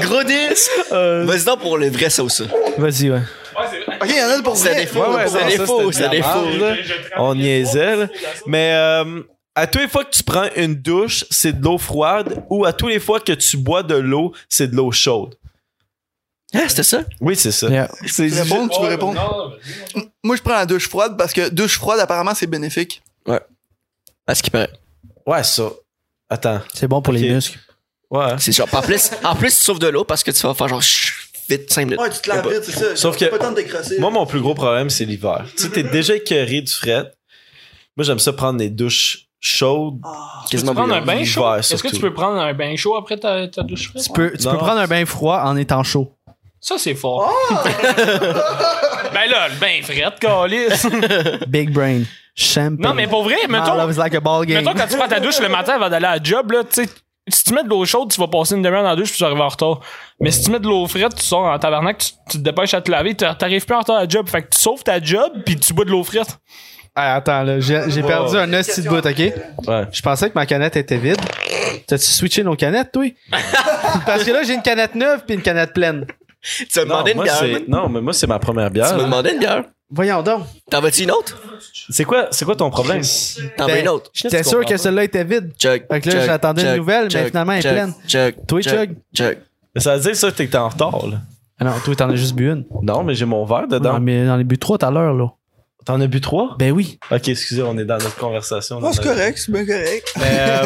Speaker 4: Gros disque. Vas-y donc pour le vrai sauce.
Speaker 3: Vas-y, ouais.
Speaker 6: Ouais, c'est vrai. Ah,
Speaker 5: Ok, il y en a pour
Speaker 4: C'est
Speaker 5: vrai.
Speaker 4: des faux.
Speaker 1: ouais, non,
Speaker 4: C'est
Speaker 1: ça,
Speaker 4: des faux.
Speaker 1: c'était
Speaker 4: C'est
Speaker 1: de
Speaker 4: des
Speaker 1: la
Speaker 4: faux.
Speaker 1: merde, là. On niaisait, là. Mais euh, à toutes les fois que tu prends une douche, c'est de l'eau froide ou à toutes les fois que tu bois de l'eau, c'est de l'eau chaude.
Speaker 4: Ah, c'était ça?
Speaker 1: Oui, c'est ça.
Speaker 3: Yeah.
Speaker 1: C'est
Speaker 5: Tu réponds ou tu veux répondre? Moi, je prends la douche froide parce que douche froide, apparemment, c'est bénéfique.
Speaker 4: À Ah, ce qui paraît.
Speaker 1: Ouais, ça. Attends.
Speaker 3: C'est bon pour
Speaker 1: Ok.
Speaker 3: les muscles.
Speaker 1: Ouais.
Speaker 4: C'est genre. En plus, en plus, tu sauves de l'eau parce que tu vas faire genre chut, vite, 5 minutes.
Speaker 5: tu te laves vite, c'est ça.
Speaker 1: Sauf que-
Speaker 5: Pas tant de décrasser.
Speaker 1: Moi, mon plus gros problème, c'est l'hiver. Tu sais, t'es déjà écœuré du fret. Moi, j'aime ça prendre des douches chaudes.
Speaker 5: Ah.
Speaker 4: Quasiment
Speaker 2: Prendre un
Speaker 4: bouillon.
Speaker 2: bain
Speaker 1: L'hiver,
Speaker 2: chaud. Est-ce que
Speaker 1: surtout.
Speaker 2: tu peux prendre un bain chaud après ta, ta douche fraîche?
Speaker 3: Tu peux, tu
Speaker 1: Non.
Speaker 3: peux prendre un bain froid en étant chaud.
Speaker 2: Ça, c'est fort.
Speaker 5: Ah!
Speaker 2: ben là, le bain fret, calice.
Speaker 3: Big brain. Champagne.
Speaker 2: non, mais pour vrai,
Speaker 3: My
Speaker 2: mettons,
Speaker 3: love is like a ball game.
Speaker 2: mettons quand tu prends ta douche le matin avant d'aller à la job, là, tu sais, si tu mets de l'eau chaude, tu vas passer une demi-heure dans la douche puis tu arrives en retard. Mais si tu mets de l'eau frette, tu sors en tabarnak, tu, tu te dépêches à te laver, tu t'arrives plus en retard à la job. Fait que tu sauves ta job puis tu bois de l'eau frette.
Speaker 3: Ah, attends, là, j'ai j'ai perdu un hostie de bout, ok?
Speaker 1: Ouais.
Speaker 3: Je pensais que ma canette était vide. T'as-tu switché nos canettes, toi? Parce que là, j'ai une canette neuve puis une canette pleine.
Speaker 4: Tu vas me
Speaker 1: Non,
Speaker 4: demander une
Speaker 1: moi,
Speaker 4: bière.
Speaker 1: c'est-
Speaker 4: man.
Speaker 1: non, mais moi, c'est ma première
Speaker 4: Tu
Speaker 1: bière. hein.
Speaker 4: me demandais une bière.
Speaker 3: Voyons donc.
Speaker 4: T'en veux-tu une autre?
Speaker 1: C'est quoi, c'est quoi ton problème? Ah,
Speaker 4: T'en veux
Speaker 3: Ben,
Speaker 4: une autre?
Speaker 3: J'étais
Speaker 1: tu
Speaker 3: sûr
Speaker 1: comprends
Speaker 3: que celle-là était vide.
Speaker 4: Chug.
Speaker 3: Fait que là,
Speaker 4: chug,
Speaker 3: j'attendais une
Speaker 4: chug,
Speaker 3: nouvelle, mais
Speaker 4: chug,
Speaker 3: finalement, elle est
Speaker 4: chug,
Speaker 3: pleine.
Speaker 4: Chug.
Speaker 3: Toi, chug.
Speaker 4: Chug.
Speaker 1: Ça veut dire ça que t'es en retard, là.
Speaker 3: Ah non, toi, t'en as juste bu une.
Speaker 1: Non, mais j'ai mon verre
Speaker 3: Non,
Speaker 1: dedans.
Speaker 3: mais dans les buts 3 tout à l'heure, là.
Speaker 1: T'en as bu trois?
Speaker 3: Ben oui.
Speaker 1: Ok, excusez, on est dans notre conversation.
Speaker 5: Ah, c'est correct, c'est bien correct.
Speaker 1: Mais, euh,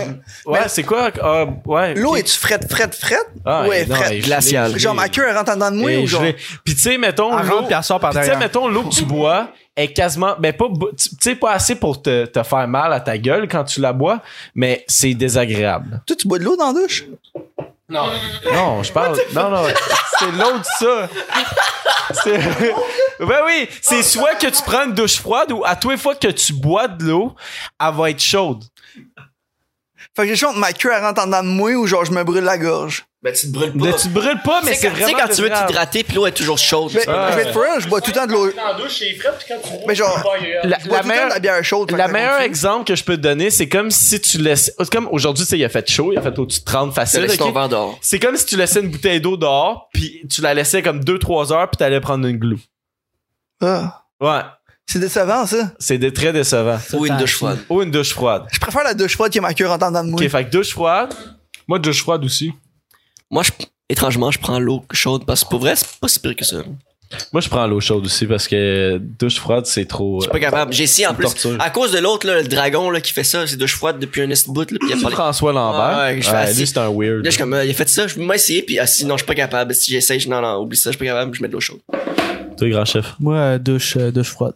Speaker 1: ouais, c'est quoi? Ah, ouais.
Speaker 5: L'eau, est tu frette, frette, frette?
Speaker 1: Ah,
Speaker 5: ouais,
Speaker 1: non,
Speaker 5: frette.
Speaker 1: et je
Speaker 4: Glaciale.
Speaker 1: l'ai-
Speaker 5: Genre, ma queue, elle rentre en dedans de moi
Speaker 1: Et
Speaker 5: ou
Speaker 1: je
Speaker 5: genre.
Speaker 1: l'ai- Puis tu sais, mettons,
Speaker 3: Elle rentre
Speaker 1: l'eau-
Speaker 3: puis elle sort par
Speaker 1: Oh, Puis, tu sais,
Speaker 3: derrière.
Speaker 1: mettons, l'eau que tu bois est quasiment, mais pas, bo- tu tu sais, pas assez pour te, te faire mal à ta gueule quand tu la bois, mais c'est désagréable.
Speaker 5: Toi, tu bois de l'eau dans la douche?
Speaker 2: Non.
Speaker 1: Non, je parle, non, non, c'est l'autre ça. C'est- Ben oui, c'est soit que tu prends une douche froide ou à tous les fois que tu bois de l'eau, elle va être chaude.
Speaker 5: Fait que j'ai chaud entre ma queue, elle rentre en dedans de moi ou genre, je me brûle la gorge.
Speaker 4: Ben, tu te brûles
Speaker 1: Là, tu te brûles pas, mais
Speaker 4: Tu sais,
Speaker 1: c'est
Speaker 4: quand- tu
Speaker 1: vraiment
Speaker 4: sais, quand tu veux
Speaker 1: désagréable.
Speaker 4: t'hydrater, puis l'eau est toujours chaude.
Speaker 5: Mais,
Speaker 1: Ah,
Speaker 5: je vais
Speaker 1: ouais.
Speaker 5: être froid, je bois tout le temps de l'eau. Je
Speaker 2: Dans la douche, c'est frais, puis quand tu bois,
Speaker 5: Mais genre-
Speaker 2: c'est pas agréable.
Speaker 5: bois
Speaker 1: La- la
Speaker 5: tout le temps
Speaker 1: meilleure-
Speaker 5: de la bière chaude. fait que
Speaker 1: La
Speaker 5: ça
Speaker 1: meilleure
Speaker 5: confirme.
Speaker 1: exemple que je peux te donner, c'est comme si tu laisses. c'est Comme aujourd'hui, tu sais, il a fait chaud, il a fait au-dessus de 30
Speaker 4: Tu
Speaker 1: facile.
Speaker 4: laisses ton
Speaker 1: ok?
Speaker 4: verre dehors.
Speaker 1: C'est comme si tu laissais une bouteille d'eau dehors, puis tu la laissais comme 2-3 heures, puis t'allais prendre une glue.
Speaker 5: Ah,
Speaker 1: Ouais,
Speaker 5: c'est décevant, ça.
Speaker 1: c'est des- très décevant.
Speaker 4: Ou une
Speaker 3: t'as
Speaker 4: douche
Speaker 3: un
Speaker 4: froide.
Speaker 1: Ou une douche froide.
Speaker 5: Je préfère la douche froide que ma queue rentre en dedans de moi.
Speaker 1: Ok, fait que douche froide.
Speaker 2: Moi, douche froide aussi.
Speaker 4: Moi, je- étrangement, je prends l'eau chaude parce que pour vrai, c'est pas si pire que ça.
Speaker 1: Moi, je prends l'eau chaude aussi parce que douche froide, c'est trop. euh,
Speaker 4: Je suis pas capable. J'ai essayé en plus.
Speaker 1: Torture.
Speaker 4: À cause de l'autre, là, le dragon là, qui fait ça, c'est douche froide depuis un est bout. Là, puis il a parlé-
Speaker 1: François Lambert.
Speaker 4: Ah ouais, que je fais assis.
Speaker 1: lui, c'est un weird.
Speaker 4: Là, je suis comme, euh, il a fait ça, je vais essayer, puis ah, si, non, je suis pas capable. Si j'essaye, je, non, non, oublie ça, je suis pas capable, je mets de l'eau chaude.
Speaker 1: Toi, grand chef.
Speaker 3: Moi, euh, douche, euh, douche froide.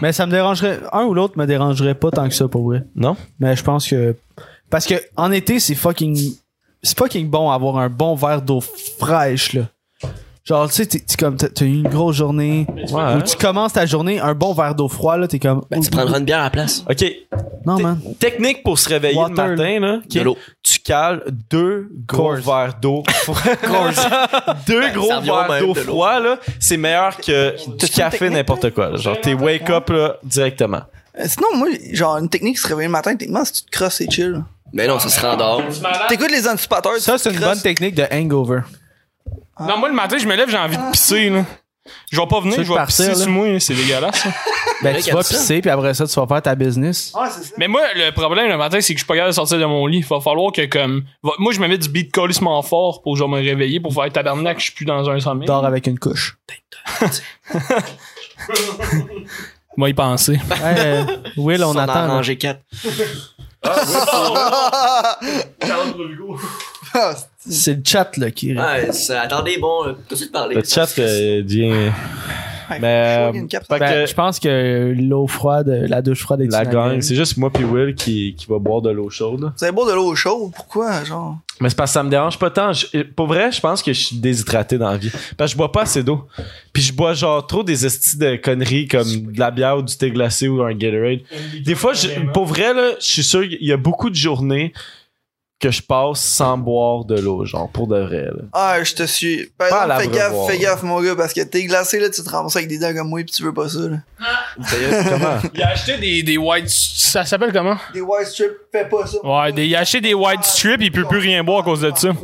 Speaker 3: Mais ça me dérangerait. Un ou l'autre me dérangerait pas tant que ça pour vrai.
Speaker 1: Non?
Speaker 3: Mais je pense que. Parce que en été, c'est fucking. C'est fucking bon avoir un bon verre d'eau fraîche, là. Genre, tu sais, t'es- t'es comme- t'as t'as eu une grosse journée.
Speaker 1: Ouais.
Speaker 3: Ou tu commences ta journée, un bon verre d'eau froide, là, t'es comme.
Speaker 4: Ben, tu prendras une bière à la place.
Speaker 1: Ok,
Speaker 3: Non, man.
Speaker 1: technique pour se réveiller le
Speaker 3: Water,
Speaker 1: matin, là.
Speaker 4: Oh, De
Speaker 1: ok?
Speaker 4: l'eau.
Speaker 1: tu cales deux gros
Speaker 3: Course.
Speaker 1: verres d'eau froid. deux gros
Speaker 4: Ben, Ça revient au
Speaker 1: verres
Speaker 4: même
Speaker 1: d'eau
Speaker 4: de l'eau.
Speaker 1: froid, là, c'est meilleur que du café n'importe quoi. là. Genre, t'es wake up là, directement.
Speaker 5: Euh, Sinon, moi, genre, une technique, se réveiller le matin, techniquement, si tu te crosses, c'est chill.
Speaker 4: Mais non, ça se rend dehors.
Speaker 5: T'écoutes les anticipateurs.
Speaker 3: Ça, c'est une bonne technique de hangover.
Speaker 2: Non, moi, le matin, je me lève, j'ai envie de pisser, là. Je vais pas venir,
Speaker 3: Tu veux
Speaker 2: je vais
Speaker 3: partir,
Speaker 2: pisser
Speaker 3: là?
Speaker 2: sur moi, hein, c'est dégueulasse. ça.
Speaker 3: Ben,
Speaker 4: Mec,
Speaker 3: tu vas
Speaker 4: aime ça.
Speaker 3: pisser, puis après ça, tu vas faire ta business.
Speaker 5: Ah, c'est ça.
Speaker 2: Mais moi, le problème le matin, c'est que je suis pas capable de sortir de mon lit. Il va falloir que, comme. va- Moi, je me mets du beat colissement fort pour genre me réveiller, pour faire tabarnak, je suis plus dans un sommeil.
Speaker 3: Dors avec une couche.
Speaker 2: Moi, y penser.
Speaker 3: Hey, euh, Will, on
Speaker 4: S'en a
Speaker 3: attend. là.
Speaker 4: rangé quatre.
Speaker 5: Ah,
Speaker 3: C'est le chat, là, qui.
Speaker 4: Ouais, ça- attendez, bon, euh, tout de suite parler.
Speaker 1: Le chat euh, dit-
Speaker 5: c'est-
Speaker 1: Mais, euh,
Speaker 5: Il y a une cap-
Speaker 1: fait
Speaker 3: Ben,
Speaker 1: que-
Speaker 3: je pense que l'eau froide, euh, la douche froide est
Speaker 1: La
Speaker 3: inaméable.
Speaker 1: gang, c'est juste moi puis Will qui, qui va boire de l'eau chaude.
Speaker 5: Vous avez beau de l'eau chaude, pourquoi, genre?
Speaker 1: Mais c'est parce que ça me dérange pas tant. Je- pour vrai, je pense que je suis déshydraté dans la vie. Parce que je bois pas assez d'eau. Puis je bois genre trop des estis de conneries comme de la bière ou du thé glacé ou un Gatorade. Des fois, je- pour vrai, là, je suis sûr qu'il y a beaucoup de journées que je passe sans boire de l'eau, genre, pour de vrai. là.
Speaker 5: Ah, je te suis. Par
Speaker 1: Pas à
Speaker 5: exemple, fais gaffe,
Speaker 1: l'abreuvoir,
Speaker 5: fais
Speaker 1: là.
Speaker 5: gaffe, mon gars, parce que t'es glacé, là, tu te ramasses avec des dents comme moi, pis tu veux pas ça, là.
Speaker 1: D'ailleurs, comment?
Speaker 2: Il a acheté des, des white. Ça s'appelle comment
Speaker 5: Des white strips, fais pas ça.
Speaker 2: Ouais, des- il a acheté des white strips, il peut plus rien boire à cause de ça.
Speaker 3: Ouais,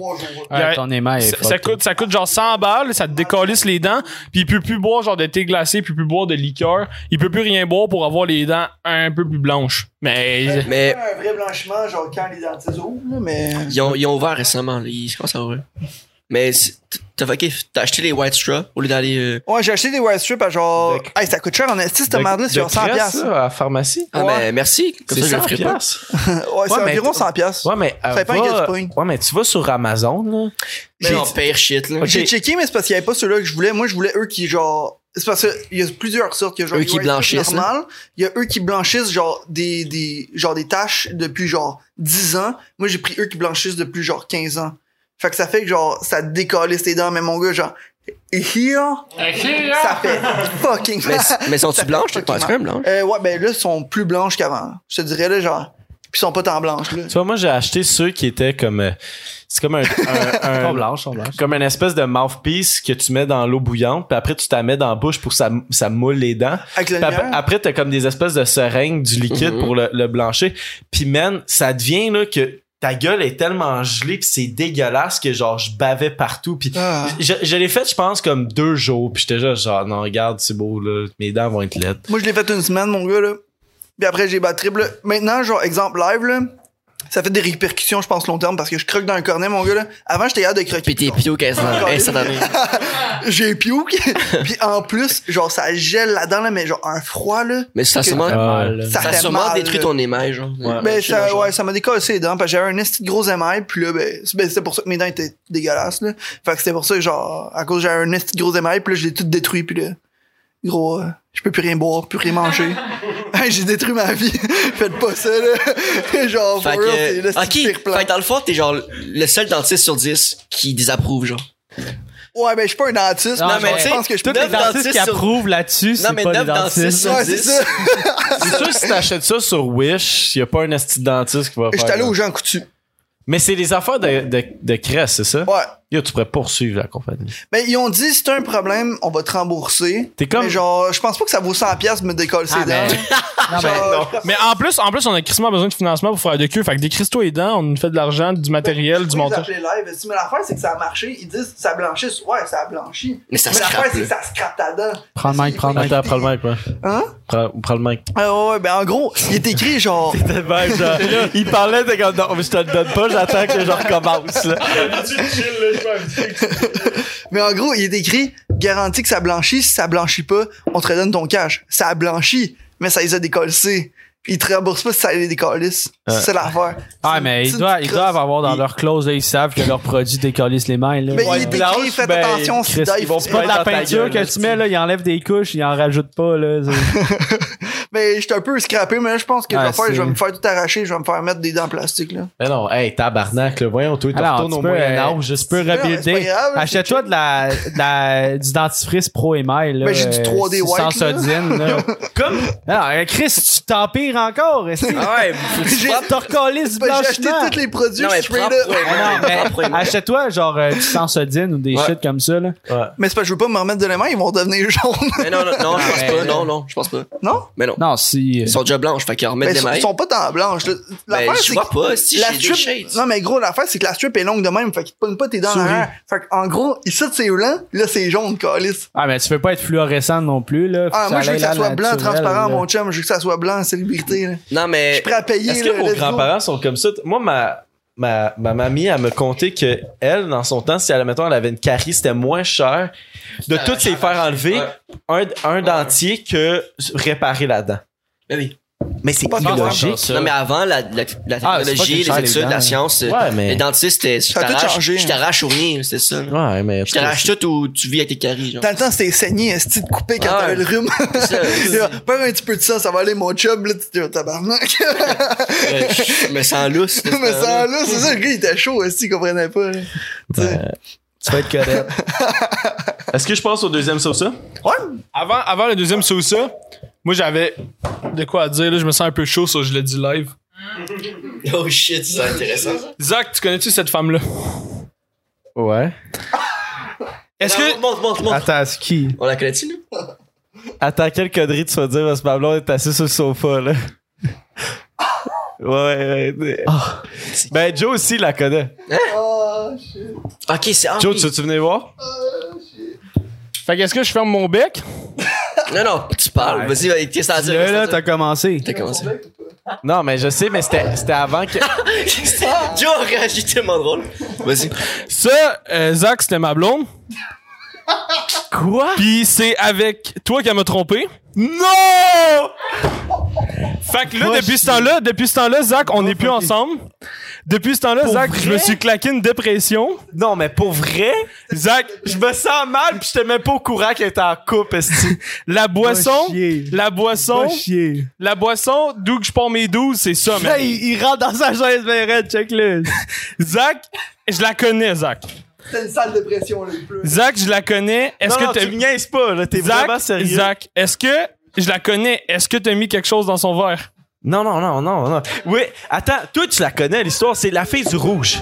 Speaker 2: Il a-
Speaker 3: ton émail est
Speaker 2: Ça, ça
Speaker 3: fucké.
Speaker 2: coûte, ça coûte genre 100 balles, ça te décalisse les dents, puis il peut plus boire genre de thé glacé, il peut plus boire de liqueur, il peut plus rien boire pour avoir les dents un peu plus blanches. Mais
Speaker 4: Mais
Speaker 5: un vrai blanchiment, genre quand les dentistes ouvrent, là, mais.
Speaker 4: ils ont, ils ont ouvert récemment. là. Ils commencent à ouvrir. Mais c'est- t'as fait kiff. T'as acheté les White Straw au lieu d'aller. euh,
Speaker 5: Ouais, j'ai acheté des white strips à genre.
Speaker 1: De-
Speaker 5: Hey, ça coûte cher en esti, cette
Speaker 1: De-
Speaker 5: merde-là, c'est
Speaker 1: de
Speaker 5: genre 100$.
Speaker 1: Crest,
Speaker 5: piastres.
Speaker 1: ça, à la pharmacie?
Speaker 4: Ah,
Speaker 5: Ouais.
Speaker 4: mais merci. Comme
Speaker 1: C'est hein.
Speaker 4: ça, je le
Speaker 1: 100
Speaker 4: ferai pas.
Speaker 1: piastres.
Speaker 5: Ouais,
Speaker 1: Ouais,
Speaker 5: c'est
Speaker 1: mais-
Speaker 5: environ 100$. piastres.
Speaker 1: Ouais, mais... euh,
Speaker 5: Ça dépend de quel
Speaker 1: va-
Speaker 5: point.
Speaker 1: Ouais, mais tu vas sur Amazon, là.
Speaker 4: Mais
Speaker 5: Mais-
Speaker 4: non, pire shit, là.
Speaker 1: Ok.
Speaker 5: J'ai checké, mais c'est parce qu'il y avait pas ceux-là que je voulais. Moi, je voulais eux qui, genre. C'est parce qu'il y a plusieurs sortes. Il y a genre
Speaker 4: Eux
Speaker 5: les
Speaker 4: qui
Speaker 5: white strips
Speaker 4: blanchissent, hein. là.
Speaker 5: normales. Il y a eux qui blanchissent, genre, des, des, genre, des taches depuis, genre, 10 ans. Moi, j'ai pris eux qui blanchissent depuis, genre, 15 ans. Fait que ça fait que, genre, ça décolle tes dents, mais mon gars, genre. Et here, ça fait fucking
Speaker 4: Mais, mais sont-tu blanches? T'es
Speaker 5: fucking
Speaker 4: pas
Speaker 5: mal.
Speaker 4: quand même blanche.
Speaker 5: Euh, ouais, ben là, ils sont plus blanches qu'avant. Je te dirais, là, genre. Puis ils sont pas tant blanches, là.
Speaker 1: Tu vois, moi, j'ai acheté ceux qui étaient comme... euh, C'est comme un... un-
Speaker 3: Pas
Speaker 1: un-
Speaker 3: blanche, pas blanche.
Speaker 1: comme une espèce de mouthpiece que tu mets dans l'eau bouillante, puis après tu t'en mets dans la bouche pour que ça, ça moule les dents.
Speaker 5: Avec la
Speaker 1: Puis après,
Speaker 5: lumière.
Speaker 1: après, t'as comme des espèces de seringues du liquide
Speaker 4: Mhm.
Speaker 1: pour le, le blanchir. Puis man, ça devient là que ta gueule est tellement gelée puis c'est dégueulasse que genre je bavais partout. Puis
Speaker 5: Ah.
Speaker 1: je, je l'ai fait, je pense, comme deux jours. Puis j'étais juste genre non, regarde, c'est beau là, mes dents vont être laides.
Speaker 5: Moi, je l'ai fait une semaine, mon gars, là. Puis après, j'ai battu triple. là. Maintenant, genre, exemple live, là. Ça fait des répercussions, je pense, long terme, parce que je croque dans le cornet, mon gars, là. Avant, j'étais hâte de croquer.
Speaker 4: Pis t'es pio quasiment.
Speaker 5: Encore.
Speaker 4: Instantané.
Speaker 5: J'ai piouque. Puis en plus, genre, ça gèle là-dedans, là, mais genre, un froid, là.
Speaker 4: Mais ça a sûrement,
Speaker 1: Ah.
Speaker 4: ça a
Speaker 5: fait
Speaker 4: sûrement
Speaker 5: mal,
Speaker 4: détruit
Speaker 5: là.
Speaker 4: ton image. genre.
Speaker 1: Ouais.
Speaker 5: Ben,
Speaker 4: Chez le
Speaker 5: ça,
Speaker 4: genre.
Speaker 5: ouais, ça m'a décassé les dents, parce que j'avais un esti de gros émail, puis là, ben, c'est- ben, c'était pour ça que mes dents étaient dégueulasses, là. Fait que c'était pour ça que, genre, à cause j'avais un esti de gros émail, puis là, je l'ai tout détruit, puis là, gros, euh, je peux plus rien boire, plus rien manger. Hey, J'ai détruit ma vie. Faites pas ça, là. genre,
Speaker 4: Fait
Speaker 5: for real, c'est
Speaker 4: que,
Speaker 5: l'esti de
Speaker 4: ok,
Speaker 5: pire plan.
Speaker 4: fait que dans le fond, t'es genre le seul dentiste sur 10 qui désapprouve, genre.
Speaker 5: Ouais, ben, je suis pas un dentiste,
Speaker 3: Non,
Speaker 5: mais
Speaker 3: mais
Speaker 5: genre, je
Speaker 4: tu
Speaker 5: pense
Speaker 4: sais,
Speaker 5: que je peux
Speaker 4: tout
Speaker 5: pas
Speaker 4: le
Speaker 3: Les dentistes qui
Speaker 4: dentistes sur-
Speaker 3: approuvent là-dessus,
Speaker 4: Non,
Speaker 3: c'est
Speaker 4: mais
Speaker 3: pas
Speaker 4: 9
Speaker 3: les dentistes.
Speaker 4: dentistes sur
Speaker 5: Ouais, c'est
Speaker 4: 10.
Speaker 5: ça.
Speaker 1: C'est sûr que si t'achètes ça sur Wish, y a pas un esti de dentiste qui va
Speaker 5: Je
Speaker 1: faire.
Speaker 5: suis allé
Speaker 1: là.
Speaker 5: aux gens coutus.
Speaker 1: Mais c'est les affaires de, de, de Crest, c'est ça?
Speaker 5: Ouais.
Speaker 1: Yo, tu pourrais poursuivre la compagnie.
Speaker 5: Ben, ils ont dit, si t'as un problème, on va te rembourser.
Speaker 1: T'es comme-
Speaker 5: Mais genre, je pense pas que ça vaut 100$ piastres de me décoller ses
Speaker 3: Ah, mais-
Speaker 5: dents.
Speaker 3: Non, mais-
Speaker 5: Genre,
Speaker 2: Mais en plus, en plus, on a crissement besoin de financement pour faire de queue. Fait que des cristaux et dents, on nous fait de l'argent, du matériel, du
Speaker 5: Ils
Speaker 2: montage.
Speaker 5: appelaient live. Si, mais l'affaire, c'est que ça a marché. Ils disent ça blanchisse. Ouais, ça a blanchi.
Speaker 4: Mais ça
Speaker 5: mais
Speaker 4: scrape,
Speaker 5: l'affaire, c'est
Speaker 4: là.
Speaker 5: que ça scrape ta dent.
Speaker 3: Prends le mic, prends le mic.
Speaker 1: Attends, prends le mic, moi.
Speaker 5: Hein?
Speaker 1: Prends, prends le mic.
Speaker 5: Ah ouais, ouais, ben en gros, il est écrit genre.
Speaker 1: C'était bien, genre, Eh ben, il parlait, t'es comme, non, mais je te le donne pas, j'attends que je recommence, là.
Speaker 5: mais en gros, il est écrit garantie que ça blanchit. Si ça blanchit pas, on te redonne ton cash. Ça a blanchi, mais ça les a décollissés. Puis ils te remboursent pas si ça les décollisse.
Speaker 1: Ouais.
Speaker 5: C'est l'affaire.
Speaker 3: Ah, mais ils
Speaker 5: C'est
Speaker 3: doivent,
Speaker 5: une
Speaker 3: ils
Speaker 5: petite
Speaker 3: doivent
Speaker 5: crosse.
Speaker 3: avoir dans
Speaker 1: Ils-
Speaker 3: leur clause, là, ils savent que leurs produits décollissent les mails. Là.
Speaker 5: Mais
Speaker 1: Ouais.
Speaker 5: il est
Speaker 1: Blanche,
Speaker 5: écrit, faites
Speaker 1: ben,
Speaker 5: attention si
Speaker 1: Chris,
Speaker 5: Dave-
Speaker 1: ils vont
Speaker 3: C'est pas de la
Speaker 1: Dans ta
Speaker 3: peinture
Speaker 1: gueule,
Speaker 3: que tu mets, là, ils enlèvent des couches, ils en rajoutent pas, là. C'est-
Speaker 5: Mais j'étais un peu scrappé, mais là, je pense que
Speaker 3: Ah,
Speaker 5: je vais faire,
Speaker 3: c'est-
Speaker 5: je vais me faire tout arracher, je vais me faire mettre des dents en plastique, là.
Speaker 1: Mais non, hey, tabarnak, là, voyons, toi, tu
Speaker 3: Alors,
Speaker 1: retournes
Speaker 3: tu
Speaker 1: au
Speaker 3: peux, euh,
Speaker 1: Moyen-Âge, juste
Speaker 3: Tu peux
Speaker 5: non, c'est pas
Speaker 3: rebuilder.
Speaker 5: grave, là,
Speaker 3: Achète-toi de la, de la- du dentifrice pro émail, là.
Speaker 5: Ben, j'ai du
Speaker 3: euh,
Speaker 5: 3D white,
Speaker 3: Sans
Speaker 5: là.
Speaker 3: sodine, là.
Speaker 1: Comme,
Speaker 3: Non, euh, Chris, tu t'empires encore, est-ce que-
Speaker 4: Ah ouais,
Speaker 3: Tu recolles du
Speaker 5: Ben, J'ai acheté
Speaker 3: blanchiment.
Speaker 5: tous les produits,
Speaker 4: Non, mais
Speaker 5: je suis
Speaker 4: prends
Speaker 5: là.
Speaker 4: pour aimer,
Speaker 3: Ah non, mais
Speaker 4: prends pour aimer.
Speaker 3: Achète-toi, genre, euh, du sans sodine ou des
Speaker 4: Ouais.
Speaker 3: shit comme ça, là.
Speaker 5: Mais c'est parce que je veux pas me remettre de la main, ils vont devenir jaunes.
Speaker 4: Mais non, non, non, je pense
Speaker 3: Ouais.
Speaker 4: pas. Non, non, je pense pas.
Speaker 5: Non?
Speaker 4: Mais non.
Speaker 3: Non, si. euh,
Speaker 4: Ils sont déjà blanches, fait qu'ils
Speaker 5: Mais
Speaker 4: remettent
Speaker 5: ils
Speaker 4: des
Speaker 5: sont-
Speaker 4: mailles.
Speaker 5: ils sont pas dans blanche. là.
Speaker 4: Ben,
Speaker 5: L'affaire,
Speaker 4: je
Speaker 5: c'est
Speaker 4: vois
Speaker 5: que
Speaker 4: pas si j'ai
Speaker 5: la
Speaker 4: des
Speaker 5: strip.
Speaker 4: shades.
Speaker 5: Non, mais gros, l'affaire, c'est que la strip est longue de même. Fait qu'ils te pognent pas tes dents en
Speaker 3: Souris.
Speaker 5: arrière. Fait qu'en gros, ici, c'est blanc. Là, c'est jaune, calice.
Speaker 3: Ah, mais tu peux pas être fluorescent non plus, là.
Speaker 5: Ah,
Speaker 3: Faut
Speaker 5: moi, je veux
Speaker 3: aille
Speaker 5: que ça
Speaker 3: là,
Speaker 5: soit blanc,
Speaker 3: naturel,
Speaker 5: transparent,
Speaker 3: là.
Speaker 5: mon chum. Je veux que ça soit blanc, célébrité. là.
Speaker 4: Non,
Speaker 5: Je
Speaker 4: mais.
Speaker 5: suis prêt à payer.
Speaker 1: est-ce que
Speaker 5: là,
Speaker 1: vos
Speaker 5: let's go.
Speaker 1: grands-parents sont comme ça? Moi, ma, ma, ma mamie, elle me contait que elle, dans son temps, si elle, mettons, elle avait une carie, c'était moins cher de toutes les faire enlever un, un dentier que réparer la dent.
Speaker 4: Ben oui.
Speaker 1: Mais c'est
Speaker 5: Pas
Speaker 1: pas
Speaker 5: de bon
Speaker 1: logique.
Speaker 4: Non, mais avant, la, la, la
Speaker 3: Ah, c'est pas
Speaker 4: technologie,
Speaker 3: quelque chose,
Speaker 4: les
Speaker 3: les
Speaker 4: études,
Speaker 3: dents,
Speaker 4: la
Speaker 3: hein.
Speaker 4: science,
Speaker 1: Ouais, mais-
Speaker 4: les dentistes, c'était- euh, je
Speaker 5: Ça a tout
Speaker 4: t'arrache-
Speaker 5: changé,
Speaker 4: je
Speaker 5: hein.
Speaker 4: t'arrache au nez, c'était ça. là.
Speaker 1: Ouais, mais.
Speaker 4: Je t'arrache tout ou tu vis avec tes caries, genre.
Speaker 5: Dans le temps, c'était saigné, esti de couper quand
Speaker 4: Ah,
Speaker 5: t'avais le rhume.
Speaker 4: C'est ça.
Speaker 5: Père un petit peu de ça, ça va aller, mon chum. Là, tu te oh, tabarnak.
Speaker 4: Euh, Je me sens lousse. là,
Speaker 5: Mais
Speaker 4: finalement.
Speaker 5: ça, là, c'est ça, le gars, il était chaud, esti, il comprenait pas. là. Tu sais.
Speaker 3: Tu vas être correct.
Speaker 1: Est-ce que je passe au deuxième sur ça?
Speaker 2: Avant, avant le deuxième ça, moi j'avais de quoi à dire, là, je me sens un peu chaud, ça, je l'ai dit live.
Speaker 4: Oh shit, c'est intéressant. ça.
Speaker 2: Zach, tu connais-tu cette femme-là?
Speaker 3: Ouais.
Speaker 2: Est-ce
Speaker 4: Non,
Speaker 2: que.
Speaker 4: Montre, montre, montre.
Speaker 3: Attends, c'est qui?
Speaker 1: Ah.
Speaker 4: On la connaît-tu, nous?
Speaker 1: Attends, quelle connerie tu vas dire parce que ma blonde est assise sur le sofa, là. ouais, ouais, ouais. Ben, Joe aussi la connaît.
Speaker 4: Ok, c'est... ah,
Speaker 1: Joe,
Speaker 4: oui.
Speaker 1: tu veux-tu venir voir?
Speaker 2: Fait qu'est-ce que je ferme mon bec?
Speaker 4: Non, non, tu parles. Vas-y, vas-y, qu'est-ce que t'as à dire?
Speaker 3: Là, là,
Speaker 4: Qu'est-ce que
Speaker 3: t'as commencé.
Speaker 4: T'as commencé.
Speaker 1: Non, mais je sais, mais c'était c'était avant que.
Speaker 4: Joe a réagi tellement drôle. Vas-y.
Speaker 2: Ça, euh, Zach, c'était ma blonde. Quoi? Puis c'est avec toi qu'elle m'a trompé. Non! Fait que là, depuis ce temps-là, depuis ce temps-là, Zach, on n'est plus ensemble. Depuis ce temps-là, Zach, je me suis claqué une dépression.
Speaker 1: Non, mais pour vrai,
Speaker 2: Zach,
Speaker 1: je me sens mal pis j'étais même pas au courant qu'elle était en couple, esti.
Speaker 2: la boisson,
Speaker 3: chier.
Speaker 2: la boisson,
Speaker 3: Pas chier.
Speaker 2: la boisson, d'où que je pars mes 12, c'est ça, man.
Speaker 3: Là, il, il rentre dans sa chaise, ben, red, check-le.
Speaker 2: Zach, je la connais, Zach.
Speaker 5: T'as une salle de pression, là, il pleut.
Speaker 2: Zach, je la connais. Est-ce
Speaker 1: Non, non,
Speaker 2: que t'as
Speaker 1: tu me niaises pas, là, t'es vraiment
Speaker 2: Zach,
Speaker 1: sérieux.
Speaker 2: Zach, est-ce que je la connais? Est-ce que t'as mis quelque chose dans son verre?
Speaker 1: Non, non, non, non, non. Oui, attends, toi, tu la connais, l'histoire, c'est la fille du rouge.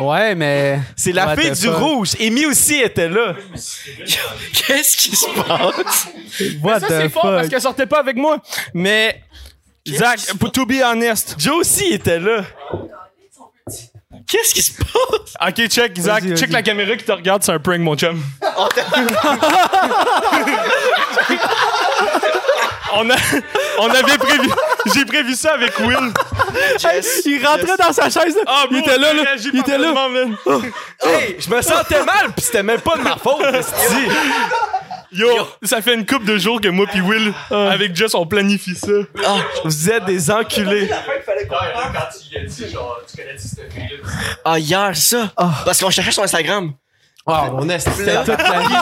Speaker 3: Ouais, mais.
Speaker 1: C'est la
Speaker 3: What
Speaker 1: fille
Speaker 3: the
Speaker 1: du
Speaker 3: fuck?
Speaker 1: rouge. Amy aussi était là.
Speaker 4: Qu'est-ce qui se passe?
Speaker 3: What
Speaker 2: Ça, c'est
Speaker 3: the
Speaker 2: fort parce
Speaker 3: fuck?
Speaker 2: qu'elle sortait pas avec moi. Mais, Zach, pour- to be honest.
Speaker 1: Joe aussi était là.
Speaker 4: Qu'est-ce qui se passe?
Speaker 2: Ok, check, Zach.
Speaker 3: vas-y.
Speaker 2: Check la caméra qui te regarde, c'est un prank, mon chum. on, a, on avait prévu. J'ai prévu ça avec Will.
Speaker 4: Jess,
Speaker 3: Il rentrait dans sa chaise, là.
Speaker 2: Ah,
Speaker 3: il
Speaker 2: bro,
Speaker 3: était là, là.
Speaker 2: réagis
Speaker 3: Il était là.
Speaker 2: parfaitement, man.
Speaker 1: Hey, je me sentais mal pis c'était même pas de ma faute, esti.
Speaker 2: Yo, ça fait une couple de jours que moi pis Will,
Speaker 3: Ah.
Speaker 2: avec Jess, on planifie ça.
Speaker 1: Ah, Vous êtes des enculés.
Speaker 6: Quand tu lui as dit, genre, tu connais cette fille-là.
Speaker 4: Ah, hier, ça.
Speaker 1: Ah.
Speaker 4: Parce qu'on cherchait sur Instagram.
Speaker 1: Oh, mon esti, c'était toute la vie.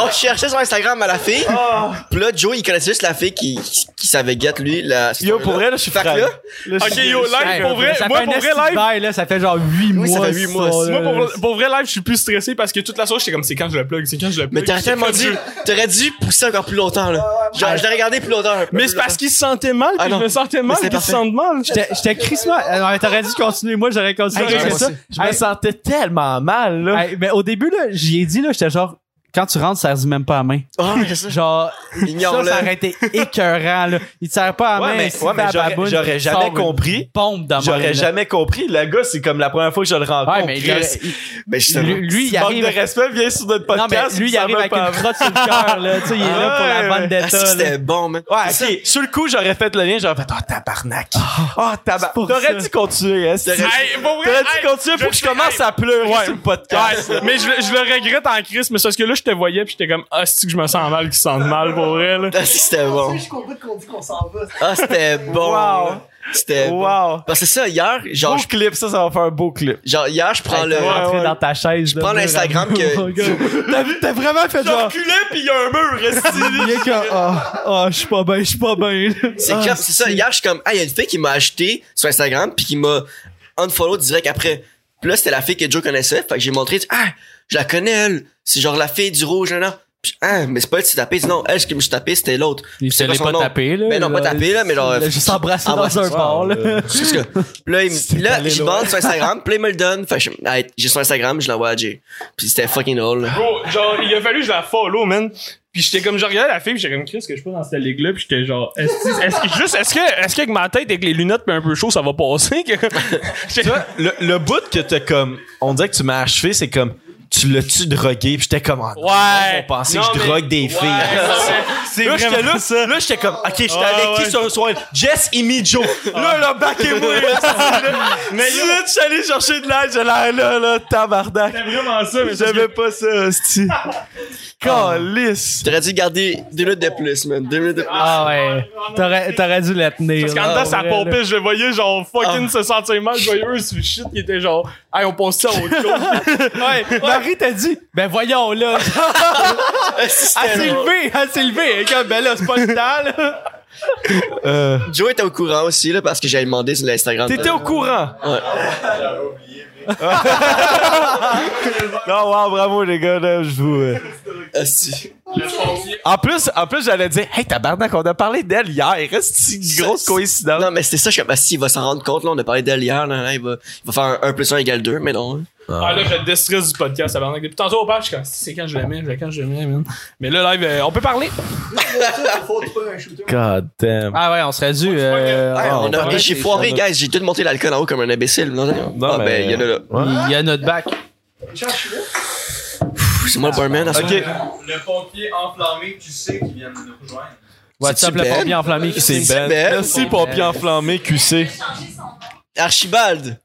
Speaker 4: On cherchait sur Instagram à la fille.
Speaker 1: Ah.
Speaker 4: Puis là, Joe, il connaissait juste la fille qui, qui savait guette, lui. La...
Speaker 1: Yo, pour vrai, là, je suis
Speaker 4: Fait que
Speaker 1: frère.
Speaker 4: là,
Speaker 2: Ok, yo, live,
Speaker 3: Hey,
Speaker 2: pour vrai,
Speaker 3: ça
Speaker 2: moi,
Speaker 3: fait un
Speaker 2: pour
Speaker 3: esti de
Speaker 2: vrai, live,
Speaker 3: bail, là, ça fait genre 8
Speaker 4: Oui,
Speaker 3: mois.
Speaker 4: ça fait huit
Speaker 3: ce
Speaker 4: mois,
Speaker 3: soir,
Speaker 4: six
Speaker 3: là.
Speaker 2: Moi, pour, pour vrai, live, je suis plus stressé parce que toute la soirée, j'étais comme, c'est quand je le plug, c'est quand je le plug.
Speaker 4: mais t'aurais
Speaker 2: C'est
Speaker 4: tellement
Speaker 2: quand
Speaker 4: dit,
Speaker 2: je-
Speaker 4: t'aurais dû pousser encore plus longtemps, là. Genre, je l'ai regardé plus longtemps. un peu
Speaker 2: Mais
Speaker 4: plus
Speaker 2: c'est parce qu'il se sentait mal,
Speaker 4: Ah
Speaker 2: puis
Speaker 4: non.
Speaker 2: je me sentais mal,
Speaker 4: c'est
Speaker 2: puis il se
Speaker 4: parfait.
Speaker 2: sent mal.
Speaker 3: J'étais- J'étais crissement. Euh, non, mais T'aurais dû continuer. Moi, j'aurais continué.
Speaker 2: Hey,
Speaker 3: J'aurais
Speaker 2: j'ai
Speaker 3: fait
Speaker 2: ça.
Speaker 1: Je me sentais tellement mal, là.
Speaker 3: Hey, mais au début, là, j'y ai dit, là, j'étais genre, quand tu rentres, ça se dit même pas à main.
Speaker 4: longtemps. Ah, qu'est-ce que
Speaker 3: Genre,
Speaker 4: ça?
Speaker 3: ça,
Speaker 4: Ignore-le.
Speaker 3: ça aurait été écœurant, là. Il te sert pas à main.
Speaker 1: Ouais, mais,
Speaker 3: il
Speaker 1: ouais,
Speaker 3: fait
Speaker 1: mais
Speaker 3: à
Speaker 1: j'aurais,
Speaker 3: baboune,
Speaker 1: j'aurais
Speaker 3: sort
Speaker 1: jamais
Speaker 3: une
Speaker 1: compris.
Speaker 3: Bombe dans mon
Speaker 1: J'aurais
Speaker 3: nez.
Speaker 1: jamais compris. Le gars, c'est comme la première fois que je le rencontre.
Speaker 3: Ouais, mais il aurait-
Speaker 1: Chris.
Speaker 4: Ben, justement.
Speaker 3: lui, lui, il
Speaker 1: Manque
Speaker 3: arrive.
Speaker 1: de respect, viens sur notre
Speaker 3: Non, mais
Speaker 1: podcast.
Speaker 3: lui, il
Speaker 1: ça
Speaker 3: arrive
Speaker 1: va
Speaker 3: avec
Speaker 1: pas
Speaker 3: une crotte sur le cœur, là. Tu sais, il est là pour
Speaker 1: Ouais,
Speaker 3: la
Speaker 1: ouais.
Speaker 4: Ah, si,
Speaker 3: vendetta, là.
Speaker 4: c'était bon, man.
Speaker 1: Ouais, ok. Sur le coup, j'aurais fait le lien, j'aurais fait, oh, tabarnak. Oh, tabarnak.
Speaker 3: Ah. pour
Speaker 1: T'aurais
Speaker 3: ça.
Speaker 1: dû continuer, hein. si-
Speaker 4: T'aurais-
Speaker 2: Hey, pour vrai,
Speaker 1: T'aurais dû
Speaker 2: hey,
Speaker 1: continuer pour que je
Speaker 2: sais,
Speaker 1: commence
Speaker 2: hey.
Speaker 1: à pleurer
Speaker 2: Ouais.
Speaker 1: sur le podcast.
Speaker 2: Ouais, mais je, le- je le regrette en crise, mais c'est parce que là, je te voyais, puis j'étais comme, ah, c'est que je me sens mal, qu'ils se sentent mal pour vrai, là.
Speaker 4: Ah, si, c'était bon.
Speaker 5: Je comprends qu'on dit qu'on s'en va.
Speaker 4: Ah, c'était bon.
Speaker 1: Wow.
Speaker 4: C'était bon.
Speaker 1: Wow.
Speaker 4: Parce que ça, hier,
Speaker 1: Beau
Speaker 4: genre, je,
Speaker 1: Euh, clip, ça, ça va faire un beau clip.
Speaker 4: genre, hier, je prends le.
Speaker 3: T'es rentré
Speaker 1: ouais.
Speaker 3: dans ta chaise. Je
Speaker 4: prends l'Instagram que-
Speaker 3: Oh T'as vu, t'as vraiment fait genre.
Speaker 1: reculé pis il y a un mur
Speaker 3: Il
Speaker 1: resté.
Speaker 3: est comme, ah, ah, je suis pas bien, je suis pas bien. Ah.
Speaker 4: C'est comme- c'est ça. Hier, je suis comme, ah, il y a une fille qui m'a acheté sur Instagram puis qui m'a unfollow direct après. Puis là, c'était la fille que Joe connaissait. Fait que j'ai montré, ah, je la connais, elle. C'est genre la fille du rouge, là, là. Puis, ah, mais c'est pas elle qui s'est tapée. Non, elle, ce qui me suis tapée, c'était l'autre. Puis c'est son nom.
Speaker 3: là.
Speaker 4: Mais Ben non, pas tapé, là, mais genre.
Speaker 3: Il a juste embrassé
Speaker 4: Ah,
Speaker 3: dans
Speaker 4: ouais.
Speaker 3: un bar, là.
Speaker 4: C'est ce que- Puis là, il me- puis là
Speaker 1: allé
Speaker 4: je
Speaker 1: loin.
Speaker 4: bande sur Instagram, puis là, il me le donne. Fait que je- hey, j'ai son Instagram, je l'envoie à Jay. Puis c'était fucking drôle. là.
Speaker 2: Bro, genre, il a fallu que je la follow, man. Puis j'étais comme, je regardais la fille, puis j'étais comme, Chris, que je suis pas dans cette ligue-là, puis j'étais genre, est-ce que- est-ce que, juste, est-ce que, est-ce que avec ma tête, avec les lunettes, puis un peu chaud, ça va passer? Que... J'étais-
Speaker 1: le, le bout que t'as comme, on dirait que tu m'as achevé, c'est comme, tu l'as-tu drogué? Pis j'étais comme, oh, non,
Speaker 2: Ouais.
Speaker 1: On pensait
Speaker 2: Non,
Speaker 1: que je
Speaker 2: mais-
Speaker 1: drogue des filles.
Speaker 2: C'est
Speaker 1: là,
Speaker 2: vraiment
Speaker 1: j'étais là, là, j'étais comme, ok, j'étais
Speaker 2: Ah,
Speaker 1: avec
Speaker 2: ouais.
Speaker 1: qui sur le soir? Jess, Amy, Joe. Là, là, back et moi. là, Mais là, je suis allé chercher de l'aide, j'ai l'air là, là, tabarnak.
Speaker 2: C'est vraiment ça, mais
Speaker 1: J'avais pas ça, hostie. Calisse.
Speaker 4: T'aurais dû garder deux minutes de plus, man. Deux minutes de plus.
Speaker 3: Ah ouais. T'aurais, t'aurais dû la tenir.
Speaker 2: Parce qu'en
Speaker 3: là,
Speaker 2: dedans,
Speaker 3: en
Speaker 2: ça
Speaker 3: vrai,
Speaker 2: pompait, je le voyais genre fucking
Speaker 4: Ah.
Speaker 2: se sentir mal joyeux sur le shit qui était genre, hey, on pense ça à autre chose.
Speaker 3: là. Marie t'a dit, ben voyons, là.
Speaker 1: Ah,
Speaker 4: C'était
Speaker 3: Elle s'est
Speaker 4: drôle.
Speaker 3: levée, elle s'est levée. Elle est comme, ben là, c'est pas le temps, là.
Speaker 1: Euh,
Speaker 4: Joe était au courant aussi, là, parce que j'avais demandé sur l'Instagram.
Speaker 1: T'étais au courant?
Speaker 4: Ouais.
Speaker 1: non, wow, bravo les gars, là, je vous... euh,
Speaker 4: Ah, si.
Speaker 1: En plus, en plus j'allais dire, hey, tabarnak, on a parlé d'elle hier. C'est une grosse
Speaker 4: Ça,
Speaker 1: coïncidence.
Speaker 4: Non, mais c'était ça, je suis comme, ah, si, il va s'en rendre compte, là, on a parlé d'elle hier, là, là, il, va, il va faire 1 plus 1 égale 2, mais non. hein.
Speaker 2: Ah là, je te déstresse du podcast, tabarnak. Depuis tantôt au parle, je suis comme, c'est quand je le mets, je le- quand je le mets, man. Mais là, live, euh, on peut parler.
Speaker 1: God damn.
Speaker 3: Ah ouais, on serait dû. euh,
Speaker 1: Ah,
Speaker 4: Hey, on a-
Speaker 2: ouais,
Speaker 4: j'ai foiré, guys, j'ai tout monté l'alcool en haut comme un imbécile. Non, non,
Speaker 1: Non,
Speaker 4: ah,
Speaker 1: mais- euh,
Speaker 4: ben, il y en a là.
Speaker 1: Ouais.
Speaker 3: Il y a notre bac.
Speaker 4: Pff, C'est moi le barman à ce
Speaker 1: Ok.
Speaker 6: Le pompier enflammé, tu sais qu'il vient de nous rejoindre.
Speaker 3: What's up,
Speaker 4: C'est-tu
Speaker 3: le
Speaker 4: Ben?
Speaker 3: pompier enflammé?
Speaker 1: C'est
Speaker 4: C'est
Speaker 1: Ben.
Speaker 4: Ben.
Speaker 1: Merci, pompier enflammé, QC.
Speaker 4: Archibald!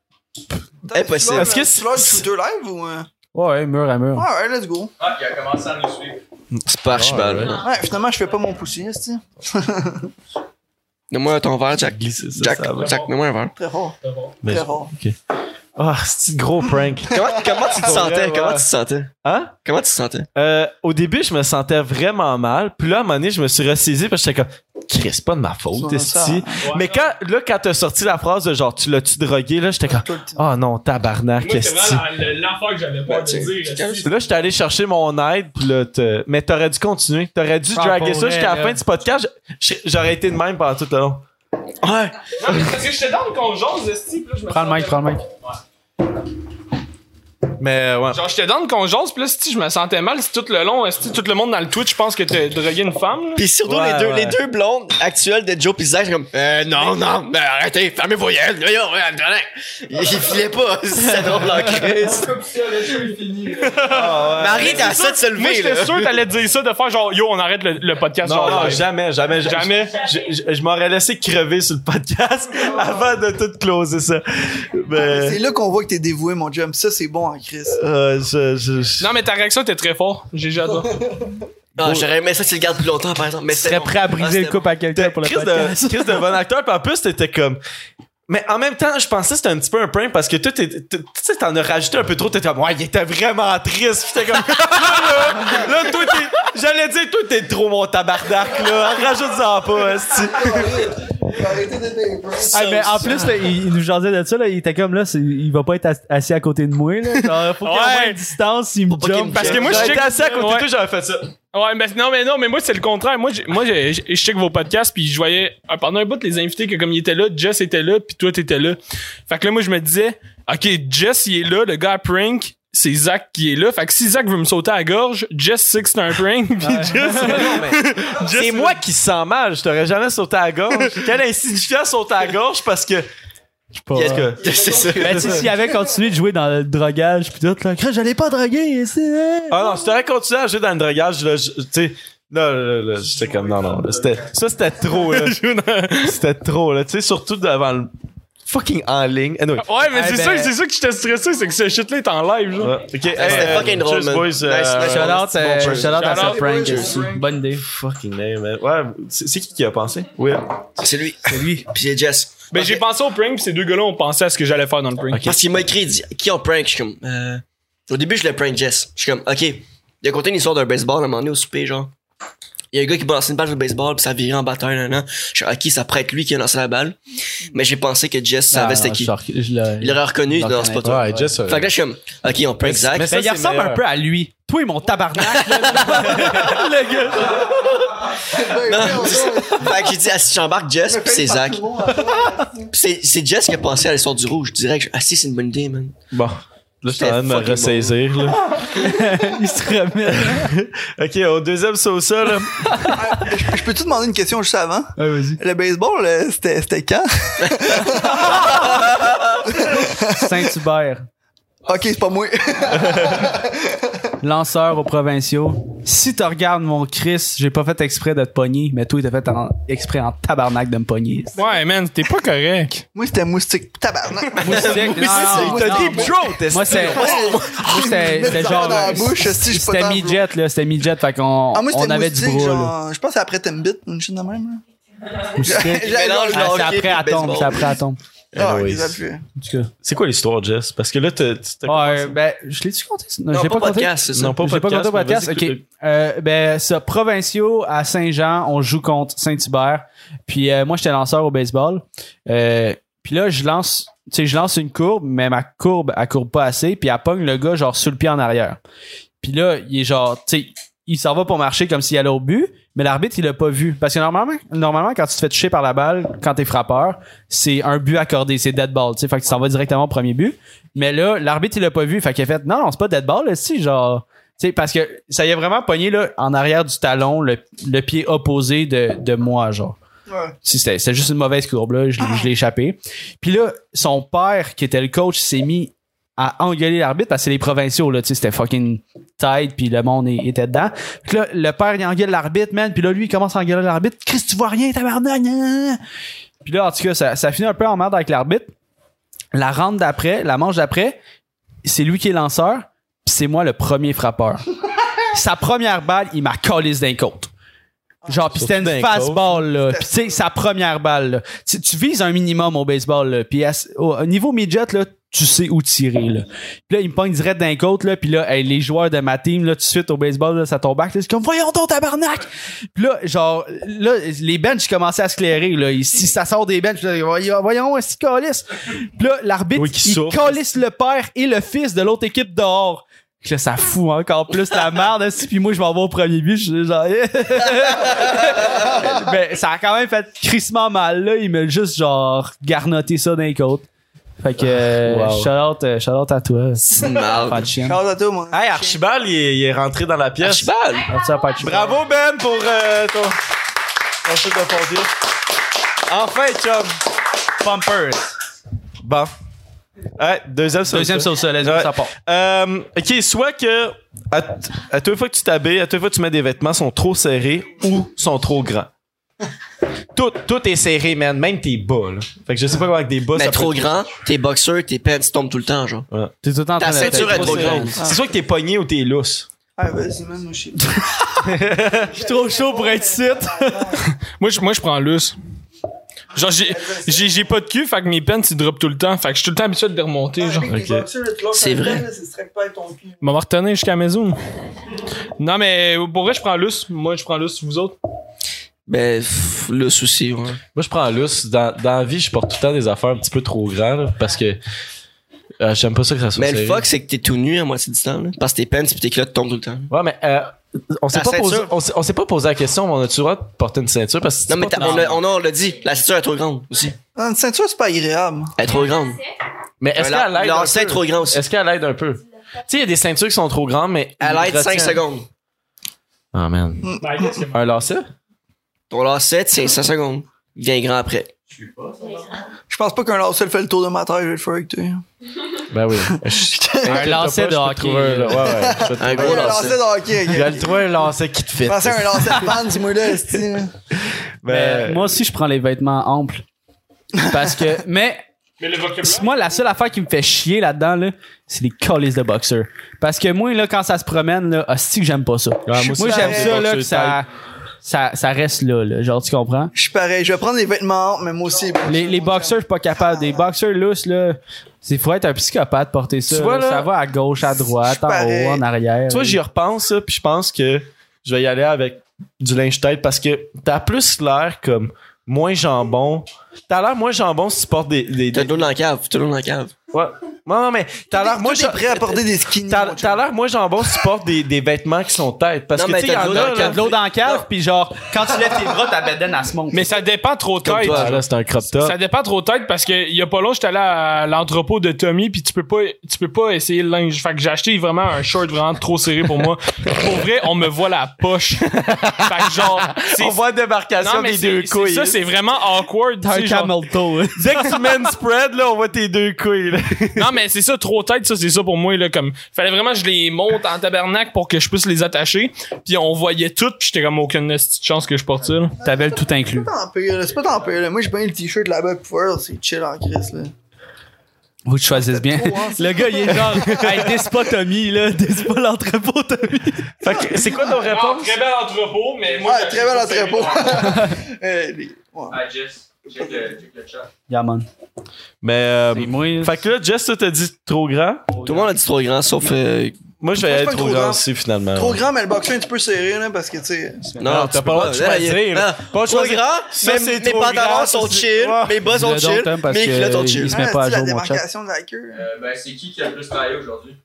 Speaker 4: Impossible.
Speaker 5: Est-ce
Speaker 1: Est-ce que
Speaker 5: que
Speaker 1: c'est-
Speaker 5: c'est du shooter live ou. euh?
Speaker 3: Ouais, mur à mur.
Speaker 5: Ouais, ouais, let's go.
Speaker 6: Ah, il a commencé à nous suivre.
Speaker 4: C'est pas Archibald.
Speaker 1: Ah, ouais.
Speaker 4: hein.
Speaker 5: Ouais, finalement, je fais pas mon poussier, c'est
Speaker 4: Donne-moi ton verre, Jack.
Speaker 1: Glisser ça,
Speaker 4: Jack,
Speaker 1: ça va.
Speaker 4: Jack, donne-moi un verre.
Speaker 5: très fort.
Speaker 1: Mais-
Speaker 5: Très fort.
Speaker 1: Ah, c'est un gros prank.
Speaker 4: Comment, comment tu te
Speaker 1: Pour vrai,
Speaker 4: sentais?
Speaker 1: ouais.
Speaker 4: Comment tu te sentais?
Speaker 1: Hein?
Speaker 4: Comment tu te sentais?
Speaker 1: Euh, au début, je me sentais vraiment mal. Puis là, à un moment donné, je me suis ressaisi parce que j'étais comme, Chris, c'est pas de ma faute,
Speaker 5: Ça, ça.
Speaker 3: hein.
Speaker 1: ici. Mais quand, là, quand t'as sorti la phrase de genre, tu l'as-tu drogué, là, j'étais comme, oh non, tabarnak,
Speaker 2: Moi,
Speaker 1: qu'est-ce
Speaker 2: c'est
Speaker 1: que c'est?
Speaker 2: vraiment la- la- l'affaire que j'avais
Speaker 4: Ouais,
Speaker 2: pas
Speaker 4: tu-
Speaker 2: de
Speaker 4: tu
Speaker 2: dire.
Speaker 4: calmes.
Speaker 2: esti.
Speaker 1: Puis là, j'étais allé chercher mon aide, puis là, t'as- mais t'aurais dû continuer. T'aurais dû
Speaker 3: Ah,
Speaker 1: draguer
Speaker 3: pour
Speaker 1: ça
Speaker 3: vrai,
Speaker 1: jusqu'à la
Speaker 3: là.
Speaker 1: fin du podcast. Je- je- J'aurais été de même pendant tout le long.
Speaker 4: Ouais!
Speaker 2: Non, mais c'est parce que j'étais dans le conjonce, esti, puis là, je me
Speaker 3: Prends le mic,
Speaker 2: sentais-
Speaker 3: prends le mic.
Speaker 2: Ouais.
Speaker 1: Mais ouais.
Speaker 2: Genre, j'étais dans le conjonce, puis là, si je me sentais mal, si tout le long, euh, si tout le monde dans le Twitch pense que t'as drogué une femme, là.
Speaker 4: Pis surtout
Speaker 1: Ouais,
Speaker 4: les, deux,
Speaker 1: ouais.
Speaker 4: les deux blondes actuelles de Joe pis Zach, j'étais comme euh, non, non, ben arrêtez, fermez vos yeux, voyons, voyons, attendez. Il il filait pas, c'est drôle en crise.
Speaker 6: Comme si le jeu est fini.
Speaker 4: Marie, t'as assez de se
Speaker 2: Moi,
Speaker 4: lever,
Speaker 2: j'étais
Speaker 4: là.
Speaker 2: sûr que t'allais dire ça, de faire genre, yo, on arrête le, le podcast,
Speaker 1: Non,
Speaker 2: genre,
Speaker 1: non,
Speaker 2: live.
Speaker 1: jamais, jamais, jamais.
Speaker 2: Jamais.
Speaker 1: Je, je- je m'aurais laissé crever sur le podcast avant de tout closer ça.
Speaker 5: C'est
Speaker 3: Euh.
Speaker 1: Mais,
Speaker 5: là qu'on voit que t'es dévoué, mon chum. Ça, c'est bon, hein, Chris.
Speaker 1: euh, je- je- je-
Speaker 2: Non, mais ta réaction était très fort. J'ai j'adore.
Speaker 4: Ah, j'aurais aimé ça que tu le gardes plus longtemps, par exemple. Mais Ah,
Speaker 3: Je serais prêt à briser le couple à quelqu'un pour le
Speaker 1: Chris
Speaker 3: podcast.
Speaker 1: de, Chris de bon acteur, puis en plus, t'étais comme. Mais en même temps, je pensais que c'était un petit peu un prank parce que toi, t'es- t'es- tu sais, t'en as rajouté un peu trop. T'étais comme, ouais, il était vraiment triste. Puis j'étais comme, là, là, là, toi, t'es. J'allais dire, toi, t'es trop mon tabarnak, là. Rajoute-en pas, esti.
Speaker 5: Arrêtez de
Speaker 3: Ah, mais en plus, là, il, il nous jasait de ça, là, il était comme là, c'est- il va pas être ass- assis à côté de moi. Là. Genre, faut qu'il y
Speaker 2: Ouais.
Speaker 3: ait une distance, il me
Speaker 4: Faut pas qu'il me
Speaker 3: jump.
Speaker 4: parce
Speaker 2: que moi, je
Speaker 1: J'aurais
Speaker 2: sais
Speaker 1: été
Speaker 2: que-
Speaker 1: assis à côté de
Speaker 2: ouais.
Speaker 1: toi, j'aurais fait ça.
Speaker 2: Ouais, mais non, mais non, mais moi, c'est le contraire. Moi, j'ai- moi j'ai- j'ai- je check vos podcasts, puis je voyais euh, pendant un bout les invités que comme ils étaient là, Jess était là, puis toi, t'étais là. Fait que là, moi, je me disais, OK, Jess, il est là, le gars à prank, c'est Zach qui est là. Fait que si Zach veut me sauter à la gorge, Jess sait que c'est un prank, puis Jess.
Speaker 1: C'est moi qui sens mal. Je t'aurais jamais sauté à la gorge. Quel insignifiant sauter à la gorge parce que.
Speaker 4: Qu'est-ce
Speaker 1: que-
Speaker 4: que- C'est ça.
Speaker 3: Mais Ben, tu sais, s'il avait continué de jouer dans le drogage, pis tout, là, Chris, j'allais pas droguer, hein. c'est.
Speaker 1: Ah non, si t'aurais continué à jouer dans le drogage, là, je- tu sais. Non, là, là, j'étais comme, non, non. là, c'était- ça, c'était trop, là. C'était trop, là. Tu sais, surtout devant le fucking en ligne. Anyway.
Speaker 2: Ouais, mais
Speaker 3: Eh
Speaker 2: c'est
Speaker 3: ben-
Speaker 2: ça, c'est ça que j'étais stressé, c'est que ce shit-là est en live, genre.
Speaker 1: Ouais. Ok,
Speaker 4: Ah, c'était fucking drôle, man.
Speaker 1: Cheers, boys.
Speaker 4: Nice,
Speaker 1: euh,
Speaker 4: nice, nice.
Speaker 1: shout out.
Speaker 3: Shout-out euh,
Speaker 4: Bon,
Speaker 3: shout-out à
Speaker 2: shout-out.
Speaker 3: ce prank aussi. Bonne idée.
Speaker 1: Fucking name, man. Ouais, c'est c'est qui qui a pensé? Oui.
Speaker 4: C'est lui. C'est lui. Pis c'est Jess.
Speaker 2: Ben, j'ai
Speaker 4: Ok.
Speaker 2: pensé au prank, puis ces deux gars-là ont pensé à ce que j'allais faire dans le prank.
Speaker 4: Parce qu'il m'a écrit, il dit, qui on prank? Je suis comme, euh... Au début, je le prank Jess. Je suis comme, ok. Il a conté une histoire d'un baseball à un moment donné au souper, genre. Il y a un gars qui lançait une balle de baseball, puis ça virait en bataille, nan, nan. Je suis ok, ça pourrait être lui qui a lancé la balle. Mais j'ai pensé que Jess
Speaker 1: Ah,
Speaker 4: savait c'était qui. Il l'aurait reconnu, non, c'est pas toi.
Speaker 1: Ouais, Jess. euh,
Speaker 4: Fait que là, je suis comme, ok, on prank Zach.
Speaker 1: mais ça,
Speaker 3: il
Speaker 1: c'est
Speaker 3: ressemble
Speaker 1: meilleur.
Speaker 3: un peu à lui. Toi, mon tabarnak, là, le gars.
Speaker 4: Fait que j'ai dit, ah, si j'embarque Jess, pis c'est Zach. Pis c'est, c'est Jess qui a pensé à l'histoire du rouge. Direct, je- ah si, c'est une bonne idée, man.
Speaker 1: Bon. Là, je suis en train de me
Speaker 4: C'était fucking
Speaker 1: ressaisir, là.
Speaker 3: Il se remet.
Speaker 1: Ok, au deuxième sauce, là.
Speaker 5: Je peux-tu demander une question juste avant?
Speaker 3: vas-y.
Speaker 5: Le baseball, euh, c'était c'était quand?
Speaker 3: Saint-Hubert,
Speaker 5: Ok, c'est pas moi.
Speaker 3: lanceur aux provinciaux. Si tu regardes mon Chris, j'ai pas fait exprès de te pogner, mais toi, t'as fait en- exprès en tabarnak de me pogner.
Speaker 2: Ouais, man, t'es pas correct.
Speaker 5: moi, c'était moustique. Tabarnak.
Speaker 3: Moi, c'est- non, non, non.
Speaker 1: throat,
Speaker 3: Moi, c'est. Moi, C'était c'était
Speaker 5: Ah, ça
Speaker 3: genre.
Speaker 5: dans la bouche, si je peux
Speaker 3: C'était
Speaker 5: t'en-
Speaker 3: midget, là. C'était midget, fait qu'on
Speaker 5: Ah, moi,
Speaker 3: on
Speaker 5: c'était
Speaker 3: avait du
Speaker 5: moustique,
Speaker 3: bras, là.
Speaker 5: genre, je pense que c'est après Timbit, une chine de même, là.
Speaker 3: Moustique.
Speaker 5: J'ai-
Speaker 4: mélange
Speaker 5: j'ai-
Speaker 3: Ah,
Speaker 4: hockey
Speaker 3: c'est après
Speaker 4: puis le
Speaker 3: à tombe,
Speaker 4: baseball.
Speaker 3: c'est après à tombe.
Speaker 5: Ah,
Speaker 1: Anyways.
Speaker 5: les appuis.
Speaker 3: En tout cas.
Speaker 1: C'est quoi l'histoire, Jess? Parce que là, t'as. t'as-
Speaker 3: Ouais, ben, je l'ai-tu compté? ça? Non,
Speaker 4: Non,
Speaker 3: je l'ai
Speaker 4: pas
Speaker 3: pas compté.
Speaker 4: podcast, c'est ça.
Speaker 1: Non, pas
Speaker 3: J'ai pas
Speaker 1: podcast,
Speaker 3: compté au
Speaker 1: mais
Speaker 3: podcast.
Speaker 1: vas-y,
Speaker 3: Ok. Euh, ben, ça, provinciaux à Saint-Jean, on joue contre Saint-Hubert. Puis euh, moi, j'étais lanceur au baseball. Euh, puis là, je lance, tu sais, je lance une courbe, mais ma courbe, elle courbe pas assez. Puis elle pogne le gars, genre, sur le pied en arrière. Puis là, il est genre, tu sais, il s'en va pour marcher comme s'il allait au but, mais l'arbitre, il l'a pas vu. Parce que normalement, normalement, quand tu te fais toucher par la balle, quand t'es frappeur, c'est un but accordé, c'est dead ball, tu sais. Fait que tu s'en vas directement au premier but. Mais là, l'arbitre, il l'a pas vu. Fait qu'il a fait, non, non, c'est pas dead ball, là, si, genre. Tu sais, parce que ça y a vraiment pogné, là, en arrière du talon, le, le pied opposé de, de moi, genre.
Speaker 5: Ouais.
Speaker 3: Si, C'était c'était juste une mauvaise courbe, là. Je, l'ai- je l'ai échappé. Puis là, son père, qui était le coach, s'est mis à engueuler l'arbitre parce que c'est les provinciaux, là. Tu sais, c'était fucking tight, puis le monde il- était dedans. Puis là, le père, il engueule l'arbitre, man. Puis là, lui, il commence à engueuler l'arbitre. Chris, tu vois rien, tabarnak. gna, gna, gna. Puis là, en tout cas, ça, ça finit un peu en merde avec l'arbitre. La rente d'après, la manche d'après, c'est lui qui est lanceur, puis c'est moi le premier frappeur. Sa première balle, il m'a collé d'un côte. Genre, pis c'était
Speaker 1: Surtout
Speaker 3: une
Speaker 1: d'un côte.
Speaker 3: fastball, là. Pis tu sais, sa première balle, là. Tu, tu vises un minimum au baseball, là. Pis à ce- au au niveau midget, là, tu sais où tirer, là. Pis là, il me pogne direct d'un côte, là. Pis là, hey, les joueurs de ma team, là, tout de suite au baseball, là, ça tombe back. là. C'est comme, voyons donc, tabarnak! Pis là, genre, là, les benches commençaient à se clairer, là. Et Si ça sort des benches, là, voyons, voyons, est-ce qu'il calisse? Pis là, l'arbitre,
Speaker 1: Oui, qui
Speaker 3: il
Speaker 1: souffle.
Speaker 3: calisse le père et le fils de l'autre équipe dehors. Fait que Là, ça fout encore plus la merde. hein, si, Puis moi, je m'en vais au premier but. Je suis genre... eh, ben, ça a quand même fait crissement mal. Là, il m'a juste genre garnoté ça d'un côte. Fait que euh,
Speaker 1: Wow.
Speaker 3: shout, out, euh, shout out à toi.
Speaker 4: C'est une merde.
Speaker 3: Pas de chien.
Speaker 5: Grâce à toi, moi.
Speaker 1: Hey, Archibald, il est, il est rentré dans la pièce.
Speaker 4: Archibald!
Speaker 1: Bravo, Ben, pour euh, ton, ton show de fondue. Enfin, chum. Pumpers. Bon. Ouais, deuxième sur
Speaker 3: Deuxième
Speaker 1: le-
Speaker 3: sur le soleil,
Speaker 1: Ouais.
Speaker 3: ça part.
Speaker 1: Euh, ok, soit que à, t- à toutes les fois que tu t'habilles, à toutes les fois que tu mets des vêtements sont trop serrés ou sont trop grands. Tout, tout est serré, man. Même tes bas, là. Fait que je sais pas comment avec des bas,
Speaker 4: Mais
Speaker 1: ça peut
Speaker 4: trop
Speaker 1: être-
Speaker 4: grand, tes boxeurs, tes pants ils tombent tout le temps, genre.
Speaker 3: T'es tout le temps en
Speaker 4: Ta
Speaker 3: train de-
Speaker 4: ceinture est trop grande.
Speaker 1: C'est soit que t'es pogné ou t'es lousse.
Speaker 5: Ah, vas-y, man, moi, je suis.
Speaker 3: Je suis trop chaud pour être site.
Speaker 2: Moi, je, moi, je prends l'us. Genre, j'ai, j'ai, j'ai pas de cul, fait que mes pants, ils droppent tout le temps. Fait que je suis tout le temps habitué de les remonter, genre.
Speaker 1: Ok.
Speaker 4: C'est vrai.
Speaker 2: M'en va retenir jusqu'à la maison. Non, mais pour vrai, je prends l'us. Moi, je prends l'us, vous autres.
Speaker 4: Ben, pff, le souci, ouais.
Speaker 1: Moi, je prends lousse. Dans, dans la vie, je porte tout le temps des affaires un petit peu trop grandes, là, parce que euh, j'aime pas ça que ça soit
Speaker 4: Mais le
Speaker 1: serré.
Speaker 4: fuck, c'est que t'es tout nu à moitié du temps, là. Parce que tes pants pis tes culottes tombent tout le temps.
Speaker 1: Ouais, mais euh, on s'est
Speaker 4: Ta
Speaker 1: pas, posé-
Speaker 4: ceinture.
Speaker 1: on s'est- on s'est pas posé la question, mais on a-tu le droit de porter une ceinture? Parce que
Speaker 4: Non, mais t'as- on l'a- on a- on l'a dit, la ceinture est trop grande aussi.
Speaker 5: Ah, Une ceinture, c'est pas agréable.
Speaker 4: Elle est trop grande. Euh,
Speaker 1: Mais est-ce
Speaker 4: La-
Speaker 1: qu'elle l'aide un
Speaker 4: L'enceinte est
Speaker 1: peu?
Speaker 4: trop grande aussi.
Speaker 1: Est-ce qu'elle aide un peu? Tu sais, il y a des ceintures qui sont trop grandes, mais.
Speaker 4: Elle aide 5 secondes.
Speaker 1: Ah, man. Un lacet?
Speaker 4: Ton lacet tient 5 secondes. Il Vient grand après.
Speaker 5: Je pense pas qu'un lacet fait le tour de ma tête, je vais le faire avec toi.
Speaker 1: Ben oui.
Speaker 3: Un lancet de hockey.
Speaker 1: Ouais, ouais. Je peux te
Speaker 4: Un
Speaker 1: trouver
Speaker 4: gros
Speaker 5: Un
Speaker 4: lacet.
Speaker 5: lacet de hockey,
Speaker 1: Il y a
Speaker 5: ok.
Speaker 1: le trouver un lacet qui te fait.
Speaker 5: Pensez à un lacet de fan, dis-moi là, esti, là.
Speaker 3: Mais moi aussi, je prends les vêtements amples. Parce que, mais
Speaker 2: Mais le
Speaker 3: Si moi, la seule affaire qui me fait chier là-dedans, là, c'est les colis de boxeur. Parce que moi, là, quand ça se promène, là, hostie que j'aime pas ça.
Speaker 1: moi aussi,
Speaker 3: moi, j'aime
Speaker 5: j'aime
Speaker 3: ça,
Speaker 1: les
Speaker 3: là, que
Speaker 1: boxers
Speaker 3: ça, ça, ça reste là, là. Genre, tu comprends?
Speaker 5: Je suis pareil, je vais prendre les vêtements, hauts, mais moi aussi.
Speaker 3: Les, les boxeurs, je suis pas capable. Des boxeurs lousses, là, c'est faut être un psychopathe pour porter ça.
Speaker 1: Tu vois,
Speaker 3: là.
Speaker 1: là,
Speaker 3: ça va à gauche, à droite,
Speaker 5: je
Speaker 3: en
Speaker 5: parais-
Speaker 3: haut, en arrière.
Speaker 1: Tu vois, j'y repense, là, puis je pense que je vais y aller avec du linge-tête parce que t'as plus l'air comme moins jambon. T'as l'air moins jambon si tu portes des. des,
Speaker 4: T'as
Speaker 1: des...
Speaker 4: le dos dans la cave, t'as le dos dans la cave.
Speaker 1: Ouais. Non, non, mais t'as l'air moins
Speaker 5: Moi, j'ai
Speaker 1: ja-
Speaker 5: prêt à porter des skinny.
Speaker 1: T'as
Speaker 5: mon
Speaker 1: t'as
Speaker 5: chum.
Speaker 1: l'air moins jambon si tu portes des, des vêtements qui sont têtes. Parce
Speaker 4: Non,
Speaker 1: que
Speaker 4: mais
Speaker 1: tu sais, il y
Speaker 4: t'as
Speaker 1: en
Speaker 4: le dos dans
Speaker 1: a.
Speaker 4: le
Speaker 1: là-
Speaker 3: T'as de l'eau dans la cave, puis genre, quand tu lèves tes bras, ta bedaine, elle se monte.
Speaker 2: Mais ça dépend trop
Speaker 4: Comme
Speaker 2: tête.
Speaker 4: toi.
Speaker 1: Ah, là, c'est un crop top.
Speaker 2: Ça dépend trop tête parce que il y a pas long, j'étais allé à l'entrepôt de Tommy puis tu peux pas tu peux pas essayer le linge. Fait que j'ai acheté vraiment un short vraiment trop serré pour moi. pour vrai, on me voit la poche. fait que genre c'est-
Speaker 1: On voit la débarcation
Speaker 2: non mais
Speaker 1: des
Speaker 2: c'est
Speaker 1: deux couilles.
Speaker 2: c'est ça c'est vraiment awkward. tu
Speaker 3: T'as un
Speaker 2: sais, genre-
Speaker 3: camel toe. hein.
Speaker 1: Dès que tu mets une spread, là, on voit tes deux couilles. là.
Speaker 2: non mais c'est ça trop tête ça c'est ça pour moi là comme fallait vraiment que je les monte en tabernacle pour que je puisse les attacher. Puis on voyait tout, puis j'étais comme aucune petite chance que je porte ça. là.
Speaker 3: Ta belle tout inclus.
Speaker 5: C'est pas tant pire, là. C'est pas tant pire, là. Moi, j'ai pas eu le t-shirt là-bas pour faire, c'est chill en crise, là.
Speaker 3: Vous que je choisisse bien.
Speaker 5: trop, hein, c'est-
Speaker 3: Le gars, il est genre, hey, dis pas Tommy, là, dis pas l'entrepôt Tommy.
Speaker 1: Fait que, c'est quoi ton réponse?
Speaker 2: Ah, très bel entrepôt mais
Speaker 5: Ouais, Ah, très bel entrepôt. Euh, les- ouais.
Speaker 6: Ah, Jess, check le, check le chat.
Speaker 3: Yeah, man.
Speaker 1: Mais, euh,
Speaker 3: C'est moi.
Speaker 1: fait que là, Jess, toi, t'as dit trop grand.
Speaker 4: Tout le monde a dit trop grand, sauf. euh,
Speaker 1: Moi, je vais
Speaker 5: Moi, c'est
Speaker 1: aller
Speaker 5: pas
Speaker 1: trop
Speaker 5: trop
Speaker 1: grand
Speaker 5: grand.
Speaker 1: aussi, finalement.
Speaker 5: Trop
Speaker 1: ouais.
Speaker 5: grand, mais le boxeur est un petit peu serré, là, parce que, tu sais.
Speaker 1: Non,
Speaker 4: tu peux
Speaker 1: t'as pas le droit de
Speaker 4: Là,
Speaker 1: choisir,
Speaker 4: il-
Speaker 1: là.
Speaker 4: non.
Speaker 1: Pas
Speaker 4: Trop
Speaker 1: choisir.
Speaker 4: grand,
Speaker 1: Ça,
Speaker 4: mes-
Speaker 1: c'est
Speaker 4: mes
Speaker 1: trop
Speaker 4: pantalons
Speaker 1: grand,
Speaker 4: sont
Speaker 1: ça,
Speaker 4: chill,
Speaker 1: c'est-
Speaker 4: mes bas sont
Speaker 3: Je le
Speaker 4: chill,
Speaker 3: donne parce
Speaker 4: mes
Speaker 3: que
Speaker 4: culottes sont
Speaker 3: il
Speaker 4: chill.
Speaker 3: se met
Speaker 5: Ah,
Speaker 3: pas à
Speaker 5: c'est la
Speaker 3: jour, mon chat.
Speaker 5: démarcation de la queue.
Speaker 6: Euh, ben, c'est qui qui a le plus travaillé aujourd'hui?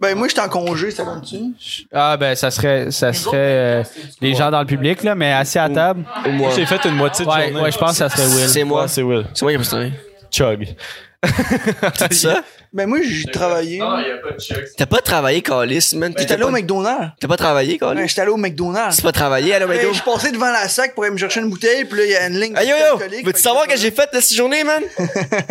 Speaker 5: Ben, moi, j'étais en congé, ça continue.
Speaker 3: Ah, ben, ça serait, ça serait euh, les gens dans le public, là, mais assis à table.
Speaker 4: Ou moi.
Speaker 1: J'ai fait une moitié de
Speaker 3: Ouais,
Speaker 1: journée.
Speaker 3: ouais, je pense que ça serait Will.
Speaker 4: C'est moi.
Speaker 1: Ouais, c'est Will.
Speaker 4: C'est moi qui ai posté.
Speaker 1: Chug.
Speaker 4: C'est ça?
Speaker 5: Ben, moi, j'ai travaillé.
Speaker 6: Non, Ah, il n'y a pas de chèque.
Speaker 4: T'as pas travaillé, Calis, man.
Speaker 5: J'étais
Speaker 4: T'étais
Speaker 5: allé
Speaker 4: pas,
Speaker 5: au McDonald's.
Speaker 4: t'as pas travaillé,
Speaker 5: Ben,
Speaker 4: Calis?
Speaker 5: j'étais allé au McDonald's.
Speaker 4: C'est pas travaillé, allô,
Speaker 5: Ben,
Speaker 4: Mado?
Speaker 5: je suis passé devant la sac pour aller me chercher une bouteille, puis là, il y a une ligne.
Speaker 4: Hey yo
Speaker 5: d'alcoolique,
Speaker 4: yo!
Speaker 5: fait
Speaker 4: Veux-tu savoir
Speaker 5: j'étais
Speaker 4: que j'ai fait de cette journée, man?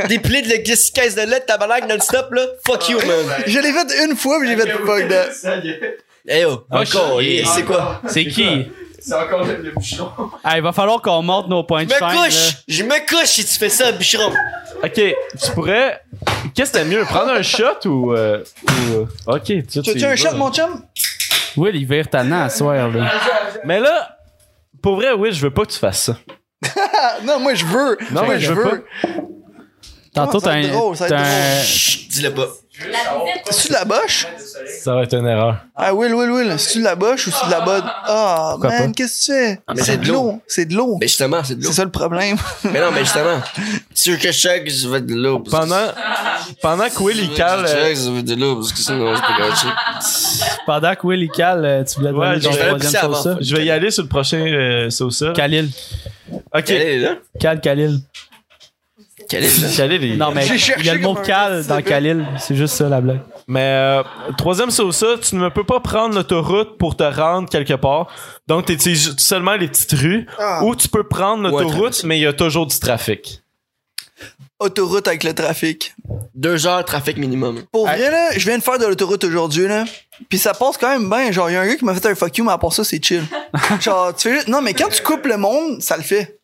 Speaker 4: Des plis de la caisse de lettres, tabarnak, non-stop, là? Fuck you, man!
Speaker 5: Je l'ai fait une fois, puis j'ai fait fuck that.
Speaker 6: Ça y est.
Speaker 4: Hey yo!
Speaker 3: Ah,
Speaker 4: Encore,
Speaker 3: shit.
Speaker 4: eh, c'est quoi?
Speaker 3: C'est qui?
Speaker 6: C'est encore le, le bouchon.
Speaker 3: Ah, il va falloir qu'on monte nos points
Speaker 4: Je
Speaker 3: de chaîne,
Speaker 4: me
Speaker 3: là.
Speaker 4: couche! Je me couche si tu fais ça, bûcheron!
Speaker 1: Ok, tu pourrais. Qu'est-ce que t'aimes mieux, prendre un shot ou. euh, ou, euh, Ok, tu
Speaker 5: Tu as-tu un shot, mon chum?
Speaker 3: Will, il vire ta à soir, là.
Speaker 1: Mais là, pour vrai, Will, je veux pas que tu fasses ça.
Speaker 5: Ah, non, moi, je veux.
Speaker 1: Non,
Speaker 5: Moi,
Speaker 1: mais je veux
Speaker 3: Tantôt,
Speaker 5: Ça
Speaker 3: t'as
Speaker 5: va être
Speaker 3: un.
Speaker 5: drôle, ça va
Speaker 3: t'as
Speaker 5: être
Speaker 3: un-
Speaker 4: Chut, dis-le pas.
Speaker 5: C'est-tu de la boche?
Speaker 1: Ça va être une erreur.
Speaker 5: Ah, Will, Will, Will. C'est-tu de la boche ou c'est de la bonne? Ah, man, qu'est-ce que tu fais?
Speaker 4: mais
Speaker 5: C'est de l'eau. C'est de l'eau.
Speaker 4: Mais Ben, justement, c'est de l'eau.
Speaker 5: C'est ça le problème.
Speaker 4: Mais non, mais justement. Tu veux que je chug, je veux de l'eau. parce que-
Speaker 1: Pendant, pendant que Will,
Speaker 4: Tu veux
Speaker 1: il
Speaker 4: que
Speaker 1: cale.
Speaker 4: Je
Speaker 1: euh,
Speaker 4: chug, je veux de l'eau, parce que sinon, je peux gâcher.
Speaker 3: Pendant que Will, il cale, euh, tu voulais
Speaker 1: Ouais,
Speaker 3: donner ton
Speaker 1: j'allais
Speaker 3: troisième
Speaker 4: pisser avant.
Speaker 3: sauce.
Speaker 1: euh, je vais y aller sur le prochain euh, sauce.
Speaker 3: Khalil.
Speaker 1: Ok.
Speaker 4: Quelle est, là?
Speaker 3: Cal, Khalil.
Speaker 4: Quelle est, là?
Speaker 1: Khalil, il-
Speaker 3: Non, mais
Speaker 5: J'ai cherché
Speaker 3: il y a le mot
Speaker 5: comme un
Speaker 3: Cal
Speaker 5: petit
Speaker 3: dans
Speaker 5: peu.
Speaker 3: Khalil. C'est juste ça, la blague.
Speaker 1: Mais euh, troisième sauce, tu ne peux pas prendre l'autoroute pour te rendre quelque part. Donc, tu utilises seulement les petites rues.
Speaker 5: Ah.
Speaker 1: Ou tu peux prendre l'autoroute,
Speaker 4: traverser.
Speaker 1: mais il y a toujours du trafic.
Speaker 5: Autoroute avec le trafic.
Speaker 4: Deux heures de trafic minimum.
Speaker 5: Pour vrai, là, je viens de faire de l'autoroute aujourd'hui, là. Puis ça passe quand même bien. Genre, il y a un gars qui m'a fait un fuck you, mais à part ça, c'est chill. Genre, tu fais juste- Non, mais quand tu coupes le monde, ça le fait.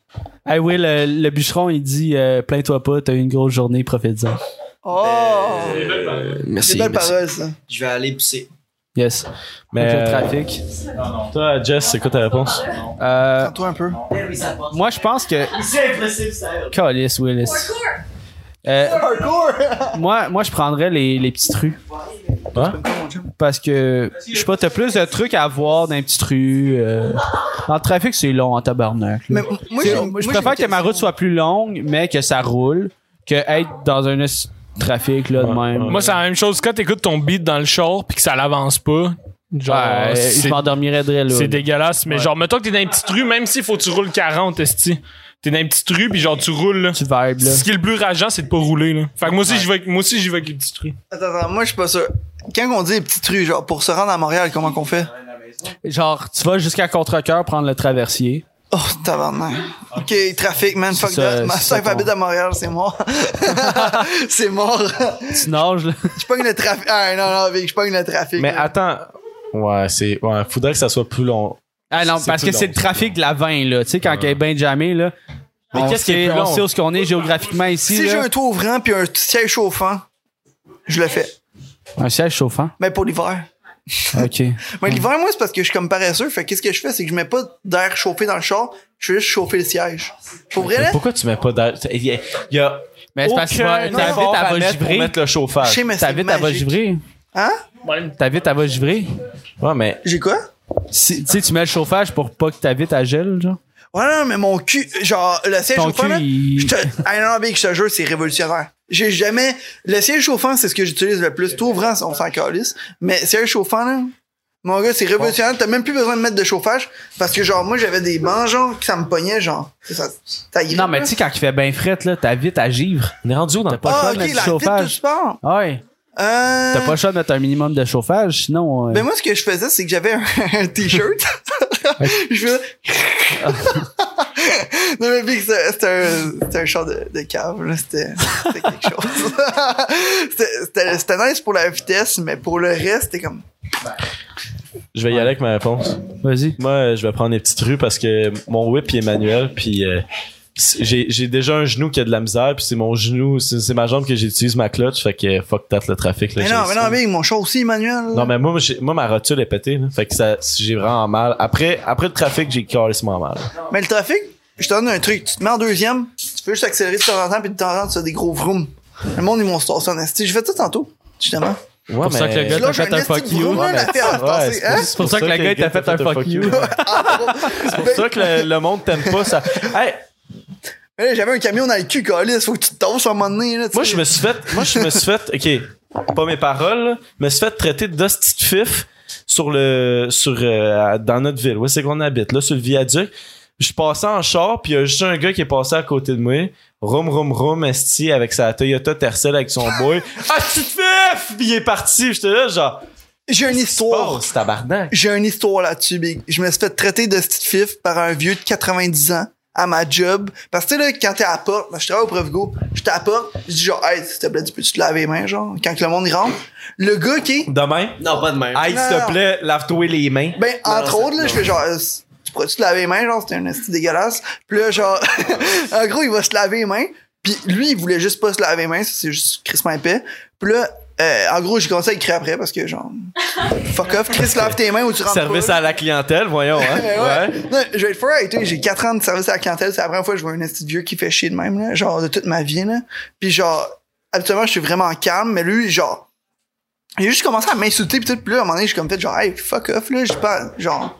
Speaker 3: Hey, Will, euh, le bûcheron, il dit euh, Plains-toi pas, t'as eu une grosse journée, profite-en.
Speaker 5: Oh!
Speaker 3: Ben,
Speaker 4: Euh,
Speaker 5: C'est
Speaker 4: merci.
Speaker 5: belle
Speaker 4: merci.
Speaker 5: parole, ça.
Speaker 3: Euh,
Speaker 4: Je vais aller pisser.
Speaker 3: Yes.
Speaker 1: Mais,
Speaker 3: Mais le
Speaker 1: euh,
Speaker 3: trafic.
Speaker 1: Toi, Jess, c'est quoi ta réponse?
Speaker 3: Euh,
Speaker 5: Attends-toi un peu.
Speaker 4: Eh
Speaker 3: moi, je pense que.
Speaker 6: C'est impossible, ça.
Speaker 3: Calice, Willis. Euh, moi, moi, je prendrais les, les petites rues.
Speaker 1: Hein?
Speaker 3: Parce que, je sais pas, t'as plus de trucs à voir dans les petites rues. euh. Dans le trafic, c'est long en tabarnak. là.
Speaker 5: Mais m- moi,
Speaker 3: Tu
Speaker 5: j'ai-
Speaker 3: sais,
Speaker 5: moi,
Speaker 3: je
Speaker 5: j'ai
Speaker 3: préfère
Speaker 5: une
Speaker 3: que ma
Speaker 5: question.
Speaker 3: route soit plus longue, mais que ça roule, que être dans un es- trafic, là, de
Speaker 1: Ouais,
Speaker 3: même.
Speaker 1: ouais.
Speaker 2: Moi, c'est la même chose. Quand t'écoutes ton beat dans le char puis que ça l'avance pas, genre,
Speaker 3: Ouais, je
Speaker 2: c'est,
Speaker 3: m'endormirais de là.
Speaker 2: c'est
Speaker 3: là.
Speaker 2: dégueulasse. Mais genre, mettons que t'es dans une petite rue, même s'il faut que tu roules 40, esti. T'es dans une petite rue puis genre, tu roules, là.
Speaker 3: Tu vibes, là.
Speaker 2: Ce qui est le plus rageant, c'est de pas rouler, là. Fait que moi aussi, j'y vais, avec- moi aussi, j'y vais avec les petites rues.
Speaker 5: Attends, attends, moi, je suis pas sûr. Quand on dit les petites rues, genre, pour se rendre à Montréal, comment qu'on fait?
Speaker 3: Genre, tu vas jusqu'à contre-cœur prendre le traversier.
Speaker 5: Oh, tabarnak. Ok, trafic, man, fuck
Speaker 3: C'est ça,
Speaker 5: that. Ma
Speaker 3: c'est
Speaker 5: soeur
Speaker 3: ça,
Speaker 5: habite
Speaker 3: ton-
Speaker 5: à Montréal, c'est mort. c'est mort.
Speaker 3: Tu nages, là.
Speaker 5: Je pogne le trafic. Ah, non, non, Vic, je pogne le trafic.
Speaker 1: Mais
Speaker 5: là.
Speaker 1: attends. Ouais, c'est. Ouais, faudrait que ça soit plus long.
Speaker 3: Ah non,
Speaker 1: C'est
Speaker 3: parce
Speaker 1: plus
Speaker 3: que c'est
Speaker 1: long,
Speaker 3: le trafic de la 20, là. Tu sais, quand elle est bien jamais là.
Speaker 1: Mais
Speaker 3: on
Speaker 1: qu'est-ce qui est
Speaker 3: sait-
Speaker 1: plus
Speaker 3: On
Speaker 1: long?
Speaker 3: sait où ce qu'on est géographiquement ici.
Speaker 5: si j'ai
Speaker 3: là.
Speaker 5: un toit ouvrant puis un siège chauffant, je le fais.
Speaker 3: Un siège chauffant.
Speaker 5: Mais pour l'hiver.
Speaker 3: OK.
Speaker 5: Mais l'hiver, moi, c'est parce que je suis comme paresseux. Fait qu'est-ce que je fais? C'est que je mets pas d'air chauffé dans le char. Je fais juste chauffer le siège. Pour vrai, là,
Speaker 1: Pourquoi tu mets pas d'air? Il y a, il y a
Speaker 3: Mais c'est parce que
Speaker 1: aucun
Speaker 3: ta vite,
Speaker 1: effort à
Speaker 3: elle Euh, va
Speaker 1: mettre pour
Speaker 3: givrer.
Speaker 1: mettre le
Speaker 5: je
Speaker 1: chauffage.
Speaker 5: sais, mais
Speaker 3: Ta
Speaker 5: c'est
Speaker 3: vite, elle va
Speaker 5: magique.
Speaker 3: givrer.
Speaker 5: Hein?
Speaker 3: Ta vite, elle va givrer.
Speaker 1: Ouais, mais.
Speaker 5: J'ai quoi?
Speaker 3: Si- Tu sais, tu mets le chauffage pour pas que ta vite, elle gèle, genre.
Speaker 5: Ouais, non, mais mon cul, genre, le siège
Speaker 3: Ton
Speaker 5: chauffant,
Speaker 3: cul,
Speaker 5: là,
Speaker 3: il-
Speaker 5: je te, ah non, Big, je te jure, c'est révolutionnaire. J'ai jamais, le siège chauffant, c'est ce que j'utilise le plus. Tout ouvrant, on s'en calisse. Mais siège chauffant, là, mon gars, c'est révolutionnaire. T'as même plus besoin de mettre de chauffage. Parce que, genre, moi, j'avais des bancs, genre, que ça me pognait, genre. Ça, ça grippe,
Speaker 3: Non, mais
Speaker 5: là.
Speaker 3: tu sais, quand il fait bien fret, là, ta vite, elle givre.
Speaker 1: On est rendu où dans le
Speaker 3: pas le choix
Speaker 5: Ah,
Speaker 3: de
Speaker 5: ok,
Speaker 3: mettre du
Speaker 5: la
Speaker 3: chauffage.
Speaker 5: chauffage. sport.
Speaker 3: Ouais.
Speaker 5: Euh...
Speaker 3: T'as pas le choix de mettre un minimum de chauffage, sinon. euh,
Speaker 5: Ben moi, ce que je faisais, c'est que j'avais un, un t-shirt. je faisais...
Speaker 1: Ah.
Speaker 5: non, mais Big, c'était c'était un, c'était un char de, de cave, là. C'était c'était quelque chose. C'était- c'était c'était nice pour la vitesse, mais pour le reste, c'était comme...
Speaker 1: Je vais y aller avec ma réponse.
Speaker 3: Vas-y.
Speaker 1: Moi, euh, je vais prendre les petites rues parce que mon whip il est manuel, puis euh, c'est- j'ai j'ai déjà un genou qui a de la misère, puis c'est mon genou, c'est c'est ma jambe que j'utilise ma clutch, fait que fuck that le trafic. Là,
Speaker 5: Mais
Speaker 1: j'ai
Speaker 5: non, mais
Speaker 1: ça.
Speaker 5: non, Big, mon chat aussi, Emmanuel.
Speaker 1: Ben, Non, mais moi, j'ai- moi, ma rotule est pétée, là, fait que ça, j'ai vraiment mal. Après, après le trafic, j'ai carrément mal.
Speaker 5: Mais le trafic, je te donne un truc. Tu te mets en deuxième, tu peux juste accélérer de temps en temps, puis de temps en temps, tu fais des gros vroom. Le monde, ils m'ont sorti en esti. Je fais ça tantôt, justement.
Speaker 1: Ouais,
Speaker 3: pour ça que le gars-
Speaker 5: Tu
Speaker 3: T'as
Speaker 5: lâches
Speaker 3: fait un
Speaker 5: esti
Speaker 3: fuck
Speaker 5: vroom,
Speaker 3: you.
Speaker 5: là, la paire à
Speaker 1: Ouais,
Speaker 5: passer, hein? Ah,
Speaker 1: c'est pour ça que le gars il t'a fait un fuck you. C'est
Speaker 5: Ben,
Speaker 1: pour ça que le, le monde t'aime pas ça. Hey,
Speaker 5: Mais là, j'avais un camion dans le cul, Calis. Faut que tu te tosses à un moment donné. Là, tu
Speaker 1: moi
Speaker 5: sais.
Speaker 1: je me suis fait moi je me suis fait OK, pas mes paroles, là, me suis fait traiter d'hostie de fif sur le, sur, euh, dans notre ville. Où c'est qu'on habite? Là, sur le viaduc. Je passais en char, puis il y a juste un gars qui est passé à côté de moi. Rum, rum, rum, esti, avec sa Toyota Tercel avec son boy. Ah, Hostie de fif! Puis il est parti. J'étais là, genre,
Speaker 5: J'ai une histoire.
Speaker 1: passe, tabarnak.
Speaker 5: J'ai une histoire là-dessus, Big. Je me suis fait traiter de petite fif par un vieux de 90 ans à ma job. Parce que, tu sais, là, quand t'es à la porte, moi, je travaille au Provigo, je t'es à la porte, je dis genre, hey, s'il te plaît, tu peux-tu te laver les mains, genre, quand que le monde y rentre. Le gars qui est,
Speaker 1: Demain,
Speaker 4: Non, pas de même.
Speaker 1: hey, s'il te plaît, lave-toi les mains.
Speaker 5: ben, entre
Speaker 4: ça-
Speaker 5: autres, là, je fais genre, Euh, tu pourrais-tu te laver les mains, genre, c'était un esti dégueulasse. Puis là, genre, en gros, il va se laver les mains. Puis lui, il voulait juste pas se laver les mains, ça, c'est juste crissement épais. Puis là, euh, en gros, j'ai commencé à écrire après parce que, genre, fuck off, Chris, lave tes mains ou tu rentres
Speaker 1: Service
Speaker 5: pas.
Speaker 1: à la clientèle, voyons, hein.
Speaker 5: Ouais,
Speaker 1: ouais.
Speaker 5: ouais. Non, je vais être fair avec toi, j'ai 4 ans de service à la clientèle, c'est la première fois que je vois un esti de vieux qui fait chier de même, là, genre de toute ma vie. Là. Puis genre, habituellement, je suis vraiment calme, mais lui, genre, il a juste commencé à m'insulter, puis tout, puis là, à un moment donné, j'ai comme fait genre, hey, fuck off, là, j'ai pas, genre,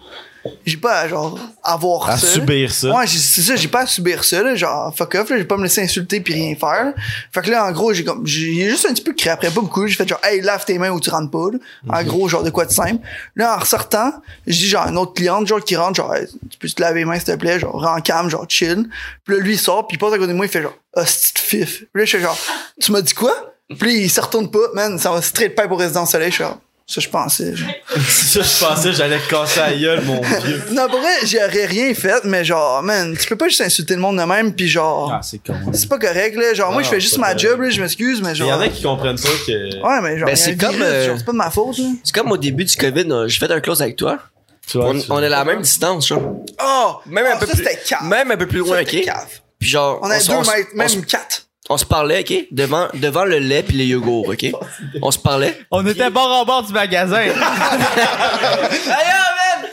Speaker 5: j'ai pas, à, genre, avoir
Speaker 1: À
Speaker 5: ça. là.
Speaker 1: subir ça.
Speaker 5: Ouais, j'ai- c'est ça, j'ai pas à subir ça, là, genre, fuck off, là, j'ai pas à me laisser insulter puis rien faire. là. Fait que là, en gros, j'ai comme, j'ai il a juste un petit peu crié après, pas beaucoup, j'ai fait genre, hey, lave tes mains ou tu rentres pas, là. En gros, genre, de quoi de simple. Là, en ressortant, je dis genre, à une autre cliente, genre, qui rentre, genre, Hey, tu peux te laver les mains, s'il te plaît, genre, rends calme, genre, chill. Puis là, lui, il sort, puis il passe à côté de moi, il fait genre, oh, c'est fif. Puis là, je fais genre, tu m'as dit quoi? Puis là, il se retourne pas, man, ça va straight pas pour résidence soleil, je fais genre, ça, je pensais, genre.
Speaker 1: Ça, je pensais que j'allais te casser la gueule, mon vieux.
Speaker 5: Non, pour vrai, j'aurais rien fait, mais genre, man, tu peux pas juste insulter le monde de même, puis genre.
Speaker 3: Ah, c'est con.
Speaker 5: C'est pas correct, là. Genre, moi,
Speaker 1: Non,
Speaker 5: je fais
Speaker 1: c'est
Speaker 5: juste
Speaker 1: pas
Speaker 5: ma
Speaker 1: correct.
Speaker 5: job, là. Je m'excuse, mais
Speaker 1: Il
Speaker 5: genre.
Speaker 1: y en a qui comprennent pas que.
Speaker 5: Ouais, mais
Speaker 4: Ben,
Speaker 5: genre, il y a
Speaker 4: c'est
Speaker 5: un
Speaker 4: comme,
Speaker 5: virus,
Speaker 4: euh,
Speaker 5: genre, c'est pas de ma faute, là.
Speaker 4: C'est comme au début du COVID, euh, j'ai fait un close avec toi.
Speaker 1: Tu vois,
Speaker 4: On,
Speaker 1: tu-
Speaker 4: on est à la même distance, genre.
Speaker 5: Oh!
Speaker 4: Ah, Même un peu
Speaker 5: ça,
Speaker 4: plus-
Speaker 5: c'était cave.
Speaker 4: Même un peu plus loin,
Speaker 5: Ça,
Speaker 4: ok?
Speaker 5: c'était cave.
Speaker 4: Puis genre,
Speaker 5: On a
Speaker 4: se-
Speaker 5: deux
Speaker 4: se-
Speaker 5: mètres,
Speaker 4: on se-
Speaker 5: même quatre.
Speaker 4: On se parlait, ok? Devant, devant le lait puis les yogourts, ok? On se parlait.
Speaker 3: On était bord en bord du magasin.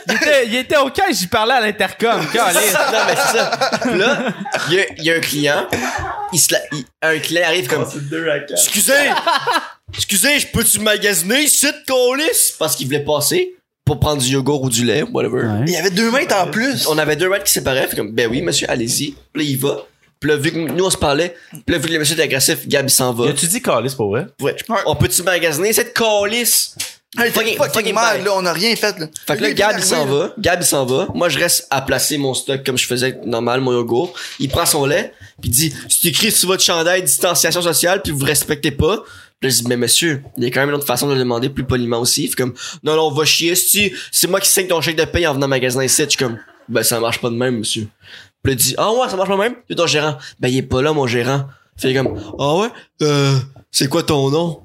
Speaker 3: Il était, il était au cash, j'y parlais à l'intercom. câlisse.
Speaker 4: non, mais c'est ça. Puis là, il y a- il y, a un client. Il se la, il- un client arrive comme.
Speaker 1: C'est deux à quatre.
Speaker 4: Excusez! Excusez, je peux-tu magasiner cette colisse? Parce qu'il voulait passer pour prendre du yogourt ou du lait, whatever.
Speaker 5: Il y avait deux mètres en plus.
Speaker 4: Euh, On avait deux mètres qui séparaient. Fait comme, ben oui, monsieur, allez-y. Puis là, il va. Puis là, vu que nous, on se parlait. Puis là, vu que le monsieur était agressif, Gab, il s'en va.
Speaker 1: tu dit calice pour vrai?
Speaker 4: Ouais. On peut-tu magasiner cette colisse?
Speaker 5: Hey, t'es
Speaker 4: Fucking- fucking
Speaker 5: fucking
Speaker 4: bye.
Speaker 5: mal, là. On a rien fait, là.
Speaker 4: Fait que là,
Speaker 5: Lui,
Speaker 4: Gab,
Speaker 5: est
Speaker 4: il s'en
Speaker 5: arrivé,
Speaker 4: va. Gab, il s'en va. Moi, je reste à placer mon stock comme je faisais normal, mon yogourt. Il prend son lait, puis il dit, c'est écrit sur votre chandail distanciation sociale, puis vous respectez pas. Puis là, je dis, mais monsieur, il y a quand même une autre façon de le demander plus poliment aussi. Fait comme, non, non, va chier, si c'est moi qui signe ton chèque de paye en venant magasiner ici. Je suis comme, ben, ça marche pas de même, monsieur. Puis là, il dit, ah ouais, ça marche pas de même? Puis ton gérant, ben, il est pas là, mon gérant. Fait comme, ah ouais, euh, c'est quoi ton nom?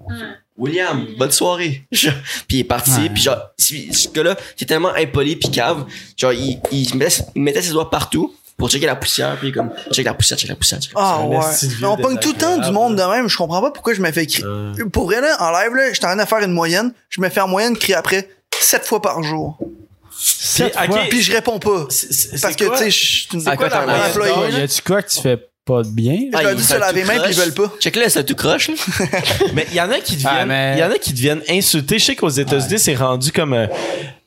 Speaker 4: William, bonne soirée. Je- puis il est parti, puis genre, si- ce gars-là, c'est tellement impoli puis cave, genre, il, il, mettait, il mettait ses doigts partout pour checker la poussière, puis il est comme, check la poussière, check la poussière, check la
Speaker 5: Ah
Speaker 1: C'est un esti de
Speaker 5: ouais.
Speaker 1: vieux
Speaker 5: Mais On pogne tout le temps du monde de même. Je comprends pas pourquoi je me fais crier.
Speaker 4: Euh.
Speaker 5: Pour vrai, là, en live, là, j'étais en train de faire une moyenne. Je me fais en moyenne crier après sept fois par jour.
Speaker 1: C'est
Speaker 5: Puis je réponds pas. Parce que, tu sais, je suis une
Speaker 4: C'est quoi ta moyenne?
Speaker 5: employée.
Speaker 3: Oh, y a-tu quoi que tu fais pas de bien?
Speaker 5: Je
Speaker 4: Ah,
Speaker 5: leur
Speaker 4: il
Speaker 5: dis
Speaker 4: fait
Speaker 5: se laver les
Speaker 4: tout
Speaker 5: mains, puis
Speaker 4: croche.
Speaker 5: ils veulent pas.
Speaker 4: Check là, ça tout croche, là.
Speaker 1: Mais il y en a qui deviennent,
Speaker 3: Ah, mais-
Speaker 1: il y en a qui deviennent insultés. Je sais qu'aux États-Unis, c'est rendu comme euh,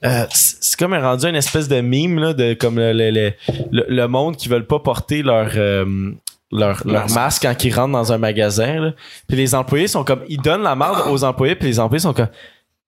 Speaker 1: euh, c'est c'est comme rendu une espèce de mime là, de comme le, le, le- le- le monde qui veulent pas porter leur euh, leur, leur masque quand ils rentrent dans un magasin. là. Puis les employés sont comme ils donnent la merde aux employés, puis les employés sont comme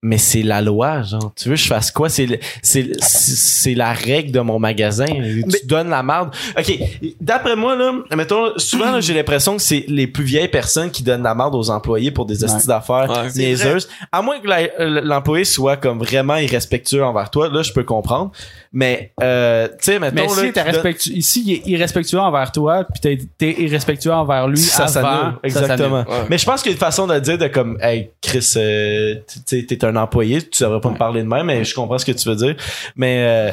Speaker 1: mais c'est la loi, genre. Tu veux que je fasse quoi? C'est le- c'est c'est- c'est la règle de mon magasin. Tu donnes la merde. OK. D'après moi, là, mettons, souvent, là, j'ai l'impression que c'est les plus vieilles personnes qui donnent la merde aux employés pour des astuces d'affaires
Speaker 4: Ouais. C'est
Speaker 1: niaiseuses. À moins que la- euh, l'employé soit comme vraiment irrespectueux envers toi, là, je peux comprendre. Mais, euh, tu sais, mettons,
Speaker 3: Mais
Speaker 1: là,
Speaker 3: si, t'es
Speaker 1: tu donnes-
Speaker 3: respectu- si il est irrespectueux envers toi, puis t'es, t'es irrespectueux envers lui,
Speaker 1: ça
Speaker 3: avant,
Speaker 1: s'annule.
Speaker 3: ça s'annule.
Speaker 1: Exactement.
Speaker 4: Ouais.
Speaker 1: Mais je pense qu'il y a une façon de le dire de comme, hey, Chris, euh, tu sais, t'es un employé, tu devrais pas me parler de même, mais je comprends ce que tu veux dire. Mais euh,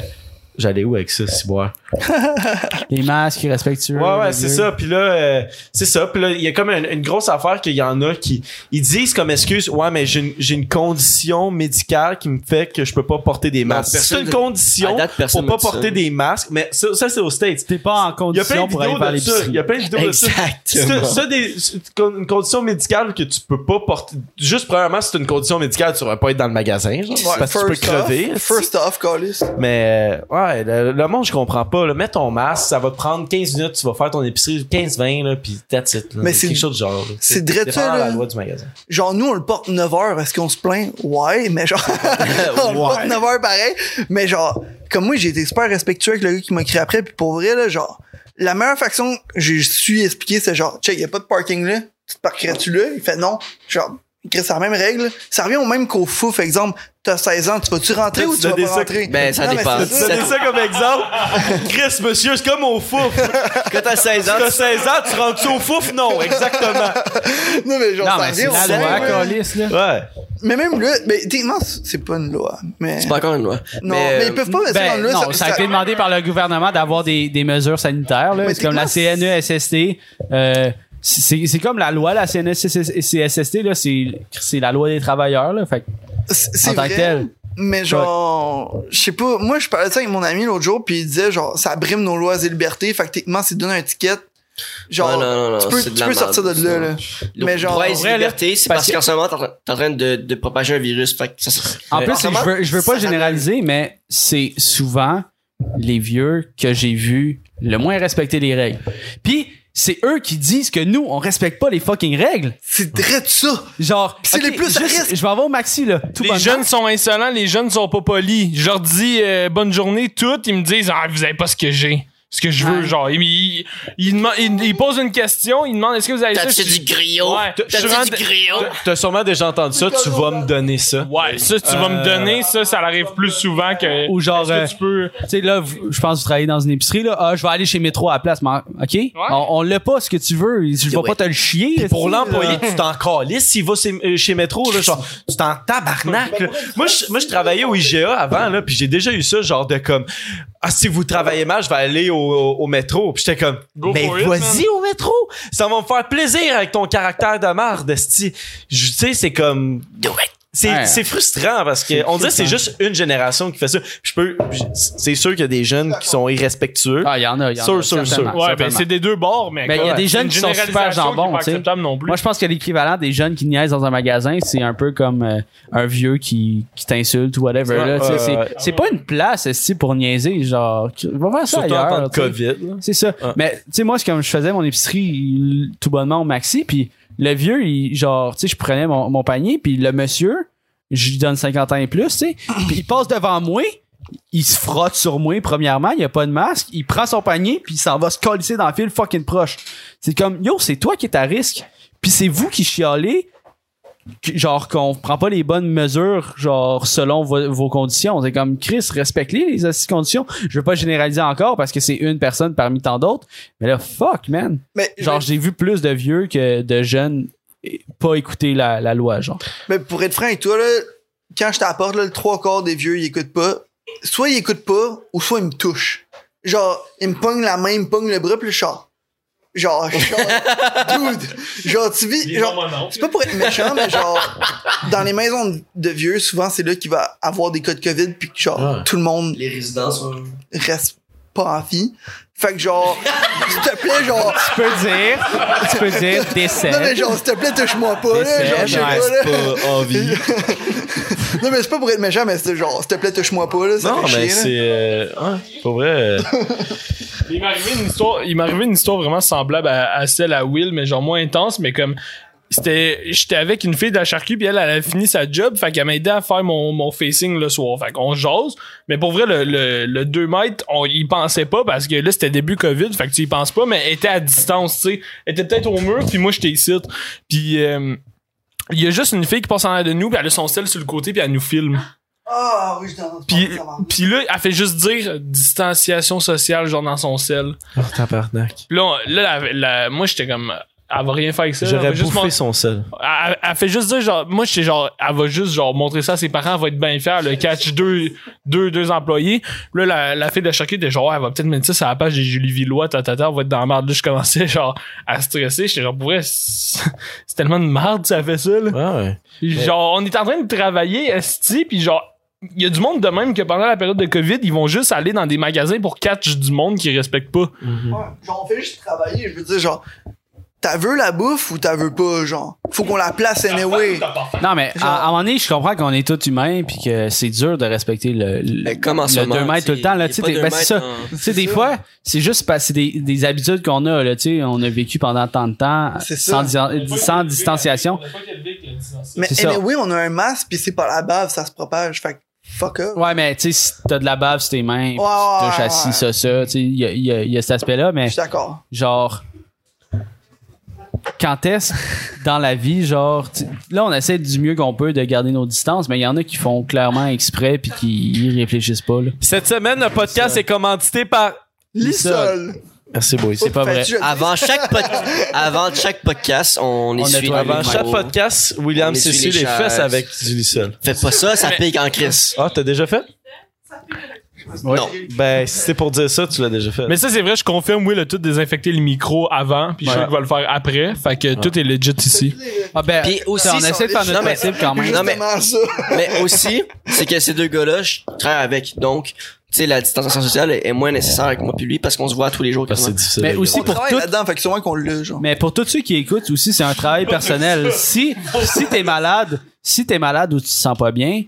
Speaker 1: j'allais où avec ça, Ciboire?
Speaker 3: Les masques irrespectueux.
Speaker 1: Ouais, ouais,
Speaker 3: les
Speaker 1: c'est
Speaker 3: yeux.
Speaker 1: ça. Puis là, euh, c'est ça. Puis là, il y a comme une, une grosse affaire qu'il y en a qui ils disent comme excuse, ouais, mais j'ai une, j'ai une condition médicale qui me fait que je peux pas porter des
Speaker 4: Non,
Speaker 1: masques. C'est
Speaker 4: personne-
Speaker 1: une
Speaker 4: à
Speaker 1: condition
Speaker 4: date, personne
Speaker 1: pour pas
Speaker 4: me dit ça.
Speaker 1: porter des masques, mais ça, ça, c'est aux States.
Speaker 3: T'es pas en
Speaker 1: Il y a plein
Speaker 3: condition
Speaker 1: de
Speaker 3: pour aller
Speaker 1: vidéos
Speaker 3: faire
Speaker 1: de ça. Il y
Speaker 3: l'épicerie.
Speaker 1: a plein de vidéos de ça. Ça,
Speaker 4: Exactement.
Speaker 1: ça, des, c'est une condition médicale que tu peux pas porter. Juste, premièrement, c'est une condition médicale, tu vas pas être dans le magasin, genre,
Speaker 5: Ouais,
Speaker 1: parce que tu peux
Speaker 5: first off,
Speaker 1: crever.
Speaker 5: First off, Callis.
Speaker 1: Mais, euh, ouais, Ouais, le, le monde, je comprends pas. là. Mets ton masque, ça va te prendre 15 minutes, tu vas faire ton épicerie 15-20, là, pis that's it. Là.
Speaker 5: Mais c'est-
Speaker 1: quelque chose de genre. là.
Speaker 5: c'est drette,
Speaker 1: dépendant de
Speaker 5: là.
Speaker 1: la loi du magasin.
Speaker 5: Genre, nous, on le porte 9 heures. Est-ce qu'on se plaint? Ouais, mais genre, on le porte 9 heures pareil. Mais genre, comme moi, j'ai été super respectueux avec le gars qui m'a crié après. Puis pour vrai, là, genre, la meilleure faction, j'ai su expliquer, c'est genre, check, y a pas de parking là. Tu te parquerais-tu là? Il fait non. Genre, Chris, c'est la même règle. Ça revient au même qu'au fouf, exemple. T'as 16 ans, tu vas-tu rentrer
Speaker 1: Là,
Speaker 5: ou
Speaker 1: tu
Speaker 5: tu vas
Speaker 1: donnais
Speaker 5: pas
Speaker 1: ça-
Speaker 5: rentrer?
Speaker 4: Ben, ça
Speaker 5: Non, mais
Speaker 4: dépend.
Speaker 5: c'est ça.
Speaker 4: Ça-
Speaker 1: Donnez ça comme exemple. Chris, monsieur, c'est comme au fouf.
Speaker 4: Quand t'as 16 ans,
Speaker 1: T'as 16 ans, tu rentres-tu au fouf? Non, exactement.
Speaker 5: Non, mais genre,
Speaker 3: Non,
Speaker 5: ça
Speaker 3: mais c'est
Speaker 5: revient
Speaker 3: la
Speaker 5: au même,
Speaker 3: loi,
Speaker 5: là.
Speaker 3: calice, là.
Speaker 1: Ouais.
Speaker 5: Mais même là, ben, techniquement, c'est pas une loi. Mais...
Speaker 4: c'est pas encore une loi.
Speaker 5: Non, mais,
Speaker 4: euh,
Speaker 5: ils peuvent pas mettre ça dans
Speaker 3: Ben,
Speaker 5: le
Speaker 3: non, ça a été demandé par le gouvernement d'avoir des, des mesures sanitaires. là.
Speaker 5: Mais
Speaker 3: C'est comme la E
Speaker 5: techniquement,
Speaker 3: CNESST. euh, c'est c'est comme la loi, la E CNESST, là, c'est c'est la loi des travailleurs, là. Fait que,
Speaker 5: C'est c'est
Speaker 3: en tant
Speaker 5: vrai,
Speaker 3: que tel.
Speaker 5: Mais genre, je sais pas, moi je parlais de ça avec mon ami l'autre jour, puis il disait genre, ça brime nos lois et libertés, fait que techniquement, c'est donner un ticket. Genre,
Speaker 4: Ouais, non, non, non,
Speaker 5: tu peux,
Speaker 4: c'est de
Speaker 5: tu
Speaker 4: la
Speaker 5: peux sortir de
Speaker 4: merde,
Speaker 5: là,
Speaker 4: ça.
Speaker 5: là.
Speaker 4: Le
Speaker 5: Mais genre,
Speaker 4: droit et
Speaker 5: en vrai, là,
Speaker 4: liberté, c'est parce
Speaker 3: parce que-
Speaker 4: qu'en ce moment, t'es en- t'es en train de, de propager un virus. Fait que ça, ça-
Speaker 3: En
Speaker 4: Euh,
Speaker 3: plus,
Speaker 4: en ce
Speaker 3: c'est-
Speaker 4: moment,
Speaker 3: je veux, je veux
Speaker 5: ça
Speaker 3: pas
Speaker 5: m'amène-
Speaker 3: généraliser, mais c'est souvent les vieux que j'ai vus le moins respecter les règles. Puis, c'est eux qui disent que nous, on respecte pas les fucking règles.
Speaker 5: C'est vrai de ça.
Speaker 3: Genre,
Speaker 5: Puis c'est
Speaker 3: ok,
Speaker 5: les plus à
Speaker 3: juste-
Speaker 5: risque.
Speaker 3: Je vais avoir Maxi, là. Tout
Speaker 2: les
Speaker 3: bonnement.
Speaker 2: jeunes sont insolents, les jeunes sont pas polis. Je leur dis euh, bonne journée, toutes, ils me disent Ah, vous avez pas ce que j'ai. Ce que je veux,
Speaker 3: Ouais.
Speaker 2: genre. Ils, ils, ils deman- ils- ils posent une question, ils demandent Est-ce que vous avez ça
Speaker 4: T'as-tu
Speaker 2: Je-
Speaker 4: du griot?
Speaker 2: Ouais.
Speaker 4: T'as-tu
Speaker 2: Je rentre-
Speaker 4: du griot?
Speaker 1: T'as sûrement déjà entendu ça, tu vas me donner ça.
Speaker 2: Ouais, ça, tu vas me donner, ça, ça arrive plus souvent que.
Speaker 3: Euh, Ou genre, euh,
Speaker 2: Est-ce que tu peux.
Speaker 3: Tu sais, là, vous- je pense que vous travaillez dans une épicerie, là. Ah, je vais aller chez Métro à la place, mais OK? On, on l'a pas, ce que tu veux. Je vais
Speaker 4: Ouais.
Speaker 3: pas te le chier. là,
Speaker 1: Pour
Speaker 3: tu sais,
Speaker 1: l'employé,
Speaker 3: là.
Speaker 1: tu t'en calisses. S'il va chez, euh, chez Métro, là, genre, tu t'en tabarnak. là. Moi, je, moi, je travaillais au IGA avant, là, puis j'ai déjà eu ça, genre de comme, ah, si vous travaillez mal, je vais aller au, au- au métro. Puis j'étais comme,
Speaker 2: Go
Speaker 1: mais
Speaker 2: for it,
Speaker 1: vas-y au métro. Ça va me faire plaisir avec ton caractère de marde, esti. Je- Tu sais, c'est comme... C'est
Speaker 3: Ouais.
Speaker 1: c'est frustrant parce que on dirait que c'est juste une génération qui fait ça. Je peux, c'est sûr qu'il y a des jeunes qui sont irrespectueux.
Speaker 3: Ah, il y en a, il y en
Speaker 1: Sûr,
Speaker 3: a.
Speaker 1: sûr, sûr.
Speaker 3: certainement,
Speaker 2: Ouais, ben
Speaker 3: certainement.
Speaker 2: c'est des deux bords, mais.
Speaker 3: Mais il y a
Speaker 2: quoi,
Speaker 3: des jeunes
Speaker 2: une
Speaker 3: qui sont super
Speaker 2: généralisation qui est
Speaker 3: jambons,
Speaker 2: pas
Speaker 3: tu sais.
Speaker 2: acceptable non plus.
Speaker 3: Moi, je pense que l'équivalent des jeunes qui niaisent dans un magasin, c'est un peu comme euh, un vieux qui, qui t'insulte ou whatever.
Speaker 1: Ouais,
Speaker 3: là, tu sais,
Speaker 1: ouais,
Speaker 3: c'est
Speaker 1: ouais.
Speaker 3: c'est pas une place esti, pour niaiser. Genre, tu- va faire ça
Speaker 1: Surtout en
Speaker 3: ailleurs.
Speaker 1: temps de
Speaker 3: là, tu sais.
Speaker 1: COVID. là.
Speaker 3: C'est ça.
Speaker 1: Ouais.
Speaker 3: Mais tu sais, moi, c'est comme je faisais mon épicerie il- tout bonnement au maxi, puis le vieux, il, genre, tu sais, je prenais mon, mon panier, puis le monsieur, je lui donne 50 ans et plus, tu sais, puis il passe devant moi, il se frotte sur moi, premièrement, il a pas de masque, il prend son panier, puis il s'en va se colisser dans le fil fucking proche. C'est comme, yo, c'est toi qui es à risque, puis c'est vous qui chialez, que- genre qu'on prend pas les bonnes mesures genre selon vo- vos conditions c'est comme Chris respectez les assises conditions je veux pas généraliser encore parce que c'est une personne parmi tant d'autres mais là fuck man
Speaker 5: Mais,
Speaker 3: genre j'ai vu plus de vieux que de jeunes eh, pas écouter la, la loi genre
Speaker 5: mais pour être franc avec toi, là, quand je t'apporte, là, le trois quarts des vieux, ils écoutent pas. Soit ils écoutent pas, ou soit ils me touchent. Genre, ils me pognent la main, ils me pognent le bras, puis le char. Genre, je suis genre, dude. Genre, tu vis. Genre, C'est pas pour être méchant, mais genre, dans les maisons de- de vieux, souvent, c'est là qu'il va avoir des cas de COVID, puis que genre, tout le monde
Speaker 4: Les résidences. ouais.
Speaker 5: reste pas en vie. Fait que genre, s'il te plaît, genre,
Speaker 3: tu peux dire tu peux dire décès
Speaker 5: non mais genre, s'il te plaît, touche-moi pas, là,
Speaker 3: Décède,
Speaker 5: genre, Ah, je sais
Speaker 3: ouais,
Speaker 5: pas,
Speaker 1: Reste
Speaker 5: là.
Speaker 1: pas en vie.
Speaker 5: Non, mais c'est pas pour être méchant, mais c'est genre, s'il te plaît, touche-moi pas, là, ça
Speaker 1: Non,
Speaker 5: fait chier,
Speaker 1: mais
Speaker 5: là.
Speaker 1: c'est. euh, ouais, pour vrai. euh,
Speaker 2: Il m'est arrivé une histoire, il m'est arrivé une histoire vraiment semblable à, à celle à Will, mais genre moins intense, mais comme c'était j'étais avec une fille de la charcuterie puis elle, elle a fini sa job fait qu'elle m'a aidé à faire mon, mon facing le soir fait qu'on jase mais pour vrai le, le, 2 mètres on y pensait pas parce que là c'était début covid fait que tu y penses pas mais elle était à distance tu sais elle était peut-être au mur puis moi j'étais ici puis euh, il y a juste une fille qui passe en l'air de nous puis elle a son sel sur le côté puis elle nous filme
Speaker 5: Ah, oui, je t'en
Speaker 2: puis
Speaker 5: ça va.
Speaker 2: puis là elle fait juste dire distanciation sociale genre dans son sel
Speaker 1: Oh, tabarnak.
Speaker 2: puis là, on- là la- la- moi, j'étais comme. Elle va rien faire avec ça. là.
Speaker 1: J'aurais
Speaker 2: Elle va juste
Speaker 1: bouffé
Speaker 2: mon-
Speaker 1: son sel.
Speaker 2: elle, elle fait juste dire, genre, moi, j'étais genre, elle va juste, genre, montrer ça à ses parents, elle va être bien fière, le catch deux, deux, deux employés. Là, la, la fille de la charcuterie était genre, Ouais, elle va peut-être mettre ça sur la page des Julie Villois, tatata, on va être dans la merde. Là, je commençais, genre, à stresser. J'étais genre, pour vrai, c'est c'est tellement de merde, ça fait ça, là.
Speaker 1: Ah ouais.
Speaker 2: Genre, on est en train de travailler, esti, puis genre, il y a du monde de même que pendant la période de COVID, ils vont juste aller dans des magasins pour catch du monde qui respecte pas.
Speaker 5: Ouais, Genre, on fait juste travailler, je veux dire, genre, t'as veux la bouffe ou t'as veux pas, genre. Faut qu'on la place anyway.
Speaker 3: Non, mais
Speaker 5: Genre-
Speaker 3: à, à un moment donné, je comprends qu'on est tous humains puis que c'est dur de respecter le, le,
Speaker 4: Mais comme en ce
Speaker 3: le
Speaker 4: moment,
Speaker 3: deux mètres tout le
Speaker 4: tu sais,
Speaker 3: temps.
Speaker 4: il y a
Speaker 3: Là, tu sais,
Speaker 4: pas
Speaker 3: des-
Speaker 4: deux
Speaker 3: ben, c'est ça.
Speaker 4: mètres
Speaker 3: Tu
Speaker 4: en-
Speaker 3: sais, des fois, c'est juste parce que c'est des, des habitudes qu'on a. Là, tu sais, on a vécu pendant tant de temps
Speaker 5: C'est
Speaker 2: On
Speaker 3: sans, di-
Speaker 2: est pas
Speaker 3: sans
Speaker 2: élevé
Speaker 3: distanciation.
Speaker 2: avec- on est pas élevé avec la distanciation.
Speaker 5: Mais
Speaker 3: C'est ça.
Speaker 5: anyway, on a un masque pis c'est par la bave, ça se propage. Fait que fuck up.
Speaker 3: Ouais, mais tu sais, si t'as de la bave sur tes mains, puis
Speaker 5: Ouais,
Speaker 3: tu
Speaker 5: ouais,
Speaker 3: touches
Speaker 5: ouais,
Speaker 3: à ci,
Speaker 5: ouais.
Speaker 3: ça, ça, tu sais, il y a, il y a- il y a cet aspect-là, mais
Speaker 5: Je suis d'accord.
Speaker 3: genre quand est-ce dans la vie genre tu- là on essaie du mieux qu'on peut de garder nos distances mais il y en a qui font clairement exprès puis qui y réfléchissent pas là.
Speaker 1: Cette semaine, le podcast est commandité par.
Speaker 5: L'isol.
Speaker 1: Merci, boys.
Speaker 3: C'est pas vrai.
Speaker 4: Avant chaque, pod- avant chaque podcast, on essuie
Speaker 3: nettoie
Speaker 4: les
Speaker 1: Avant chaque
Speaker 4: micros.
Speaker 1: podcast, William
Speaker 4: On
Speaker 1: s'est
Speaker 4: essuie
Speaker 1: les,
Speaker 4: les
Speaker 1: fesses
Speaker 4: chaises.
Speaker 1: avec du lissol.
Speaker 4: Faites pas ça, ça pique en crise.
Speaker 1: Ah, t'as déjà fait?
Speaker 4: Non.
Speaker 1: Ben, si c'est pour dire ça, tu l'as déjà fait.
Speaker 2: Mais ça, c'est vrai, je confirme, oui, le tout désinfecter le micro avant, puis
Speaker 1: Ouais.
Speaker 2: Chuck va le faire après. Fait que tout est legit ici.
Speaker 3: Ah ben
Speaker 4: Puis aussi,
Speaker 3: on
Speaker 4: si
Speaker 3: essaie
Speaker 4: on-
Speaker 3: de faire notre
Speaker 4: non, mais-
Speaker 3: possible quand même.
Speaker 4: Non, mais-
Speaker 5: Justement ça.
Speaker 4: Mais aussi, c'est que ces deux gars-là, je travaille avec. Donc, tu sais, la distanciation sociale est est moins nécessaire avec moi puis lui parce qu'on se voit tous les jours.
Speaker 1: Parce que c'est
Speaker 4: quasiment.
Speaker 1: difficile.
Speaker 3: Mais
Speaker 1: les gars.
Speaker 3: aussi-
Speaker 5: On
Speaker 3: pour
Speaker 5: travaille
Speaker 3: tout-
Speaker 5: là-dedans, fait que sûrement qu'on l'a, genre.
Speaker 3: Mais pour tous ceux qui écoutent aussi, c'est un travail personnel. Si si t'es malade, si t'es malade ou tu te sens pas bien,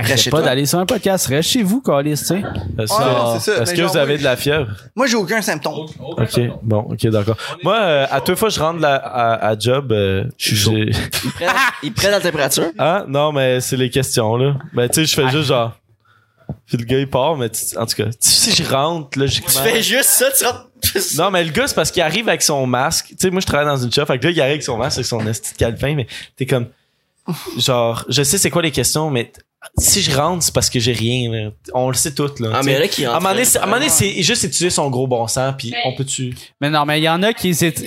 Speaker 4: chez
Speaker 3: arrête pas
Speaker 4: toi.
Speaker 3: d'aller sur un podcast, reste chez vous, Calis, tu sais.
Speaker 1: Est-ce
Speaker 5: Ouais,
Speaker 1: que-
Speaker 5: non, Ah, c'est ça.
Speaker 1: Est-ce
Speaker 5: Mais
Speaker 1: que
Speaker 5: genre,
Speaker 1: vous avez
Speaker 5: moi,
Speaker 1: de la fièvre?
Speaker 5: Moi, j'ai aucun symptôme.
Speaker 1: Ok, bon, ok, d'accord. Moi, euh, à deux fois, je rentre la- à, à job. euh, j'ai-
Speaker 4: Ils prennent, ils prennent la
Speaker 5: Ben
Speaker 4: température.
Speaker 1: Hein? Non, mais c'est les questions, là. Ben, tu sais, je fais juste genre. Puis le gars, il part, mais tu- en tout cas, tu sais, je rentre,
Speaker 4: Tu
Speaker 1: logiquement.
Speaker 4: fais juste ça, tu rentres.
Speaker 1: Non, mais le gars, c'est parce qu'il arrive avec son masque. Tu sais, moi, je travaille dans une shop. Fait que là, il arrive avec son masque, avec son esti de calepin, mais t'es comme. Genre, je sais c'est quoi les questions, mais t- si je rentre, c'est parce que j'ai rien, là. On le sait tout, là.
Speaker 4: Ah,
Speaker 1: Ben, tu
Speaker 4: mais il y
Speaker 1: sais.
Speaker 4: en a qui
Speaker 1: à un moment donné,
Speaker 4: rentrent.
Speaker 1: c'est- à un moment donné, c'est juste étudier son gros bon sens, puis on peut-tu.
Speaker 3: Mais non, mais il y en a qui hésitent.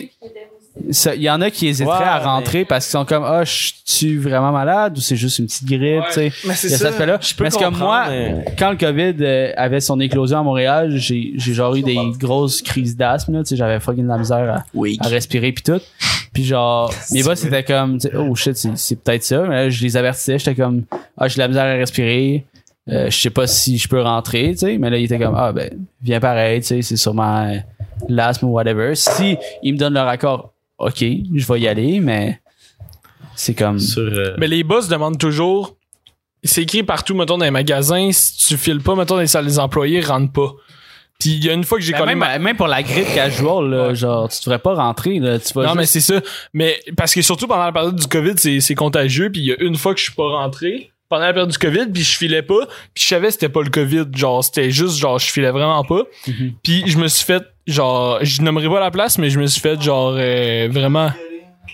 Speaker 3: ça- Il y en a qui hésiteraient à
Speaker 1: Ouais,
Speaker 3: rentrer parce qu'ils sont comme Ah, je suis vraiment malade ou c'est juste une petite grippe, tu sais.
Speaker 5: Mais c'est
Speaker 3: Il y a cet
Speaker 5: ça.
Speaker 3: aspect-là.
Speaker 1: peux
Speaker 3: Parce que
Speaker 1: comprendre,
Speaker 3: moi,
Speaker 1: mais-
Speaker 3: quand le COVID euh, avait son éclosion à Montréal, j'ai j'ai genre eu des grosses crises d'asthme, là, tu sais, j'avais fucking de la misère
Speaker 4: Oui.
Speaker 3: à, à respirer puis tout. Puis genre, mes boss étaient comme tu sais, Oh shit, c'est c'est peut-être ça. Mais là, je les avertissais, j'étais comme Ah, j'ai de la misère à respirer. Euh, je sais pas si je peux rentrer, tu sais. Mais là, il était comme Ah, ben, viens pareil, tu sais, c'est sûrement euh, l'asthme ou whatever. Si ils me donnent leur accord, ok, je vais y aller, mais c'est comme.
Speaker 1: Sur. euh,
Speaker 2: Mais les boss demandent toujours. C'est écrit partout, mettons, dans les magasins. Si tu files pas, mettons, dans les salles des employés, rentre pas. Puis il y a une fois que j'ai
Speaker 3: Ben,
Speaker 2: collé
Speaker 3: même,
Speaker 2: ma-
Speaker 3: même pour la grippe casual, là, genre, tu devrais pas rentrer, là, tu vas
Speaker 2: Non, mais
Speaker 3: juste-
Speaker 2: c'est ça. Mais parce que surtout pendant la période du COVID, c'est c'est contagieux. Puis il y a une fois que je suis pas rentré pendant la période du COVID, puis je filais pas. Puis je savais que c'était pas le COVID. Genre, c'était juste, genre, je filais vraiment pas.
Speaker 3: Mhm.
Speaker 2: Puis je me suis fait, genre, je nommerai pas la place, mais je me suis fait, genre, euh, vraiment.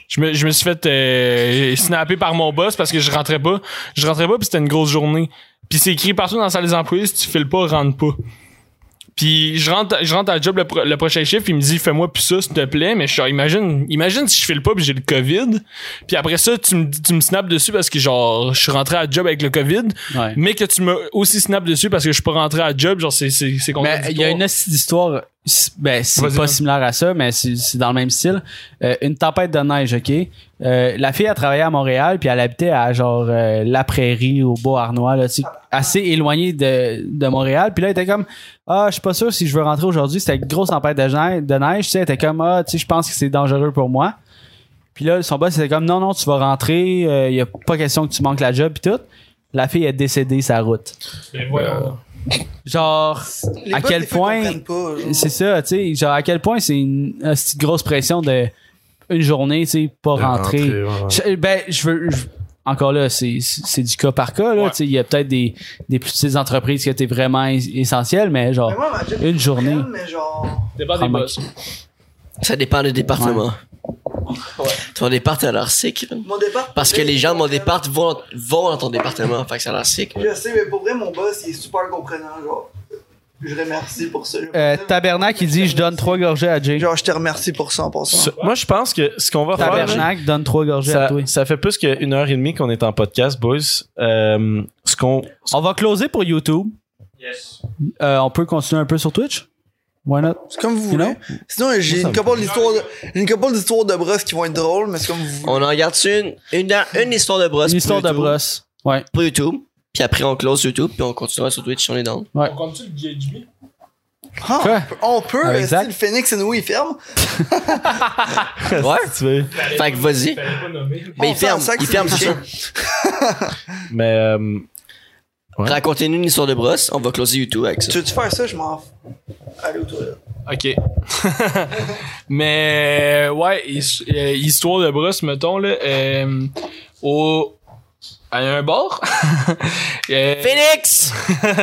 Speaker 2: Je me, je me suis fait euh, snapper par mon boss parce que je rentrais pas. Je rentrais pas, puis c'était une grosse journée. Puis c'est écrit partout dans la salle des employés, si tu files pas, rentre pas. Puis je rentre, je rentre à la job le, pro- le prochain chiffre, il me dit fais-moi plus ça s'il te plaît, mais je suis genre, imagine, imagine si je file pas puis j'ai le Covid. Puis après ça, tu me dis- tu me snaps dessus parce que genre je suis rentré à la job avec le Covid,
Speaker 3: Ouais.
Speaker 2: mais que tu me aussi snaps dessus parce que je suis pas rentré à la job, genre c'est c'est c'est
Speaker 3: Mais il y a
Speaker 2: contradictoire.
Speaker 3: une hostie d'histoire, ben, c'est
Speaker 2: Vas-y,
Speaker 3: pas
Speaker 2: vas-y.
Speaker 3: similaire à ça, mais c'est c'est dans le même style. Euh, une tempête de neige, OK? Euh, la fille, a travaillé à Montréal, puis elle habitait à, genre, euh, la prairie, au Beau-Arnois, là, tu sais, assez éloignée de, de Montréal. Puis là, elle était comme, ah, je suis pas sûr si je veux rentrer aujourd'hui. C'était une grosse tempête de neige, de neige, tu sais. Elle était comme, ah, tu sais, je pense que c'est dangereux pour moi. Puis là, son boss était comme, non, non, tu vas rentrer, il y a pas question que tu manques la job, puis tout. La fille est décédée sa route.
Speaker 2: Ben, voyons.
Speaker 1: Euh.
Speaker 3: Genre,
Speaker 5: Les
Speaker 3: à
Speaker 5: boss,
Speaker 3: quel
Speaker 5: des fois,
Speaker 3: point
Speaker 5: comprennent pas, genre.
Speaker 3: c'est ça, tu sais, genre à quel point c'est une, une petite grosse pression de une journée, tu sais, pas rentrer.
Speaker 1: rentrer, ouais, ouais.
Speaker 3: Je- ben, je veux. je- encore là, c'est c'est du cas par cas, là,
Speaker 2: Ouais.
Speaker 3: tu sais, il y a peut-être des, des plus petites entreprises qui étaient vraiment es- essentielles, mais genre,
Speaker 5: Mais moi, ma job,
Speaker 3: une journée.
Speaker 5: mais genre.
Speaker 2: Dépend des
Speaker 3: Ah,
Speaker 2: boss.
Speaker 4: Ça dépend du département. Ton départ, t'as l'air sick. là.
Speaker 5: Mon départ.
Speaker 4: Parce que les gens de mon départ vont, vont dans ton département. Fait que ça a l'air sick.
Speaker 5: Je sais, mais pour vrai, mon boss, il est super comprenant, genre. Je remercie pour ça.
Speaker 3: Euh, Tabernac, il dit je donne trois gorgées à Jay.
Speaker 5: Genre, je te remercie pour ça en passant.
Speaker 1: ce- Moi, je pense que ce qu'on va faire.
Speaker 3: Tabernac, donne trois gorgées à
Speaker 1: Ça,
Speaker 3: toi.
Speaker 1: ça fait plus qu'une heure et demie qu'on est en podcast, boys. Euh, ce qu'on.
Speaker 3: On va closer pour YouTube.
Speaker 6: Yes.
Speaker 3: Euh, on peut continuer un peu sur Twitch? Why not?
Speaker 5: C'est comme vous
Speaker 3: You
Speaker 5: voulez. Sinon, j'ai
Speaker 1: ça
Speaker 5: une
Speaker 1: me-
Speaker 5: couple d'histoires de, j'ai une couple d'histoires de brosses qui vont être drôles, mais c'est comme vous voulez.
Speaker 4: On en regarde une, une, une histoire de brosse.
Speaker 3: Une histoire
Speaker 4: pour
Speaker 3: de
Speaker 4: YouTube.
Speaker 3: brosse. Ouais.
Speaker 4: Pour YouTube. Puis après, on close YouTube. Puis on continuera sur Twitch si on est dans.
Speaker 2: On compte-tu le GHB?
Speaker 5: Ah,
Speaker 3: Quoi?
Speaker 5: on peut,
Speaker 3: Ah,
Speaker 5: euh,
Speaker 3: exact.
Speaker 5: si le phoenix et nous, il ferme.
Speaker 4: Ouais.
Speaker 1: Si tu veux.
Speaker 4: Fait que vas-y.
Speaker 2: Fallait pas nommer.
Speaker 4: Mais
Speaker 5: On
Speaker 4: il ferme,
Speaker 5: s'en sac,
Speaker 4: il
Speaker 5: c'est
Speaker 4: ferme,
Speaker 5: le
Speaker 4: c'est
Speaker 5: chien.
Speaker 4: sûr.
Speaker 1: Mais euh, Ouais.
Speaker 4: Racontez-nous une histoire de brosse, on va closer YouTube avec ça.
Speaker 5: Tu veux-tu faire ça? Je m'en fous. Allez, toi.
Speaker 2: OK. Mais ouais, his- euh, histoire de brosse, mettons, là, euh, au... À un bar? Euh,
Speaker 4: Phoenix!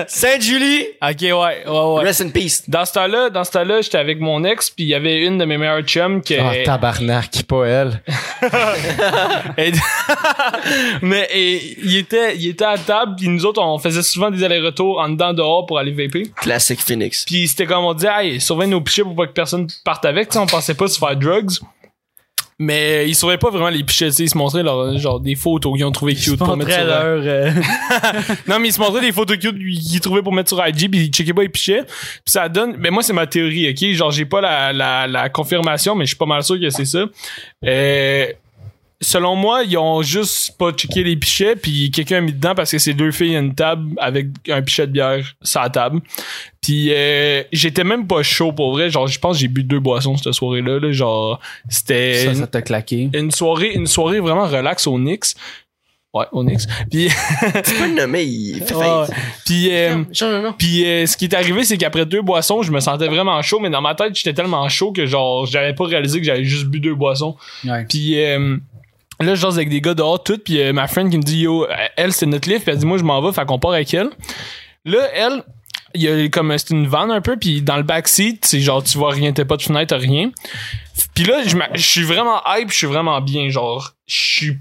Speaker 4: Sainte-Julie!
Speaker 2: OK, ouais, ouais, ouais.
Speaker 4: Rest in peace.
Speaker 2: Dans ce temps-là, dans ce temps-là, j'étais avec mon ex, puis il y avait une de mes meilleures chums
Speaker 1: Eh.
Speaker 2: qui...
Speaker 3: Ah, tabarnak, pas elle.
Speaker 2: Et- Mais et, il, était, il était à table, puis nous autres, on faisait souvent des allers-retours en dedans dehors pour aller VP.
Speaker 4: Classique Phoenix.
Speaker 2: Puis c'était comme on disait, hey, surveille nos pichets pour pas que personne parte avec. Tu sais, on pensait pas se faire drugs. Mais ils surveillaient pas vraiment les pichets. tu sais, Ils se montraient leur, genre des photos qu'ils ont trouvé cute pour mettre sur leur-
Speaker 3: euh.
Speaker 2: Non, mais ils se montraient des photos cute qu'ils trouvaient pour mettre sur IG. Puis ils checkaient pas les pichets. Puis ça donne. Mais moi, c'est ma théorie, ok? Genre, j'ai pas la, la, la confirmation, mais je suis pas mal sûr que c'est ça. Euh, selon moi, ils ont juste pas checké les pichets, puis quelqu'un a mis dedans parce que c'est deux filles à une table avec un pichet de bière sur la table. Puis euh, j'étais même pas chaud pour vrai. Genre, je pense que j'ai bu deux boissons cette soirée-là. là. Genre, c'était
Speaker 3: Ça,
Speaker 2: une,
Speaker 3: ça t'a claqué.
Speaker 2: une soirée, une soirée vraiment relax au Nix. Ouais, au Nix. Puis,
Speaker 4: Tu peux le nommer, il fait
Speaker 2: Ouais.
Speaker 4: faillite.
Speaker 2: puis euh,
Speaker 4: Change le nom.
Speaker 2: puis euh, ce qui est arrivé, c'est qu'après deux boissons, je me sentais vraiment chaud, mais dans ma tête, j'étais tellement chaud que genre, j'avais pas réalisé que j'avais juste bu deux boissons.
Speaker 3: Ouais.
Speaker 2: Puis euh, là, je jase avec des gars dehors, tout. Puis euh, ma friend qui me dit, yo, euh, elle, c'est notre livre. Puis elle dit, moi, je m'en vais. Fait qu'on part avec elle. Là, elle, il y a comme, c'est une vanne un peu. Puis dans le backseat, c'est genre, tu vois rien, t'as pas de fenêtre, t'as rien. Puis là, je m'a- je suis vraiment hype, je suis vraiment bien. Genre, je suis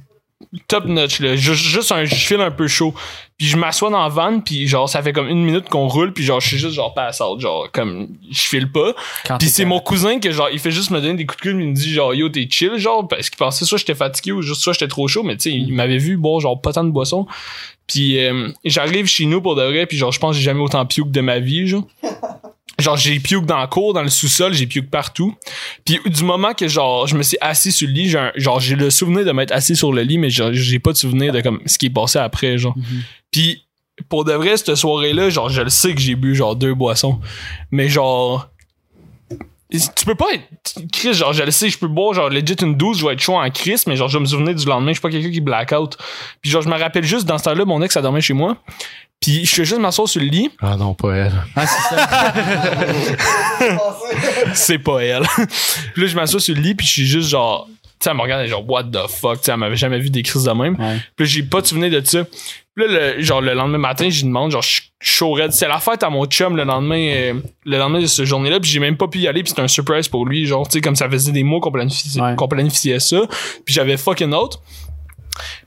Speaker 2: top notch, là. Ju- Juste un, je file un peu chaud. Puis je m'assois dans la vanne, puis genre, ça fait comme une minute qu'on roule, puis genre, je suis juste genre pass out, genre, comme, je file pas.
Speaker 3: Quand
Speaker 2: Pis
Speaker 3: t'es
Speaker 2: c'est
Speaker 3: correct.
Speaker 2: mon cousin que genre il fait juste me donner des coups de cul, il me dit genre yo t'es chill genre parce qu'il pensait soit j'étais fatigué ou juste soit j'étais trop chaud mais tu sais il m'avait vu bon genre pas tant de boissons. Puis euh, j'arrive chez nous pour de vrai puis genre je pense que j'ai jamais autant piouque de ma vie genre. Genre j'ai piouque dans la cour, dans le sous-sol, j'ai piouque partout. Puis du moment que genre je me suis assis sur le lit, j'ai un- genre j'ai le souvenir de m'être assis sur le lit mais genre, j'ai pas de souvenir de comme ce qui est passé après genre. Puis pour de vrai cette soirée-là, genre je le sais que j'ai bu genre deux boissons mais genre tu peux pas être Chris genre je le sais je peux boire genre legit une douce je vais être chaud en Chris mais genre je vais me souvenir du lendemain je suis pas quelqu'un qui blackout puis genre je me rappelle juste dans ce temps-là mon ex a dormi chez moi puis je fais juste m'asseoir sur le lit
Speaker 3: Ah non, pas elle.
Speaker 2: c'est pas elle puis là je m'assois sur le lit puis je suis juste genre tu sais elle me regarde elle est genre what the fuck tu sais elle m'avait jamais vu des crises de même
Speaker 3: Ouais.
Speaker 2: puis là, j'ai pas de souvenir de ça. Puis là, le, genre, le lendemain matin, j'y demande, genre, je suis chaud raide. C'est la fête à mon chum le lendemain, euh, le lendemain de cette journée-là, puis j'ai même pas pu y aller, puis c'était un surprise pour lui. Genre, tu sais, comme ça faisait des mois qu'on planifiait,
Speaker 3: Ouais.
Speaker 2: qu'on planifiait ça, puis j'avais fucking out.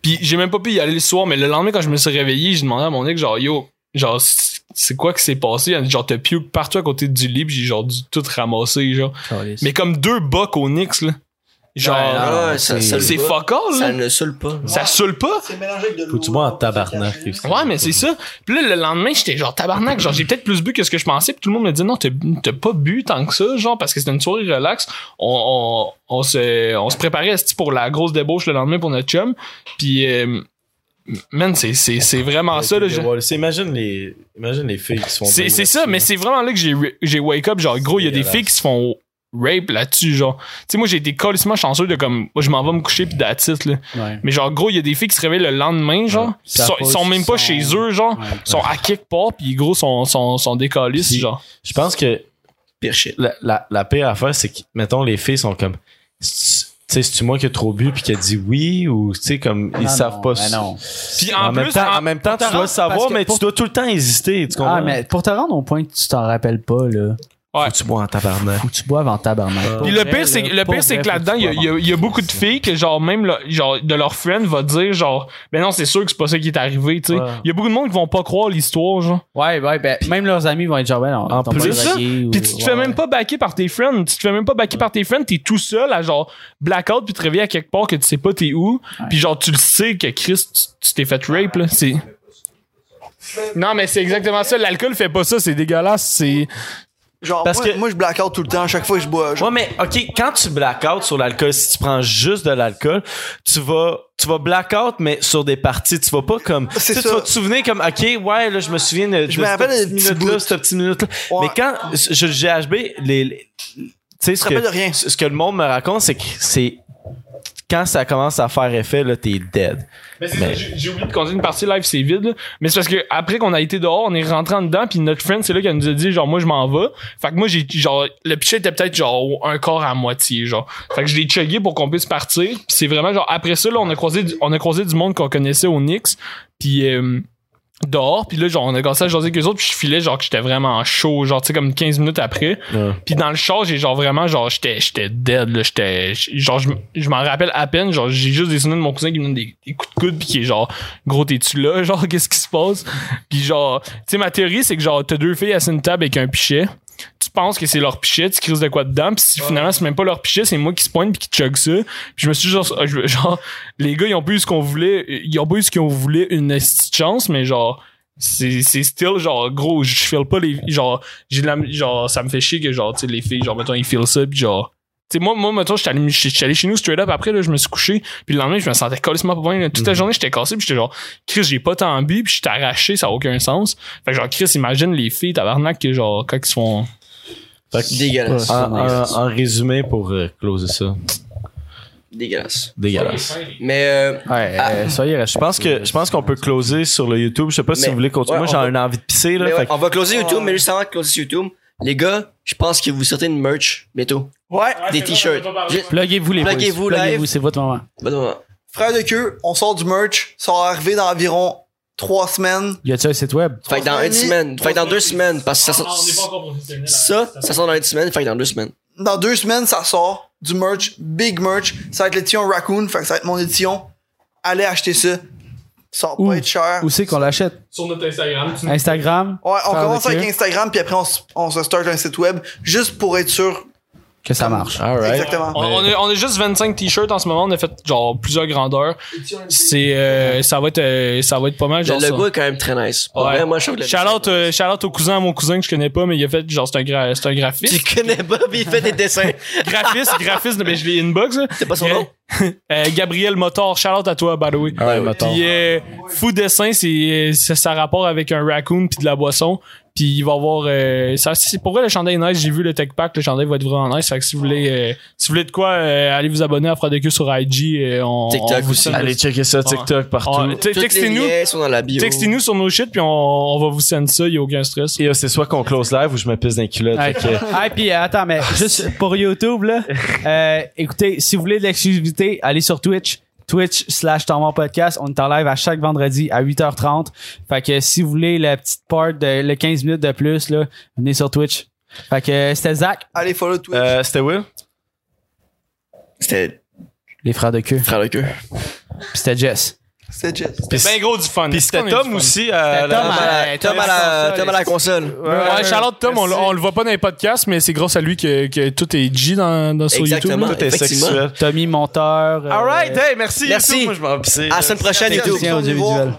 Speaker 2: Puis j'ai même pas pu y aller le soir, mais le lendemain, quand je me suis réveillé, j'ai demandé à mon ex, genre, yo, genre, c'est- c'est quoi qui s'est passé? Elle dit, genre, t'as pu partout à côté du lit, puis j'ai, genre, dû tout ramasser, genre. Mais comme deux bocs au Nix, là. Genre,
Speaker 3: Ouais, non,
Speaker 4: Ah, ça, ça,
Speaker 2: c'est
Speaker 4: le pas.
Speaker 2: fuck all,
Speaker 4: Ça
Speaker 2: là.
Speaker 4: ne saoule pas.
Speaker 2: Ça saoule pas?
Speaker 5: C'est mélangé avec de l'eau.
Speaker 1: Faut-tu boire en tabarnak aussi?
Speaker 2: Ouais, mais c'est ça. Puis là, le lendemain, j'étais genre tabarnak. Genre, j'ai peut-être plus bu que ce que je pensais. Puis tout le monde me dit non, t'as t'as pas bu tant que ça, genre, parce que c'était une soirée relax. On, on, on se, on se préparait esti, pour la grosse débauche le lendemain pour notre chum. Puis, euh, man, c'est- c'est c'est vraiment Ah, ça, là.
Speaker 1: Avec
Speaker 2: Je-
Speaker 1: des walls. C'est- Imagine les, imagine les filles qui sont.
Speaker 2: C'est c'est ça, mais c'est vraiment là que j'ai j'ai wake up. Genre, gros, il y a des
Speaker 1: Dégueulasse.
Speaker 2: filles qui se font rape là-dessus, genre. Tu sais, moi, j'ai été colissement chanceux de comme, je m'en vais me coucher pis d'attitude, là.
Speaker 3: Ouais.
Speaker 2: Mais genre, gros, il y a des filles qui se réveillent le lendemain, genre.
Speaker 3: Ouais.
Speaker 2: pis Ils sont, ils sont même pas
Speaker 3: Ils sont-
Speaker 2: chez eux, genre.
Speaker 3: Ouais.
Speaker 2: Ils sont à quelque part, puis gros, sont, sont, sont décalisses,
Speaker 1: Puis-
Speaker 2: genre.
Speaker 1: Je pense que
Speaker 4: Pire shit.
Speaker 1: la, la, la pire affaire, c'est que, mettons, les filles sont comme. C'est-tu- Tu sais, c'est-tu moi qui ai trop bu puis qui a dit oui ou, tu sais, comme, ils
Speaker 3: Ah
Speaker 1: savent
Speaker 3: non,
Speaker 1: pas.
Speaker 3: mais
Speaker 1: si-
Speaker 3: non.
Speaker 2: Puis
Speaker 1: En,
Speaker 2: en,
Speaker 1: même
Speaker 2: plus,
Speaker 1: temps,
Speaker 2: en-
Speaker 1: en même temps, tu
Speaker 3: Parce
Speaker 1: dois
Speaker 3: que-
Speaker 1: le savoir,
Speaker 3: parce que
Speaker 1: mais tu
Speaker 3: pour-
Speaker 1: dois tout le temps hésiter. Tu comprends?
Speaker 3: Ah, mais pour te rendre au point que tu t'en rappelles pas, là,
Speaker 1: Faut que tu bois en tabarnak.
Speaker 3: faut que tu boives en tabarnak.
Speaker 2: puis le pire, c'est que- le pire, c'est que là-dedans, il y a- il y, a- il y a beaucoup de filles que, genre, même le- genre, de leur friend va dire, genre, ben non, c'est sûr que c'est pas ça qui est arrivé, tu sais. Il
Speaker 1: Ouais.
Speaker 2: y a beaucoup de monde qui vont pas croire l'histoire, genre.
Speaker 3: Ouais, ouais, ben, même leurs amis vont être genre, ben, non,
Speaker 1: En
Speaker 3: t'as pas
Speaker 1: plus,
Speaker 3: le
Speaker 2: ça,
Speaker 3: drogué ou-
Speaker 2: Puis tu te fais
Speaker 3: ouais,
Speaker 2: même pas backer par tes friends. Tu te fais même pas backer par tes friends. T'es tout seul à genre blackout puis te réveiller à quelque part que tu sais pas t'es où. Puis genre tu le sais que Chris, tu- tu t'es fait rape là. C'est. Non mais c'est exactement ça. L'alcool fait pas ça. C'est dégueulasse. C'est.
Speaker 5: Genre,
Speaker 1: Parce
Speaker 5: moi,
Speaker 1: que-
Speaker 5: moi, je blackout tout le temps, à chaque fois que je bois. genre.
Speaker 1: Ouais, mais OK, quand tu blackout sur l'alcool, si tu prends juste de l'alcool, tu vas tu vas blackout mais sur des parties, tu vas pas comme tu,
Speaker 5: C'est
Speaker 1: sais, tu
Speaker 5: ça.
Speaker 1: vas te souvenir comme OK, ouais, là je me souviens de, de
Speaker 5: Je me rappelle
Speaker 1: cette
Speaker 5: des petits
Speaker 1: minute là,
Speaker 5: bouts.
Speaker 1: cette petite minute là.
Speaker 5: Ouais.
Speaker 1: Mais quand je le GHB, les, les- tu sais ce
Speaker 5: te rappelles
Speaker 1: que-
Speaker 5: de rien.
Speaker 1: ce ce que le monde me raconte c'est que c'est quand ça commence à faire effet là, t'es dead.
Speaker 2: Mais c'est ça, j'ai j'ai oublié de compter une partie live, c'est vide. là. Mais c'est parce que après qu'on a été dehors, on est rentré en dedans, puis notre friend, c'est là qu'elle nous a dit genre moi je m'en vais. Fait que moi j'ai genre le pichet était peut-être genre au- un quart à moitié genre. Fait que je l'ai chugué pour qu'on puisse partir. Puis c'est vraiment genre après ça là, on a croisé du, on a croisé du monde qu'on connaissait au Nix. Puis euh, dehors, puis là genre on a commencé à jaser avec les autres, puis je filais genre que j'étais vraiment chaud, genre tu sais comme 15 minutes après. Puis dans le char, j'ai genre vraiment genre j'étais j'étais dead là, j'étais genre je m- je m'en rappelle à peine, genre j'ai juste des souvenirs de mon cousin qui me donne des, des coups de coude puis qui est genre gros t'es tu là, genre qu'est-ce qui se passe Puis genre tu sais ma théorie c'est que genre t'as deux filles assises à une table avec un pichet. Tu penses que c'est leur pichet, tu crises de quoi dedans, puis si finalement c'est même pas leur pichet, c'est moi qui se pointe puis qui chug ça. Puis je me suis genre je- genre les gars ils ont pas eu ce qu'on voulait, ils ont pas eu ce qu'ils ont voulu une esti de chance mais genre c'est c'est still genre gros je file pas les genre j'ai de la genre ça me fait chier que genre tu sais les filles genre mettons ils filent ça puis genre tu sais moi moi mettons j'étais allé me- j'étais allé chez nous straight up après là je me suis couché puis le lendemain je me sentais colissement pas bien là. toute la
Speaker 4: Mhm.
Speaker 2: journée j'étais cassé puis j'étais genre Chris j'ai pas tant bu puis j'étais arraché ça a aucun sens fait que genre Chris imagine les filles tabarnak que genre quand ils se font
Speaker 1: Fait que-
Speaker 4: Dégueulasse.
Speaker 1: en,
Speaker 2: Ah,
Speaker 1: en- en résumé pour euh, closer ça,
Speaker 4: Dégueulasse.
Speaker 1: dégueulasse.
Speaker 4: Mais euh,
Speaker 2: ah.
Speaker 3: Ouais, euh, soyez
Speaker 1: Je pense que je pense qu'on peut closer sur le YouTube, je sais pas si
Speaker 4: Mais-
Speaker 1: vous voulez continuer,
Speaker 4: ouais,
Speaker 1: moi
Speaker 4: on
Speaker 1: j'ai
Speaker 4: va-
Speaker 1: une envie de pisser là,
Speaker 4: mais
Speaker 1: fait
Speaker 4: ouais,
Speaker 1: que-
Speaker 4: on va closer YouTube, mais juste avant de closer YouTube, les gars, je pense que vous sortez une merch bientôt.
Speaker 5: Ouais.
Speaker 4: des t-shirts. J'ai-
Speaker 3: Pluguez-vous les
Speaker 4: Pluguez-vous
Speaker 3: boys.
Speaker 4: live.
Speaker 3: Pluguez-vous, c'est votre moment.
Speaker 4: Bon, bon, bon.
Speaker 5: Frère de queue, on sort du merch. Ça va arriver dans environ trois semaines.
Speaker 3: Y a-tu un site web?
Speaker 4: Fait que dans une semaine. Fait que dans deux semaines. Parce que ça sort. Ça, ça sort dans une semaine. Fait que dans deux semaines.
Speaker 5: Dans deux semaines, ça sort du merch, big merch. Ça va être l'édition Raccoon, fait que ça va être mon édition. Allez acheter ça. Ça va
Speaker 3: Où?
Speaker 5: pas être cher.
Speaker 3: Où c'est qu'on l'achète?
Speaker 2: sur notre Instagram
Speaker 3: Instagram?
Speaker 5: Ouais, on
Speaker 3: Frère de
Speaker 5: commence
Speaker 3: queue?
Speaker 5: avec Instagram, puis après, on, s- on se start un site web, juste pour être sûr.
Speaker 3: Que ça marche.
Speaker 5: Exactement.
Speaker 2: On, on, a, on a juste 25 t-shirts en ce moment, on a fait genre plusieurs grandeurs. C'est euh, ça va être euh, ça va être pas mal
Speaker 4: Le
Speaker 2: genre ça.
Speaker 4: logo est quand même très nice. Pour
Speaker 2: Ouais.
Speaker 4: vrai, moi, je trouve que le-
Speaker 2: Shout-out, euh, shout-out au cousin, à mon cousin que je connais pas, mais il a fait genre c'est un, gra- c'est un
Speaker 4: Tu
Speaker 2: graphiste.
Speaker 4: connais pas, mais il fait des dessins.
Speaker 2: graphiste, graphiste, mais je l'ai inbox. là.
Speaker 4: C'est pas son nom?
Speaker 2: Euh, Gabriel Motor, shout-out à toi, by the way.
Speaker 1: Ouais, mettons.
Speaker 2: Puis euh, Fou Dessin, c'est ça, ça a rapport avec un raccoon puis de la boisson. Puis il va avoir euh, ça c'est pour vrai le chandail est nice, j'ai vu le tech pack, le chandail va être vraiment nice. Fait que si vous voulez euh, si vous voulez de quoi euh, allez vous abonner à Frodecu sur IG euh, on
Speaker 4: TikTok
Speaker 2: on vous
Speaker 4: aussi.
Speaker 2: send-
Speaker 1: Allez checker ça TikTok partout.
Speaker 2: on- te-
Speaker 4: Toutes les
Speaker 2: Textez-nous,
Speaker 4: liens sont dans la bio.
Speaker 2: textez-nous sur nos shit puis on, on va vous send ça, y a aucun stress.
Speaker 1: Et euh, c'est soit qu'on close live ou je me pisse d'un culotte.
Speaker 3: Ouais.
Speaker 1: fait que-
Speaker 3: Ah, puis euh, attends, mais juste pour YouTube, là, euh, écoutez, si vous voulez de l'exclusivité, allez sur Twitch. Twitch slash Tourment Podcast. On est en live à chaque vendredi à 8h30. Fait que si vous voulez la petite part de le 15 minutes de plus, là, venez sur Twitch. Fait que euh, c'était Zach,
Speaker 5: Allez, follow Twitch.
Speaker 1: Euh, C'était Will?
Speaker 4: C'était
Speaker 3: les frères de queue.
Speaker 4: frère le queue.
Speaker 3: Puis c'était Jess.
Speaker 5: C'est juste.
Speaker 1: Puis
Speaker 2: Ben gros du fun.
Speaker 1: puis c'était
Speaker 2: Est-ce qu'on a du
Speaker 1: Tom
Speaker 2: fun?
Speaker 1: aussi. à
Speaker 3: C'était Tom
Speaker 1: la-
Speaker 4: Tom à la, Tom à la, Tom à la console.
Speaker 2: Ouais, Charlotte Tom, on,
Speaker 1: Merci.
Speaker 2: on le voit pas dans les podcasts, mais c'est grâce à lui que, que tout est G dans, dans sur
Speaker 4: Exactement.
Speaker 2: YouTube.
Speaker 1: Tout est
Speaker 4: Effectivement.
Speaker 1: sexuel.
Speaker 3: Tommy Monteur. euh,
Speaker 1: Alright, hey, merci.
Speaker 4: Merci.
Speaker 1: YouTube. Moi, je m'en pissais.
Speaker 4: À la semaine prochaine,
Speaker 5: Merci.
Speaker 4: et tout.
Speaker 5: Merci.
Speaker 3: audiovisuel.